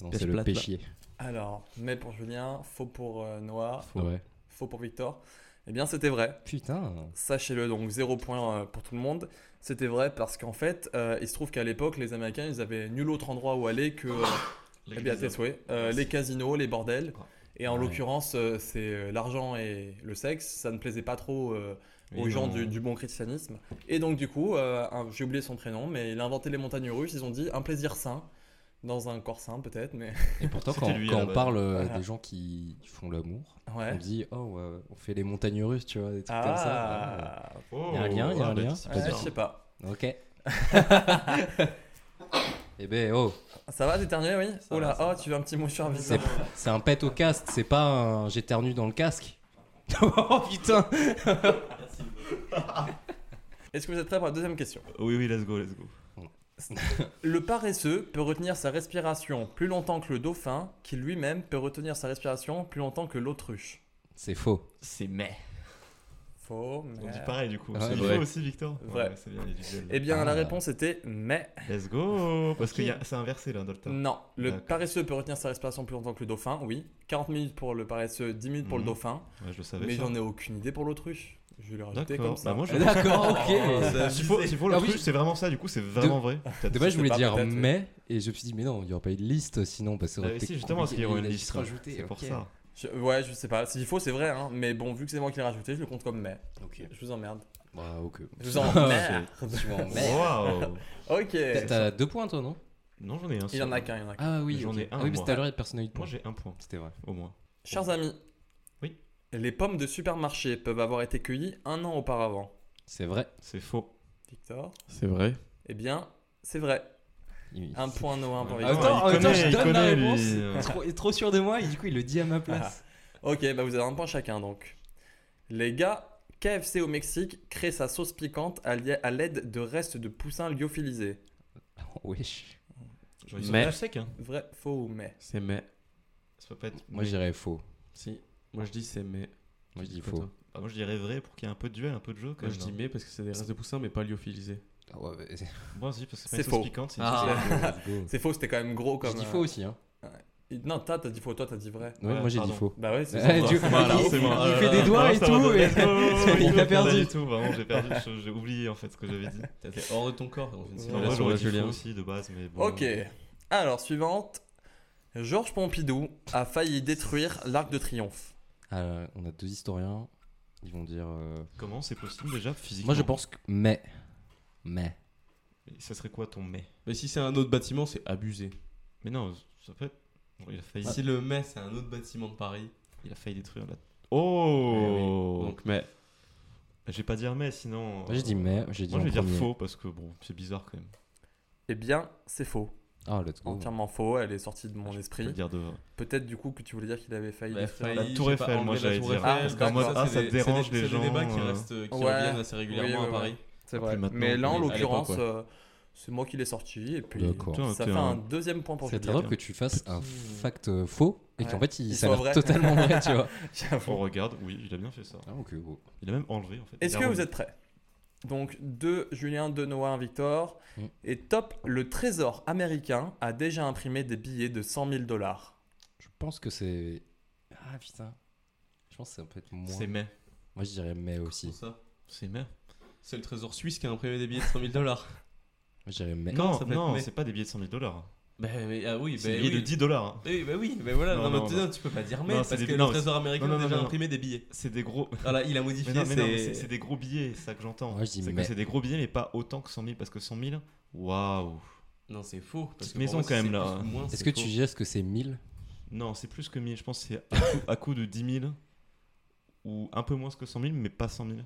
H: Non,
I: pêche
H: c'est le
I: plate, là.
H: péchier.
F: Alors, mais pour Julien, faux pour euh, Noah,
H: Ouais.
F: faux pour Victor. Eh bien, c'était vrai.
H: Putain.
F: Sachez-le, donc zéro point euh, pour tout le monde. C'était vrai parce qu'en fait, euh, il se trouve qu'à l'époque, les Américains, ils avaient nul autre endroit où aller que euh, eh bien, à tes souhaits, euh,
G: Merci.
F: les casinos, les bordels.
G: Ouais.
F: Et en
H: Ouais.
F: l'occurrence, euh, c'est euh, l'argent et le sexe. Ça ne plaisait pas trop euh, aux gens du, du bon christianisme. Et donc, du coup, euh, un- j'ai oublié son prénom, mais il a inventé les montagnes russes. Ils ont dit un plaisir sain, dans un corps sain peut-être, mais
H: Et pourtant,
G: C'était
H: quand,
G: lui,
H: quand
G: à la
H: on
G: base.
H: parle euh,
F: Voilà.
H: des gens qui font l'amour, on
F: Ah. ouais.
H: dit oh, ouais, on fait les montagnes russes, tu vois, des trucs comme ça.
F: Ah,
G: Oh,
H: Il y a un lien, il y a
G: ah,
H: un
G: bah,
H: lien.
G: tu sais
F: Ouais,
G: pas dire.
F: je sais pas.
H: Ouais, ouais. Ok. Eh ben, oh,
F: Ça va, t'éternuer, oui
G: Ça
F: Oh là,
G: va, ça
F: oh,
G: va.
F: tu veux un petit mouchoir
H: c'est,
F: invisible
H: c'est un pet au casque, c'est pas un j'éternue dans le casque. oh putain!
F: Est-ce que vous êtes prêts pour la deuxième question
G: Oui, oui, let's go, let's go.
F: Le paresseux peut retenir sa respiration plus longtemps que le dauphin, qui lui-même peut retenir sa respiration plus longtemps que l'autruche.
H: C'est faux.
G: C'est mais.
F: Faux, mais...
G: On dit pareil du coup.
H: Ouais,
G: c'est
H: ouais.
G: faux aussi, Victor
F: Vrai.
G: Ouais, c'est bien, il y a du duel.
F: Eh bien, la
H: Ah.
F: réponse était mais.
G: Let's go Parce que y a- c'est inversé là dans le temps.
F: Non, le
G: D'accord.
F: paresseux peut retenir sa respiration plus longtemps que le dauphin, oui. 40 minutes pour le paresseux, 10 minutes pour le
G: Mhm.
F: dauphin.
G: Ouais, je le savais.
F: Mais
G: ça.
F: j'en ai aucune idée pour l'autruche. Je l'ai rajouté
G: D'accord.
F: comme ça.
G: Bah, moi, je-
H: D'accord, ok.
G: S'il faut, s'il faut le
H: Ah oui,
G: truc, c'est vraiment ça, du coup, c'est vraiment vrai. T'as-
H: De base, je voulais
F: pas,
H: dire
F: peut-être, oui.
H: mais, et je me suis dit, mais non, il n'y aurait pas eu de liste sinon, parce que ça
G: Ah,
H: aurait
G: mais
H: été
G: si, justement, parce qu'il y
H: compliqué,
G: aurait
H: il a
G: une liste.
H: juste rajouté,
G: C'est pour
H: ok.
G: ça.
F: Je- ouais, je sais pas. S'il faut, c'est vrai, hein. Mais bon, vu que c'est moi qui l'ai rajouté, je le compte comme mais.
H: Ok.
F: Je vous emmerde.
H: Bah, ok.
F: Je vous emmerde.
H: Tu m'en mets.
G: Waouh
F: ok.
H: T'as euh, deux points, toi, non
G: Non, j'en ai un.
F: Il y en a
G: seul.
F: qu'un, il y en a qu'un.
H: Ah oui,
G: J'en
H: ok.
G: ai un,
H: Ah oui, mais
G: moi.
H: c'était à l'heure de personnalité.
G: Moi, j'ai un point,
H: C'était vrai.
G: au moins.
F: Chers amis.
G: Oui.
F: Les pommes de supermarché peuvent avoir été cueillies un an auparavant.
H: C'est vrai.
G: C'est faux.
F: Victor
I: C'est vrai.
F: Eh bien, c'est vrai.
H: Il-
F: Un point Noah, un point
G: Ah,
H: En même
F: Victor.
G: attends,
H: temps, en
G: il
H: même temps, je
G: connaît, il
H: donne la
G: connaît,
H: réponse.
G: lui.
H: il est trop- il est trop sûr de moi et du coup, il le dit à ma place.
F: Ok, bah vous avez un point chacun donc. Les gars, KFC au Mexique crée sa sauce piquante à li- à l'aide de restes de poussins lyophilisés.
H: Oh, Wesh.
G: J'aurais dit
I: Mais-
G: sur le sec, hein.
F: Vrai, faux ou mais
I: C'est mais.
G: Ça peut pas être.
H: Moi, je dirais faux.
I: Si. Moi je dis c'est mais.
H: Moi,
I: Tu
H: je dis
I: dis quoi,
H: faux.
I: toi
G: Bah, moi, je dirais vrai pour qu'il y ait un peu de duel, un peu de jeu. Quand
I: Moi
G: même,
I: je dis
G: hein.
I: mais parce que c'est des restes de poussins mais pas lyophilisés.
H: Ah ouais, bah, let's
G: Moi aussi, parce que
F: C'est
G: c'est pas
F: faux.
G: une sauce piquante, c'est une sauce-
H: go.
F: C'est faux, c'était quand même gros
H: Je
F: comme.
H: dis
F: euh,
H: faux aussi. hein.
F: il- Non, toi t'as dit faux, toi t'as dit vrai.
H: Ouais,
G: Ouais,
H: moi, j'ai dit
G: pardon.
H: faux.
F: Bah ouais, c'est
H: Eh,
F: ça.
H: tu-
G: Voilà,
H: il-
G: c'est
H: il-
G: bon.
H: il
G: Euh,
H: fait des doigts
G: non,
H: et
G: ça
H: tout,
G: va,
H: et-
G: let's go.
H: Il a perdu.
G: et tout, vraiment, j'ai perdu. je- J'ai oublié en fait ce que j'avais dit.
I: T'es hors de ton corps dans une
G: En vrai,
I: simulation
G: j'aurais
I: de
G: dit faux
I: Julien.
G: aussi de base, mais bon.
F: Ok. Alors, suivante. Georges Pompidou a failli détruire l'Arc de Triomphe.
H: Euh, on a deux historiens. Ils vont dire. euh,
G: Comment c'est possible déjà physiquement
H: Moi, je pense que. Mais. Mais.
G: Et Ça serait quoi ton mais
I: Mais si c'est un autre bâtiment, c'est abusé.
G: Mais non, ça peut être. Bon, Il a failli,
H: Ah.
I: Si le mais, c'est un autre bâtiment de Paris.
G: il a failli détruire la.
H: Eh
G: Oh
I: Donc, mais.
G: Je vais pas dire mais sinon. euh,
H: Moi, j'ai dit mais. J'ai dit
G: Moi je
H: en
G: vais dire
H: premier.
G: faux parce que bon, c'est bizarre quand même.
F: Eh bien, c'est faux.
H: Ah, let's go.
F: Entièrement faux. Elle est sortie de mon
G: Je vais
F: esprit.
G: dire de.
F: Peut-être du coup que tu voulais dire qu'il avait failli.
I: Bah,
F: les faire.
I: failli,
G: la Tour
I: je sais pas,
G: Eiffel, moi,
I: enlever la
G: j'allais
I: Tour
G: dire.
I: Eiffel,
F: Ah,
I: parce
F: parce
I: qu'en
F: qu'en
I: mode,
F: mode,
G: ah, ça
I: c'est des-
G: dérange
I: c'est des-
G: les
I: C'est des débats qui,
G: gens, euh.
I: restent, qui
F: Ouais,
I: reviennent assez régulièrement
F: oui,
I: à
F: oui,
I: Paris.
F: C'est
G: Plus
F: vrai.
G: maintenant,
F: Mais là,
I: mais
F: en
I: à l'époque,
F: l'occurrence,
I: ouais.
F: euh, c'est moi qui l'ai sorti. Et puis,
H: D'accord.
G: Putain,
F: ça
G: t'es
F: fait
G: un-
F: un deuxième point pour
H: C'est
F: Julien.
H: très drôle que tu fasses un fact euh, faux et qu'en
F: Ouais.
H: fait, il,
F: Il
H: ça a
F: soit
H: l'air
F: vrai.
H: totalement vrai, tu vois.
G: On Oh, regarde, oui, il a bien fait ça.
H: Ah, ok, bon.
G: Il a même enlevé en fait.
F: Est-ce
G: Il a
F: que vous
G: remis.
F: êtes prêts Donc, deux Julien, deux Noah, un Victor.
H: Mm.
F: Et top, le Trésor américain a déjà imprimé des billets de 100 000 dollars.
H: Je pense que c'est. Ah, putain. Je pense que ça peut être moins.
G: C'est mais.
H: Moi, je dirais mais aussi.
I: C'est
H: Moi,
I: ça.
G: C'est mais.
I: C'est le trésor suisse qui a imprimé des billets de 100 000 dollars.
H: je dirais mais. Eh ben
I: comment
G: Non,
I: ça peut être
G: non,
I: mais
G: c'est pas des billets de 100 000 dollars.
I: Bah, mais, ah oui,
G: C'est
I: bah,
G: des
I: oui.
G: billets de 10 dollars. hein.
I: Oui, bah oui, mais voilà,
G: Non,
I: non, mais
G: non,
I: tu-
G: non.
I: non, tu peux pas dire mais,
G: Non, c'est
I: parce
G: des-
I: que
G: non,
I: le trésor américain
G: non,
I: a
G: non,
I: déjà
G: non, non.
I: imprimé des billets.
G: C'est des gros.
I: Voilà, il a
G: Mais
I: modifié
G: non, mais non, mais
I: ses-
G: c'est c'est des gros billets, c'est ça que j'entends.
H: Moi, je dis
G: C'est que
H: mais.
G: c'est des gros billets, mais pas autant que 100 000, parce que 100 000, waouh.
I: Non, c'est faux. Parce que
G: Petite
I: pour
G: maison,
I: moi,
G: quand
I: c'est
G: même,
I: plus
G: là. hein.
I: ou moins,
H: Est-ce
I: c'est
H: que
I: faux.
H: tu dis est-ce que c'est 1000
G: Non, c'est plus que 1000, je pense que c'est à coup, à coup de 10 000, ou un peu moins que 100 000, mais pas 100 000.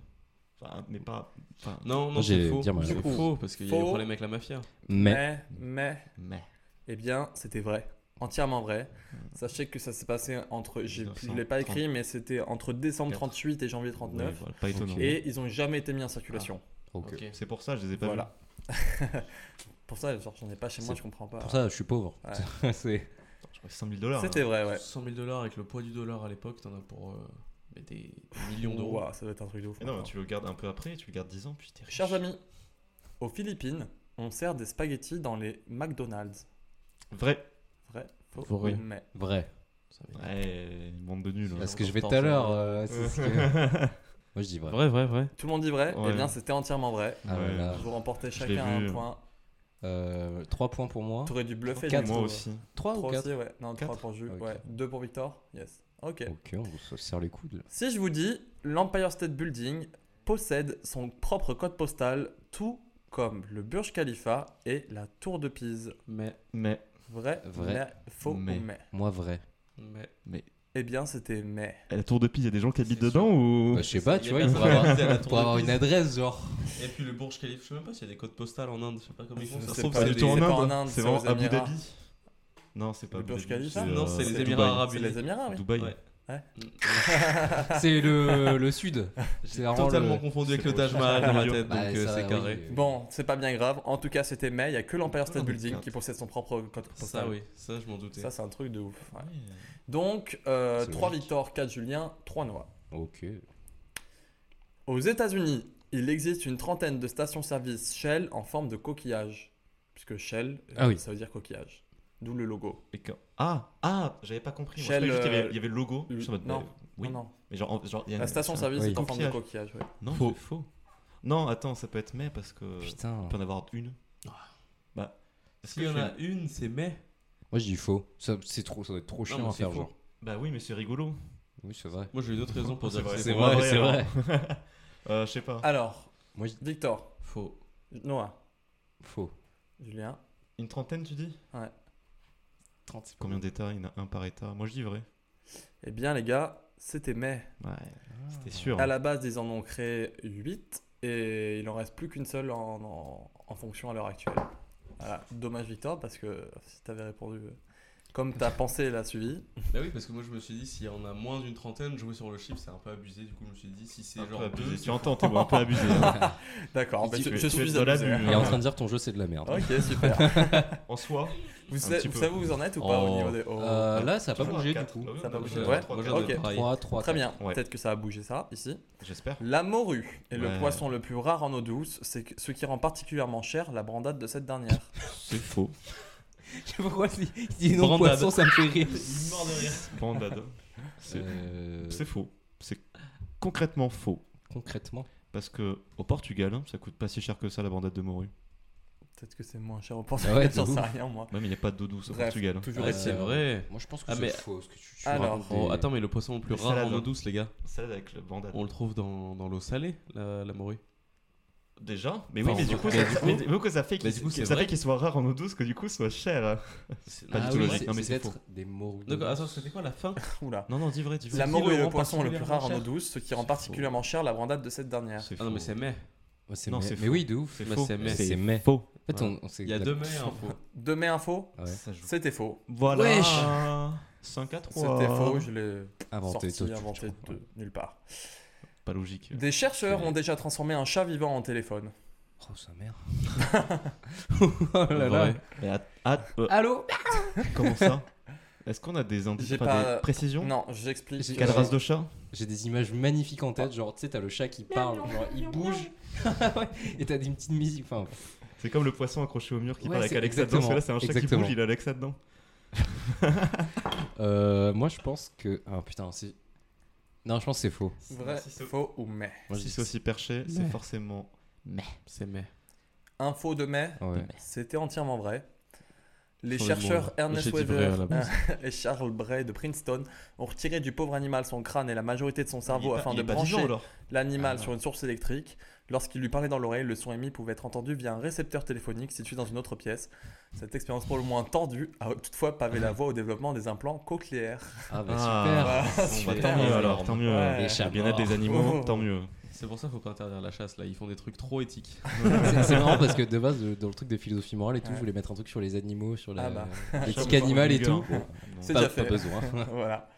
G: Enfin, mais pas. Enfin,
I: Non, non,
H: Moi,
I: c'est
H: j'ai
I: faux.
H: dire ma-
I: C'est
F: Faux.
I: faux, parce qu'il y a des
F: Faux.
I: problèmes avec la mafia.
H: Mais.
F: mais,
G: mais.
F: Eh bien, c'était vrai. Entièrement vrai. Sachez que ça s'est passé entre. j'ai- Je ne l'ai pas écrit, mais c'était entre décembre 38 et janvier 39.
G: Oui, voilà, pas étonnant.
H: Ok.
F: Et ils n'ont jamais été mis en circulation.
H: Ok.
I: Ok.
G: C'est pour ça, je les ai pas
F: voilà. Pour ça, genre, j'en ai pas chez moi,
H: C'est
F: je comprends pas.
H: Pour ça, je suis pauvre. c'est.
G: vus. Attends, je crois que 100 000 dollars. hein.
F: C'était vrai, ouais.
I: 100 000 dollars avec le poids du dollar à l'époque, t'en as pour euh, mais des millions d'euros.
F: Ouah, ça doit être un truc de ouf.
G: Et non, mais tu le gardes un peu après, tu le gardes 10 ans, puis t'es riche.
F: Chers amis, aux Philippines, on sert des spaghettis dans les McDonald's.
G: Vrai.
F: Vrai, faux,
H: Vrai.
F: mais.
H: Vrai.
I: Ça va être-
G: Ouais, monde de nuls. hein.
H: Parce
I: on
H: que je vais
I: s'entend,
H: tout à
I: ça,
H: l'heure.
I: ouais.
H: euh, c'est ce que- Moi, je dis vrai.
G: vrai, vrai.
F: Tout le monde dit vrai
G: Ouais.
F: Eh bien, c'était entièrement vrai.
H: Ah,
G: Ouais.
H: voilà.
F: Vous remportez
G: Je l'ai
F: chacun
G: vu.
F: un point.
H: 3 Euh, points pour moi.
F: T'aurais dû bluffer.
H: Quatre.
F: du
G: Moi
F: coup.
G: aussi.
H: 3 ou
F: Trois
H: 4
F: aussi, ouais. Non, trois
H: Quatre
F: pour Jules,
H: Ok.
F: ouais. Deux pour Victor. Yes. Ok.
H: Ok, on se serre les coudes là.
F: Si je vous dis, l'Empire State Building possède son propre code postal, tout comme le Burj Khalifa et la Tour de Pise.
I: Mais,
G: Mais.
F: Vrai,
H: Vrai.
F: mais, faux
G: Mais.
F: ou mais
H: Moi, vrai.
I: mais.
F: Eh bien, c'était mais.
G: La tour de Pise, il y a des gens qui habitent
I: C'est sûr.
G: dedans ou.
H: Bah, je sais pas, tu
I: y a
H: vois,
I: pas
H: il
I: de
H: pourrait avoir,
I: réalité à la
H: il
I: Tour
H: pourrait
I: de
H: avoir une
I: Pise.
H: adresse, genre.
I: Et puis le Burj Khalifa, je sais même pas s'il y a des codes postales en Inde, je sais pas
G: Ah,
I: comment ils font.
F: Je
I: Ça se
F: sais
I: trouve,
F: pas
I: c'est
F: du
I: des-
F: tout.
G: en
F: c'est pas
G: Inde, hein.
F: en Inde,
G: c'est
F: c'est
G: vraiment
F: aux
G: Abu
F: Émirats.
G: Dhabi. Non, c'est pas
F: Le
G: Abu
F: Burj
G: Dhabi.
F: Khalifa
I: Non, c'est les
G: Dubaï.
I: Émirats Arabes
F: C'est les
I: Unis.
F: Émirats, oui.
G: Dubaï.
I: Ouais.
F: Ouais.
I: Mm.
H: C'est le, le sud. C'est
I: J'ai
H: vraiment
I: totalement
H: le-
I: confondu avec
G: c'est
I: Oh, le
G: le
I: Taj Mahal dans ma
G: milieu.
I: tête, donc
H: Bah,
I: euh,
H: ça,
I: c'est
H: oui.
I: carré.
F: Bon, c'est pas bien grave. En tout cas, c'était mais. Il n'y a que l'Empire State
G: Oh,
F: Building
G: putain.
F: qui possède son propre code postal.
I: Ça, oui, ça, je m'en doutais.
F: Ça, c'est un truc de ouf. ouais.
G: Ouais.
F: Donc, euh,
H: C'est
F: 3
H: logique.
F: Victor, 4 Julien, 3 Noix.
H: Ok.
I: Euh.
F: Aux États-Unis, il existe une trentaine de stations-service Shell en forme de coquillage. Puisque Shell, euh,
H: Ah oui.
F: ça veut dire coquillage. D'où le logo.
G: Et quand- Ah, ah, j'avais pas compris. Moi, je
F: Shell,
G: croyais juste qu'il y avait-
F: euh,
G: il y avait le logo.
F: le-
G: Je suis en mode,
F: non.
G: euh, oui.
F: Non, non.
G: Mais genre, en- genre, il y a
F: La
G: une-
F: station-service
H: Oui.
F: est en forme de
G: Coquillage.
F: coquillage. ouais.
G: Non,
H: Faux.
G: faux. faux. Non, attends, ça peut être mais parce que.
H: Putain.
G: On peut en avoir une. Bah. Est-ce
I: S'il
G: que
I: y
G: je
I: en
G: suis-
I: a une, c'est mais.
H: Moi, je dis faux. Ça, c'est trop, ça doit être trop chiant
I: mais
H: à
I: c'est
H: faire,
I: faux.
H: genre.
G: Bah oui, mais c'est rigolo.
H: Oui, c'est vrai.
I: Moi, j'ai eu d'autres raisons pour
G: C'est
I: dire que
G: vrai,
I: c'est
G: c'est
I: vrai.
G: vrai. alors.
H: vrai.
G: Euh, je sais pas.
F: Alors,
H: Moi, je dis
F: Victor,
I: Faux.
F: Noah,
H: faux.
F: Julien.
G: Une trentaine, tu dis
F: Ouais.
G: Combien d'états Il y en a un par état. Moi, je dis vrai.
F: Eh bien, les gars, c'était mais.
G: Ouais, c'était sûr. hein.
F: À la base, ils en ont créé 8 et il en reste plus qu'une seule en, en- en fonction à l'heure actuelle. Voilà. Dommage Victor parce que si t'avais répondu euh, comme ta pensée l'a suivi,
I: Bah oui, parce que moi, je me suis dit, s'il y en a moins d'une trentaine, jouer sur le chiffre, c'est un peu abusé. Du coup, je me suis dit, si c'est
G: Un peu
I: genre
G: abusé.
I: deux,
G: Tu entends, t'es un peu abusé. hein.
F: d'accord,
G: Il
F: bah,
G: dit
F: je,
G: que
F: je
G: tu es
F: suis
G: de hein.
F: abusé.
G: l'abus.
H: Il est en train de dire ton jeu, c'est de la merde.
F: Ok, super.
G: en soi,
F: vous,
G: Un
F: savez-
G: petit
F: vous
G: peu.
F: savez où vous en êtes ou pas au
H: Oh.
F: niveau des. oh.
H: Euh, là, ça a pas
G: toujours à
H: bougé, du
G: quatre.
H: coup.
G: Bah oui,
F: Ça a
G: on
F: pas
G: est
F: bougé.
G: à
F: Ouais.
G: trois,
I: Moi,
G: quatre.
I: j'adore
F: Ok.
I: travailler.
H: 3, 3,
F: Très bien,
G: Ouais.
F: peut-être que ça a bougé ça ici.
G: J'espère.
F: La morue est le
G: Ouais.
F: poisson le plus rare en eau douce, c'est que- ce qui rend particulièrement cher la brandade de cette dernière.
G: C'est faux.
H: Je sais pas pourquoi il il dit non
I: Brandade.
H: poisson, ça me fait
I: Il
H: rire.
I: meurt de rire.
G: Bandade. C'est
H: Euh,
G: c'est faux. C'est concrètement faux.
H: concrètement.
G: hein, Parce que au Portugal, ça coûte pas si cher que ça la bandade de morue.
F: Peut-être que c'est moins cher au Portugal,
H: Ah ouais, de
F: j'en
H: ouf.
F: sais rien moi.
G: Même il n'est pas d'eau douce au
F: Bref,
G: Portugal. hein.
F: Toujours
H: Ah,
F: est-il.
H: c'est vrai.
I: Vrai.
H: Moi, je pense que
I: Ah,
H: c'est
I: mais-
H: faux ce que tu, tu
F: Alors,
H: racontes
I: Oh,
H: des-
I: attends, mais le poisson le plus
G: Les
I: rare en
G: salades.
I: eau douce, les gars,
G: Salade avec le bandade.
I: on le trouve dans, dans l'eau salée, la, la morue.
G: Déjà Mais oui,
I: Enfin,
G: mais du
I: on-
G: coup,
I: mais
G: ça,
I: du coup-
G: mais- mais pourquoi ça fait
I: Mais du coup,
G: qu'il
I: c'est
G: ça fait
I: vrai.
G: qu'il soit rare en eau douce, que du coup, soit cher. C'est pas
H: Ah
G: du
H: oui,
G: tout logique.
H: c'est-
G: Non, mais c'est
H: peut-être
G: faux.
H: des morues. de-
I: D'accord, attends, c'était quoi la fin
F: Oula.
G: Non, non, dis vrai, dis vrai.
F: La
I: Ils
F: morue
I: le
F: est le
I: rend
F: poisson le plus rare en eau
I: particulièrement
F: douce, ce qui rend
I: C'est
F: particulièrement cher la brandade de cette dernière.
G: C'est
I: Ah non, mais
G: faux.
I: c'est mai.
H: Ouais, c'est
G: Non,
H: mais-
G: c'est
H: Mais
G: faux.
H: oui, de ouf.
G: C'est
I: Mais
G: faux.
I: c'est mai.
H: C'est mai.
G: Faux.
H: En fait, on, on sait
I: Il y a
H: la-
I: deux hein, mai, info.
F: De mes infos,
H: Ah ouais.
F: c'était faux.
G: Voilà.
H: Wesh.
G: 5 à 3.
F: C'était faux, je l'ai
H: Inventé, toi,
F: sorti,
H: tu- tu
F: inventé
H: crois.
F: de nulle part.
G: Pas logique.
F: Des chercheurs
H: Quel-
F: ont déjà transformé un chat vivant en téléphone.
H: Oh, sa mère. oh là là.
I: Vrai.
G: Mais att- att- euh,
H: Allô
G: comment ça Est-ce qu'on a des indices
F: J'ai
G: enfin,
F: pas-
G: des précisions
F: Non, j'explique.
H: J'ai-
G: Quelle
F: Euh,
G: race de chat
H: J'ai des images magnifiques en tête, genre tu sais t'as le chat qui parle, genre il bouge, Ouais, et t'as des petites musiques, enfin
G: C'est comme le poisson accroché au mur qui
H: Ouais,
G: parle avec
H: c'est-
G: Alexa dedans. Parce que là, c'est un
H: exactement,
G: chat
H: exactement.
G: qui bouge, il a Alexa dedans.
H: Euh, moi, je pense que. Ah putain, si. Non, je pense que c'est faux.
F: Vrai,
G: Si c'est-
F: faux ou mais
H: Moi, je
G: si
H: dis-
G: c'est aussi perché, c'est
I: Ouais.
G: forcément.
I: C'est mai.
F: Info de mai,
H: Ouais.
F: c'était entièrement vrai. Les
I: Oh, Sur le
F: chercheurs
I: monde.
F: Ernest
I: J'ai dit vrai
F: Weber
I: à la base.
F: et Charles Bray de Princeton ont retiré du pauvre animal son crâne et la majorité de son cerveau
G: Il est pas-
F: afin
G: il
F: de
G: est pas vivant,
F: brancher
G: alors.
F: l'animal
H: Ah,
F: sur une source électrique. Lorsqu'il lui parlait dans l'oreille, le son émis pouvait être entendu via un récepteur téléphonique situé dans une autre pièce. Cette expérience pour le moins tendue a toutefois pavé la voie au développement des implants cochléaires.
H: Ah bah
G: Ah,
H: super.
G: Bon, bah,
H: super.
G: tant mieux alors, tant mieux.
F: Ouais.
H: Les chats
G: Le bien-être
H: morts.
G: des animaux,
F: Oh.
G: tant mieux.
I: C'est pour ça qu'il faut pas interdire la chasse, là. Ils font des trucs trop éthiques.
H: C'est- C'est marrant parce que de base, euh, dans le truc de philosophie morale et tout,
F: Ouais.
H: je voulais mettre un truc sur les animaux, sur
F: Ah
H: la-
F: bah.
H: l'éthique animale et tout.
F: C'est
H: Pas,
F: déjà
H: pas
F: fait.
H: besoin.
F: voilà.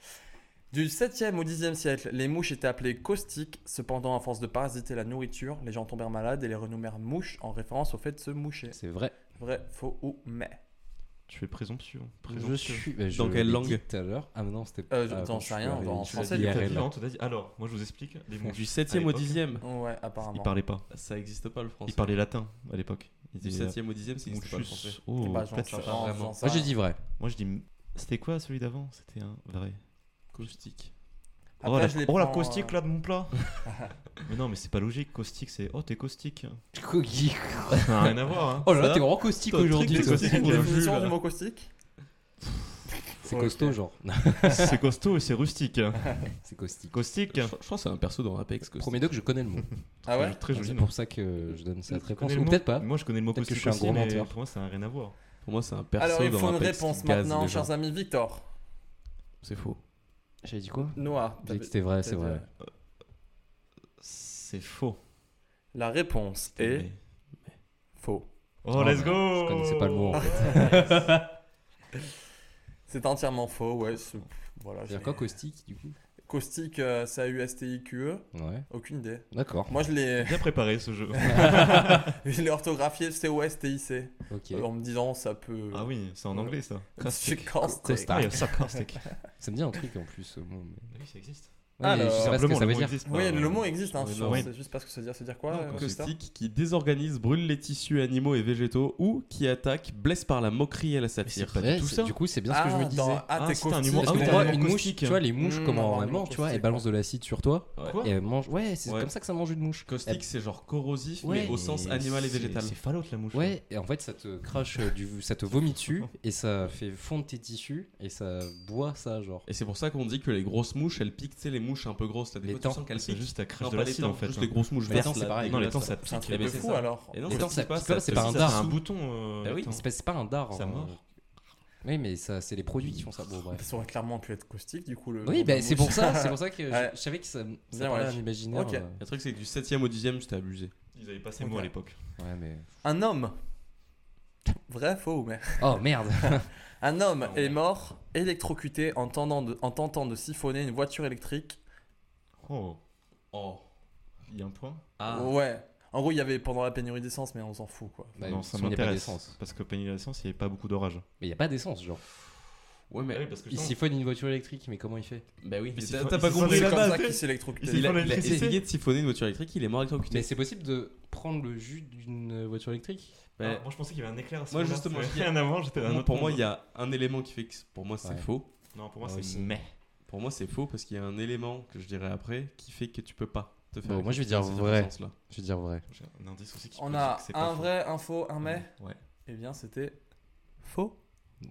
F: Du 7e au 10e siècle, les mouches étaient appelées caustiques. Cependant, à force de parasiter la nourriture, les gens tombèrent malades et les renommèrent mouches en référence au fait de se moucher.
H: C'est vrai.
F: Vrai, faux ou mais
G: Tu es présomptueux.
H: Je suis. bah, je
I: Dans quelle
H: l'ai
I: langue
H: dit tout à l'heure. Ah mais non, c'était.
F: Euh,
H: ah,
F: j'en
H: bon,
F: sais
H: je
F: rien,
H: suis
F: on va en
H: allé-
F: français,
H: je l'ai
F: du
H: dit
F: coup.
H: IRL.
G: Alors, moi je vous explique. Les
I: Ils font Du
G: mouches,
I: 7e au
G: l'époque.
I: 10e.
F: Ouais,
G: ils
F: apparemment.
G: parlaient pas.
I: Ça n'existe pas le français.
G: Ils parlaient latin à l'époque. euh, Ils
I: Du
G: disaient,
I: 7e au 10e, ça n'existe pas le français.
G: Mouchus. Oh,
F: Bah, j'en
G: peut-être
F: sais
G: ça.
F: pas,
I: vraiment.
F: j'en sais
H: Moi, j'ai
F: rien.
H: dit vrai.
G: Moi je dis. C'était quoi celui d'avant C'était un vrai.
I: Caustique.
F: Après,
G: oh, la,
F: je les
G: oh, la
F: prends,
G: caustique
F: euh,
G: là de mon plat Mais non, mais c'est pas logique. Caustique, c'est. Oh, t'es caustique.
H: Oh
G: Ça n'a rien à voir, hein.
H: là là,
I: Ça,
H: t'es vraiment caustique
I: ton truc
H: aujourd'hui.
I: de
H: toi.
I: caustique.
G: On l'a vu,
F: Définition
G: là.
F: du mot caustique Ah
H: C'est
F: Ok.
H: costaud, genre.
G: C'est costaud et c'est rustique.
H: C'est caustique.
G: Caustique
I: Je, je crois que c'est un perso dans Apex. Caustique.
H: Premier doc, je connais le mot.
F: Ah ouais
G: Très joli
H: C'est
G: nom.
H: pour ça que je donne cette
G: Je
H: réponse.
G: connais le
H: Ou
G: mot.
H: peut-être pas.
G: Moi je connais le mot
H: Peut-être que je
G: caustique
H: suis un
G: aussi,
H: gros
G: mais
H: menteur.
G: pour moi ça n'a rien à voir.
I: Pour moi, c'est un perso
F: Alors, il
I: dans
F: faut une
I: Apex qui
F: réponse
I: gaze
F: maintenant,
I: les gens.
F: chers amis. Victor,
I: C'est faux.
H: J'avais dit quoi
F: Noah,
H: J'ai dit que
F: t'avais-
H: c'était vrai, c'est
F: t'avais-
H: vrai.
G: C'est faux.
F: La réponse est
G: Mais-
F: faux.
G: Oh,
H: Ah,
G: let's
H: bah,
G: go
H: Je connaissais pas le mot hein. en fait.
F: C'est entièrement faux, ouais. c'est- Voilà, je
H: C'est-à-dire
F: l'ai-
H: quoi, caustique du coup
F: Caustique, euh, ça a eu S-T-I-Q-E
H: Ouais,
F: E, Aucune idée.
H: d'accord.
F: Moi, je l'ai
G: Bien préparé ce jeu.
F: je l'ai orthographié C-O-S-T-I-C.
H: Ok.
F: En me disant, ça peut.
G: ah oui, c'est en anglais ça.
F: C'est
G: Caustique.
F: caustique.
H: Caustique.
G: Ah, il y a ça, caustique.
H: Ça me dit un truc en plus. ce mot, mais-
G: Oui, ça existe.
H: Ouais, mais
F: Alors,
H: je sais pas ce que
G: Simplement,
H: ça
G: le
H: veut
G: mot
H: dire.
G: existe
F: Oui,
G: pas.
F: le mot existe, hein,
I: Oui,
F: sur-
G: non.
F: c'est juste parce que ça veut dire, ça veut dire quoi
G: Non,
F: euh, Costa
I: Caustique qui désorganise, brûle les tissus animaux et végétaux ou qui attaque, blesse par la moquerie et la satire.
G: pas-
H: Ouais,
G: tout
H: c'est-
G: ça.
H: Du coup, c'est bien ce que je me
F: dans-
H: disais.
F: Ah,
G: Ah,
F: t'es
G: si, t'as un
F: caustique.
G: humour-
H: Parce
G: Ah
H: que
G: oui,
H: t'as
G: t'as
H: une
G: un
H: mouche,
G: caustique.
H: tu vois, les mouches,
F: Mmh,
H: comment
F: un
H: vraiment,
F: humour
H: tu vois, elles
F: caustique,
H: balancent de l'acide sur toi.
I: Ouais.
G: Quoi
H: Et elles mangent. Ouais, c'est
I: Ouais.
H: comme ça que ça mange une mouche.
I: Caustique, c'est genre corrosif,
H: Ouais.
I: mais au sens animal et
G: C'est-
I: végétal.
G: C'est falote la mouche.
H: Ouais, et en fait, ça te crache euh, du. Ça te vomit dessus et ça fait fondre tes tissus et ça boit ça, genre.
I: Et c'est pour ça qu'on dit que les grosses mouches, elles piquent, tu sais, les mouches un peu grosses, là, des
H: Les
I: fois, tu
H: dents.
I: sens qu'elles
G: C'est
I: piquent.
G: juste la crache
I: Non,
G: de
I: pas les
G: l'acide
I: dents,
G: en fait.
I: juste
G: hein.
I: les grosses mouches
H: Les
I: vertes.
H: dents, c'est
I: là,
H: pareil.
G: Non, les
I: dégueulasses,
G: temps
I: là.
G: ça
F: C'est un
G: pique.
I: Eh
F: truc
I: ben,
F: de
I: c'est
F: fou
I: ça.
F: alors.
I: Et non,
H: Les
I: ça
H: dents,
I: pique
H: ça
I: pas,
H: pique pas, c'est par un
G: C'est un
H: dard.
G: bouton. euh,
I: Bah oui.
G: attends.
H: C'est pas, c'est pas un dard.
G: Ça
H: hein.
G: mord.
H: Oui, mais ça, c'est les produits qui font ça. Bon, bref.
F: Ça aurait clairement pu être caustique, du coup. Le
H: Oui,
F: nom de
H: bah,
F: la
H: c'est
F: mouche.
H: pour ça, c'est pour ça que je-
F: Ouais.
H: je, savais que ça, ça
F: Bien,
H: parlait
F: ouais.
H: à l'imaginaire.
F: Ok.
H: euh,
I: Le truc, c'est que du 7ème au 10ème, c'était abusé.
G: Ils avaient pas ces
F: Ok.
G: mots à l'époque.
H: Ouais, mais...
F: Un homme. Vrai, faux ou mais
H: Oh merde
F: Un homme
G: Ah ouais.
F: est mort électrocuté en, tendant de- en tentant de siphonner une voiture électrique.
G: Oh,
I: Oh.
G: il y a un point
I: Ah.
F: Ouais. En gros, il y avait pendant la pénurie d'essence, mais on s'en fout quoi.
H: Bah,
G: Non, ça
H: il y a pas
G: m'intéresse.
H: d'essence.
G: Parce que Penny l'essence, il n'y avait pas beaucoup d'orage.
H: Mais il n'y a pas d'essence, genre.
I: Ouais, mais.
G: parce que
H: Il siphonne une voiture électrique, mais comment il fait
I: Bah oui,
G: Mais
I: mais
G: c'est
I: t'as
G: pas-
I: t'as
G: ils
I: pas
G: sont
I: compris
G: pas
I: la
F: C'est comme
I: base.
F: ça qu'il s'est électrocuté.
G: Il
I: Il
G: a-
I: a,
G: il a
I: essayé de siphonner une voiture électrique, il est mort
H: Mais
I: électrocuté.
H: c'est possible de prendre le jus d'une voiture électrique
I: Mais
G: Moi, je pensais qu'il y avait un éclair. à ce
I: Moi,
G: moment-là,
I: justement,
G: c'est-
I: je dis-
G: rien avant, j'étais dans un
I: Pour,
G: autre
I: pour Bah, moi,
G: monde.
I: il y a un élément qui fait que pour moi c'est
H: Ouais.
I: faux.
G: Non, pour moi,
H: Ah oui,
G: c'est
H: c'est-
G: mais.
I: Pour moi, c'est faux parce qu'il y a un élément que je dirais après qui fait que tu peux pas. te faire
H: Bon, moi, je vais dire
I: cette
H: vrai.
I: référence-là.
H: Je vais dire vrai.
G: J'ai un indice aussi qui
F: On
G: peut dire
F: a
G: que c'est pas
F: un
G: faux.
F: vrai, un faux, un mais.
I: Ouais.
F: Eh bien, c'était faux.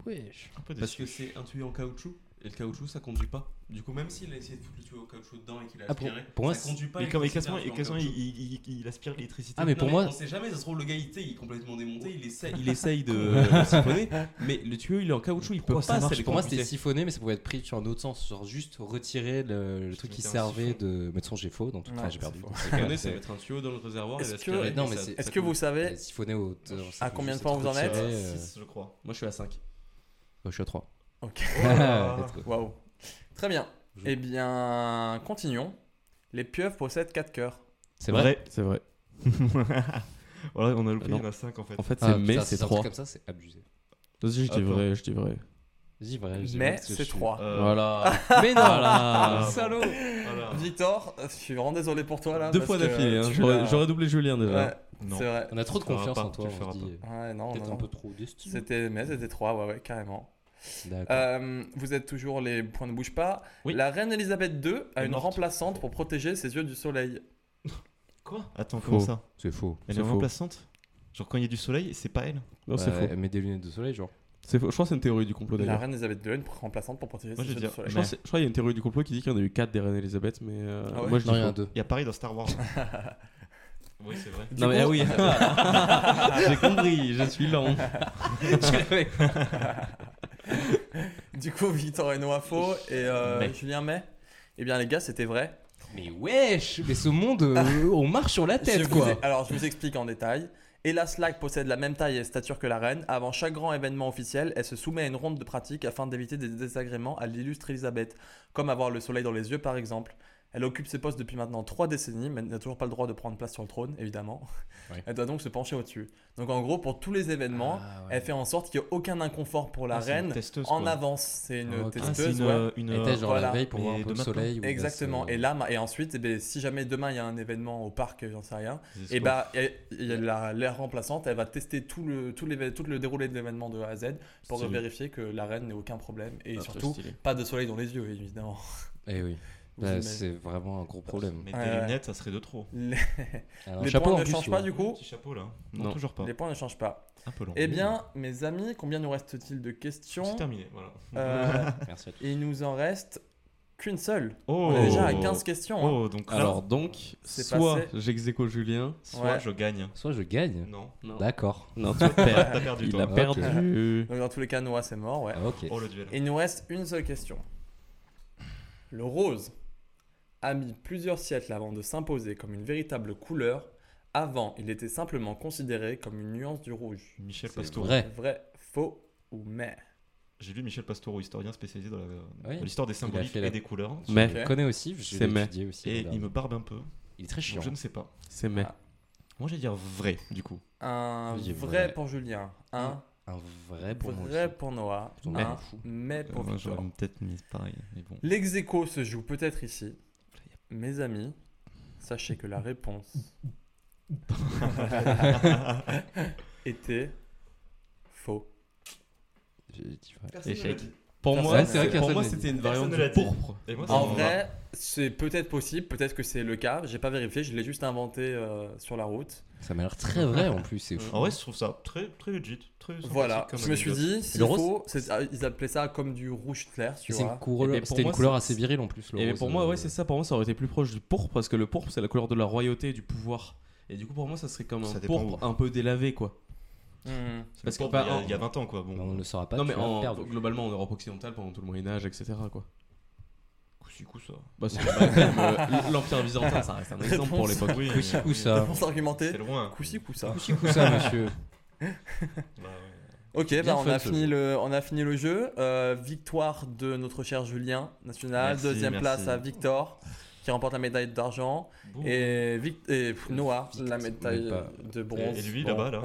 H: Wesh.
G: Un peu
I: Parce
G: déçu.
I: que c'est un tuyau en caoutchouc et le caoutchouc ça conduit pas. Du coup, même s'il a essayé de foutre le tuyau en caoutchouc dedans et qu'il a
H: Ah, pour-
I: aspiré,
H: pour moi,
I: ça
H: c'est-
I: conduit pas.
G: Mais
I: il
G: comme et
I: considère
G: Cassement,
I: un tuyau
G: et
I: en
G: Cassement,
I: caoutchouc.
G: il, il- il- il aspire l'électricité.
H: Ah, mais pour
I: Non,
H: moi.
I: On sait jamais, ça se trouve, le gars il, t'sais, il est complètement démonté, il essaye, il essaye de siphonner, mais le tuyau il est en caoutchouc, il peut pas
H: Pourquoi ça marche
I: s'électrocuter.
H: Pour moi, c'était siphonné, mais ça pouvait être pris sur un autre sens. Genre juste retirer le, le truc qui
G: mettais un
H: servait
G: siphon.
H: de. Mais de toute façon, j'ai faux, donc
F: Ouais,
H: enfin, j'ai
F: c'est
H: perdu.
F: faux.
H: Donc, c'est
I: Siphonner,
H: clair,
I: c'est
H: c'est-
I: mettre un tuyau dans le réservoir
F: Est-ce
I: et
F: que-
I: l'aspirer.
H: non,
I: ça-
H: mais
I: ça
H: c'est-
F: Est-ce
I: conduit.
F: que vous savez
H: c'est siphonné au.
F: À combien de points vous en
G: Ah,
F: êtes
H: euh,
G: six, je crois.
I: Moi je suis à 5.
H: Moi, je suis à 3.
F: Ok. Waouh. Très bien. Eh bien, continuons. Les pieuvres possèdent 4 cœurs.
H: C'est vrai
I: C'est vrai.
G: voilà, on a loupé,
I: Euh,
G: il y
I: non.
G: en a 5 en fait.
I: fait,
H: Ah, putain, si un truc comme ça, c'est abusé.
I: Vas-y, je
G: dis vrai,
I: je dis vrai.
H: Vas-y, vrai. Ah, j'ai vrai,
F: Mais
H: parce que
F: c'est
H: je suis-
F: 3.
G: Euh,
I: Voilà.
H: Mais non
I: Voilà.
H: Ah, Salaud
G: voilà.
F: Victor, je suis vraiment désolé pour toi là.
I: Deux
F: parce
I: fois
F: que
I: d'affilée, hein.
F: tu
I: J'aurais-
F: l'as-
I: j'aurais hein. doublé Julien déjà.
F: Ouais,
G: Non.
F: c'est vrai.
H: On a trop de
G: Tu le feras
H: confiance
G: pas,
H: en toi,
G: tu le
H: on se
G: feras
H: dit. euh,
F: Ouais, non,
H: Peut-être
F: non,
H: un
F: non.
H: peu trop destiné.
F: C'était, mais c'était 3, ouais, ouais, carrément.
H: D'accord.
F: Euh, vous êtes toujours les points ne bougent pas.
I: Oui.
F: La reine Elisabeth II a
G: Est
F: une
G: morte.
F: remplaçante pour protéger ses yeux du soleil.
G: Quoi Attends,
I: Faux.
G: comment ça
H: C'est faux.
G: Elle
I: C'est
G: est
I: faux.
G: remplaçante Genre quand il y a du soleil, Oh, c'est pas elle
I: Non, c'est faux.
H: Ouais, Elle met des lunettes de soleil, genre.
I: C'est faux. Je crois que c'est une théorie du complot
F: La
I: d'ailleurs.
F: reine Elisabeth II a une remplaçante pour protéger
G: Moi,
F: ses
G: je
F: yeux du
G: veux dire,
I: Je
F: soleil.
I: crois que c'est- je crois qu'il y a une théorie du complot qui dit qu'il y en a eu 4 des reines Elisabeth, mais euh,
F: Ah ouais
I: moi je dis
H: Non, il y en a
I: faux.
H: deux.
G: Il y a Paris dans Star Wars. oui, c'est vrai.
I: Non, mais ah oui, j'ai compris, je suis lent.
F: Du coup, Victor et Noah faux et euh,
G: Mais.
F: Julien May. Eh bien, les gars, c'était vrai.
H: Mais wesh Mais ce monde, euh, on marche sur la
F: Je
H: tête,
F: vous
H: quoi
F: ai- Alors, je vous explique en détail. Hélas, Slack possède la même taille et stature que la reine. Avant chaque grand événement officiel, elle se soumet à une ronde de pratique afin d'éviter des désagréments à l'illustre Elisabeth, comme avoir le soleil dans les yeux par exemple. Elle occupe ses postes depuis maintenant trois décennies, mais n'a toujours pas le droit de prendre place sur le trône, évidemment.
H: Ouais.
F: Elle doit donc se pencher au-dessus. Donc en gros, pour tous les événements,
H: Ah, ouais.
F: elle fait en sorte qu'il n'y ait aucun inconfort pour la
G: Ah, c'est une
F: reine
G: testeuse,
F: en
G: quoi.
F: avance. C'est une
H: Ah, ok.
G: Ah, c'est
F: testeuse,
G: une,
F: ouais.
G: euh, une,
H: Elle
G: euh,
H: était genre
F: voilà.
H: la veille pour euh. voir un
G: Mais
H: peu le
G: de maintenant.
H: soleil. ou bien
F: Exactement.
H: c'est-
F: Et là, ma- et ensuite, eh ben, si jamais demain il y a un événement au parc, j'en sais rien,
G: des
F: Et
G: esclaves.
F: bah, et- et la, la remplaçante, elle va tester tout le, tout, les, tout le déroulé de l'événement de A à Z pour
I: Stylé.
F: vérifier que la reine n'ait aucun problème et
I: Ah,
F: surtout
I: stylé.
F: pas de soleil dans les yeux, évidemment.
H: Eh oui.
F: Vous
H: Bah,
F: imaginez.
H: c'est vraiment un gros problème.
G: Mais
F: Ouais,
G: des
F: ouais.
G: lunettes, ça serait de trop.
F: Les,
H: Alors,
F: les
H: chapeau
F: points
H: en
F: ne
H: plus,
F: changent
H: ouais.
F: pas du coup
G: Petit chapeau là Non,
I: Non.
G: toujours hein, pas.
F: Les points ne changent pas.
G: Un peu long.
F: Eh bien, mes amis, combien nous reste-t-il de
G: c'est
F: questions
G: terminé, voilà.
F: Euh,
H: Merci à toi.
F: Il nous en reste qu'une seule.
G: Oh
F: On est déjà à 15 questions. hein.
G: Oh, donc là,
I: Alors donc,
F: C'est
I: soit
F: passé.
I: j'exéco Julien,
G: soit
F: ouais.
G: je gagne.
H: Soit je gagne.
G: Non.
H: D'accord.
I: non, tu perds.
G: T'as perdu
I: Il a
G: toi.
I: perdu.
F: Donc, dans tous les cas, Noah, c'est mort, ouais.
H: Ah, ok.
G: Oh le duel.
F: Il nous reste une seule question. Le rose a mis plusieurs siècles avant de s'imposer comme une véritable couleur. Avant, il était simplement considéré comme une nuance du rouge.
G: Michel
H: C'est
G: Pastoureau.
H: vrai.
F: Vrai, faux ou mais
G: J'ai lu Michel Pastoureau, historien spécialisé dans la- dans
H: Oui.
G: l'histoire des symboliques
H: fait Ah la-
G: et des couleurs.
I: Mais
H: Je
F: Ok.
H: le connais aussi. Je
I: C'est
H: l'ai
I: mais.
H: étudié aussi.
G: Et
H: regarde.
G: il me barbe un peu.
H: Il est très chiant.
G: Donc je ne sais pas.
I: c'est mais.
F: Ah.
G: Moi, j'ai dire vrai, du coup.
F: Un
H: Oui,
F: vrai,
H: vrai.
F: pour Julien, un
H: Un vrai pour moi
F: vrai
H: aussi.
F: pour Noah,
H: Pour moi, je
F: un
H: m'en fous.
F: mais pour
G: Euh,
F: Victor.
G: J'aurais peut-être mis pareil, mais bon.
F: L'ex-écho se joue peut-être ici. Mes amis, sachez que la réponse était faux.
H: J'ai dit vrai.
G: Échec.
I: Pour
F: Personne
I: moi,
F: ne l'a
I: c'est-
F: dit.
I: pour
H: Personne
I: moi,
H: ne l'a
I: c'était
H: dit.
I: une variante
G: Personne ne
I: du
G: l'a dit.
I: pourpre.
G: Et moi, ça
F: En
G: me va.
F: vrai, c'est peut-être possible, peut-être que c'est le cas. J'ai pas vérifié, je l'ai juste inventé euh, sur la route.
H: Ça m'a l'air très vrai en plus. C'est fou.
G: En vrai, je trouve ça très, très legit. Très sympathique
F: Voilà,
G: comme
F: je me suis
G: anecdote.
F: dit, c'est
H: Le rose-
F: faux. c'est- ah, Ils appelaient ça comme du rouge clair, tu
H: Et c'est une
F: vois.
H: couleur-
I: Et ben, pour
H: C'était une
I: moi,
H: couleur
I: c'est-
H: assez virile en plus. le
I: Et
H: rose,
I: pour moi,
H: euh,
I: ouais, c'est ça. Pour moi, ça aurait été plus proche du pourpre parce que le pourpre, c'est la couleur de la royauté et du pouvoir. Et du coup, pour moi, ça serait comme
G: Ça
I: un
G: dépend
I: pourpre un peu délavé, quoi.
F: Mhm.
I: Parce que
G: Bon,
I: pas
G: il, y a,
I: en-
G: il y a 20 ans, quoi. Bon.
H: bah, on ne le saura pas.
I: non,
H: tu
I: mais
H: vas
I: en-
H: perdre.
I: globalement, en Europe occidentale, pendant tout le Moyen Âge, etc. Quoi.
G: Coup-ci, coup, ça.
I: Bah, c'est pas le même, euh, l'empire byzantin, ça reste un exemple pour l'époque.
G: Oui,
H: Coup-ci,
G: mais-
H: coup, ça.
F: Réponse argumentée,
G: C'est loin.
F: coup-ci, coup-ça.
H: Couchi, coussa, monsieur.
G: Bah, ouais.
F: Ok,
H: Bien
F: bah, on,
H: fun,
F: a
H: ce
F: fini
H: jeu.
F: le, on a fini le jeu. Euh, victoire de notre cher Julien National.
G: Merci,
F: Deuxième
G: merci.
F: place à Victor, qui remporte la médaille d'argent.
G: Bon. Et,
F: Et, Vic- et pff, Noah,
H: Victor,
F: la
H: mais
F: médaille
H: pas-
F: de bronze.
G: lui,
F: Bon.
G: là-bas, là.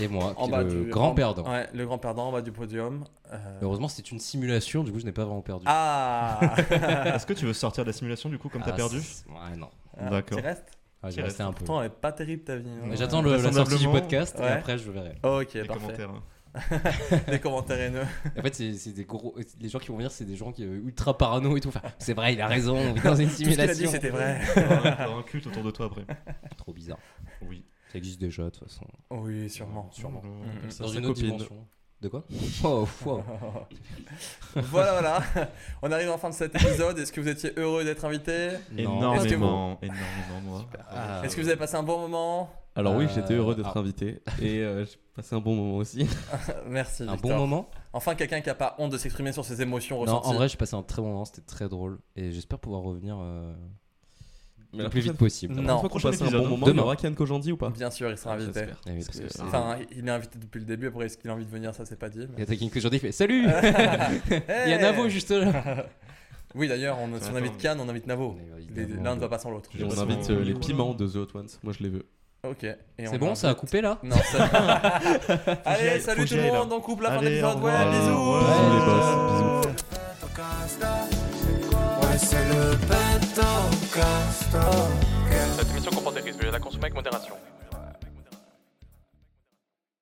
H: Et moi,
F: En
H: qui
F: bas
H: est le
F: du-
H: grand
F: en-
H: perdant.
F: Ouais, le grand perdant en bas du podium. Euh,
H: Heureusement, c'est une simulation, du coup, je n'ai pas vraiment perdu.
F: Ah
G: Est-ce que tu veux sortir de la simulation, du coup, comme t'as
H: Ah,
G: perdu
H: c'est- Ouais, non.
G: D'accord.
F: Tu restes
H: Ah, j'ai
G: Tiens,
H: resté un peu.
F: Pourtant, elle est pas terrible ta vie. hein.
H: Mais J'attends le- la sortie du
G: Vraisemblablement.
H: podcast et
F: Ouais.
H: après, je verrai.
F: Ok,
G: Les
F: parfait.
G: commentaires. hein.
F: des commentaires haineux.
H: En fait, c'est c'est des gros. Les gens qui vont venir, c'est des gens qui euh, ultra parano et tout. Enfin, c'est vrai, il a raison, on vit dans une
F: Tout ce qu'il a dit,
H: simulation.
F: c'était vrai.
G: Avoir un culte autour de toi après.
H: Trop bizarre.
G: Oui.
H: Ça existe déjà, de toute façon.
F: Oui, sûrement, sûrement.
G: On
F: Mm,
G: appelle
F: mm.
G: ça
H: Dans
G: sa
H: une autre
G: copine.
H: dimension. De quoi Oh, wow.
F: voilà, voilà. On arrive en fin de cet épisode. Est-ce que vous étiez heureux d'être invité Est-ce que
I: Énormément, énormément, moi.
H: Ah,
F: Est-ce que vous avez passé un bon moment
I: Alors oui,
H: Euh,
I: j'étais heureux d'être
H: ah.
I: invité et euh, j'ai passé un bon moment aussi.
F: Merci.
H: un bon
F: Victor.
H: moment
F: Enfin, quelqu'un qui a pas honte de s'exprimer sur ses émotions
H: Non,
F: ressenties.
H: en vrai, j'ai passé un très bon moment, c'était très drôle. Et j'espère pouvoir revenir euh,
I: Mais
H: le
I: la
H: plus
I: prochaine-
H: vite possible.
I: la
F: Non.
I: prochaine fois qu'on
G: Prochain
I: passe un
G: épisode,
I: bon
G: hein.
I: moment, il y
H: Demain.
I: aura Kian Kojandi ou pas
F: Bien sûr, il sera
I: Ah,
F: invité.
I: j'espère.
H: Ah oui,
I: Parce
H: parce
I: que
H: que-
I: c'est-
F: Enfin, il est invité depuis le début. Après, est-ce qu'il a envie de venir Ça, c'est pas dit.
H: Il y
F: mais-
H: a quelqu'un que j'en ai fait Salut Il y a Navo juste là.
F: Oui, d'ailleurs, on, si on
G: Attends.
F: invite Cannes, on invite Navo.
H: euh,
F: Les- L'un ne va pas sans l'autre.
I: Et on
G: Parce
I: invite
G: qu'on-
I: euh, les piments de The Hot Ones. Moi, je les veux.
F: Ok. et on
H: C'est bon, ça a coupé là
F: Non, ça...
G: Faut que j'y
F: Allez,
G: aille, faut
F: salut
G: que
F: tout
G: j'y
F: le
G: aille, là.
F: monde, on coupe la fin de
G: Allez,
F: l'épisode.
G: au
F: Ouais,
G: revoir.
F: bisous.
I: Bisous, les boss. Bisous.
J: Ouais, c'est le pentocasta.
D: Cette émission comporte des risques. Veuillez la consommer avec modération.